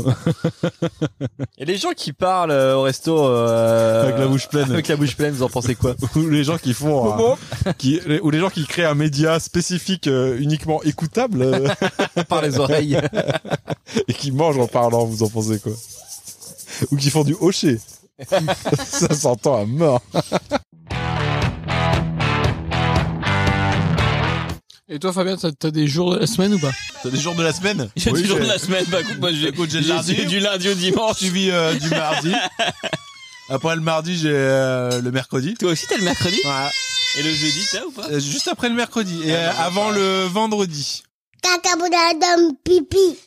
Speaker 3: Et les gens qui parlent euh, au resto euh,
Speaker 5: Avec la bouche pleine.
Speaker 3: avec la bouche pleine, vous en pensez quoi
Speaker 5: ou les gens qui font, un- qui, ou les gens qui créent un média spécifique euh, uniquement écoutable euh,
Speaker 3: Par les oreilles.
Speaker 5: et qui mangent en parlant. Vous en pensez quoi Ou qui font du hocher. ça s'entend à mort.
Speaker 2: Et toi, Fabien, t'as- t'as des jours de la semaine ou pas
Speaker 20: T'as des jours de la semaine
Speaker 4: J'ai
Speaker 20: Oui,
Speaker 4: toujours
Speaker 20: j'ai-
Speaker 4: de la semaine. Bah, écoute, moi, j'ai
Speaker 20: Écoute, j'ai
Speaker 4: j'ai
Speaker 20: le lundi.
Speaker 4: du lundi au dimanche.
Speaker 20: suivi euh, du mardi. Après le mardi, j'ai euh, le mercredi.
Speaker 4: Toi aussi, t'as le mercredi
Speaker 20: Voilà.
Speaker 4: et le jeudi, t'as ou pas
Speaker 3: Ah
Speaker 20: Euh, Juste après le mercredi et euh, avant le vendredi.
Speaker 17: Caca, boudin, dame, pipi.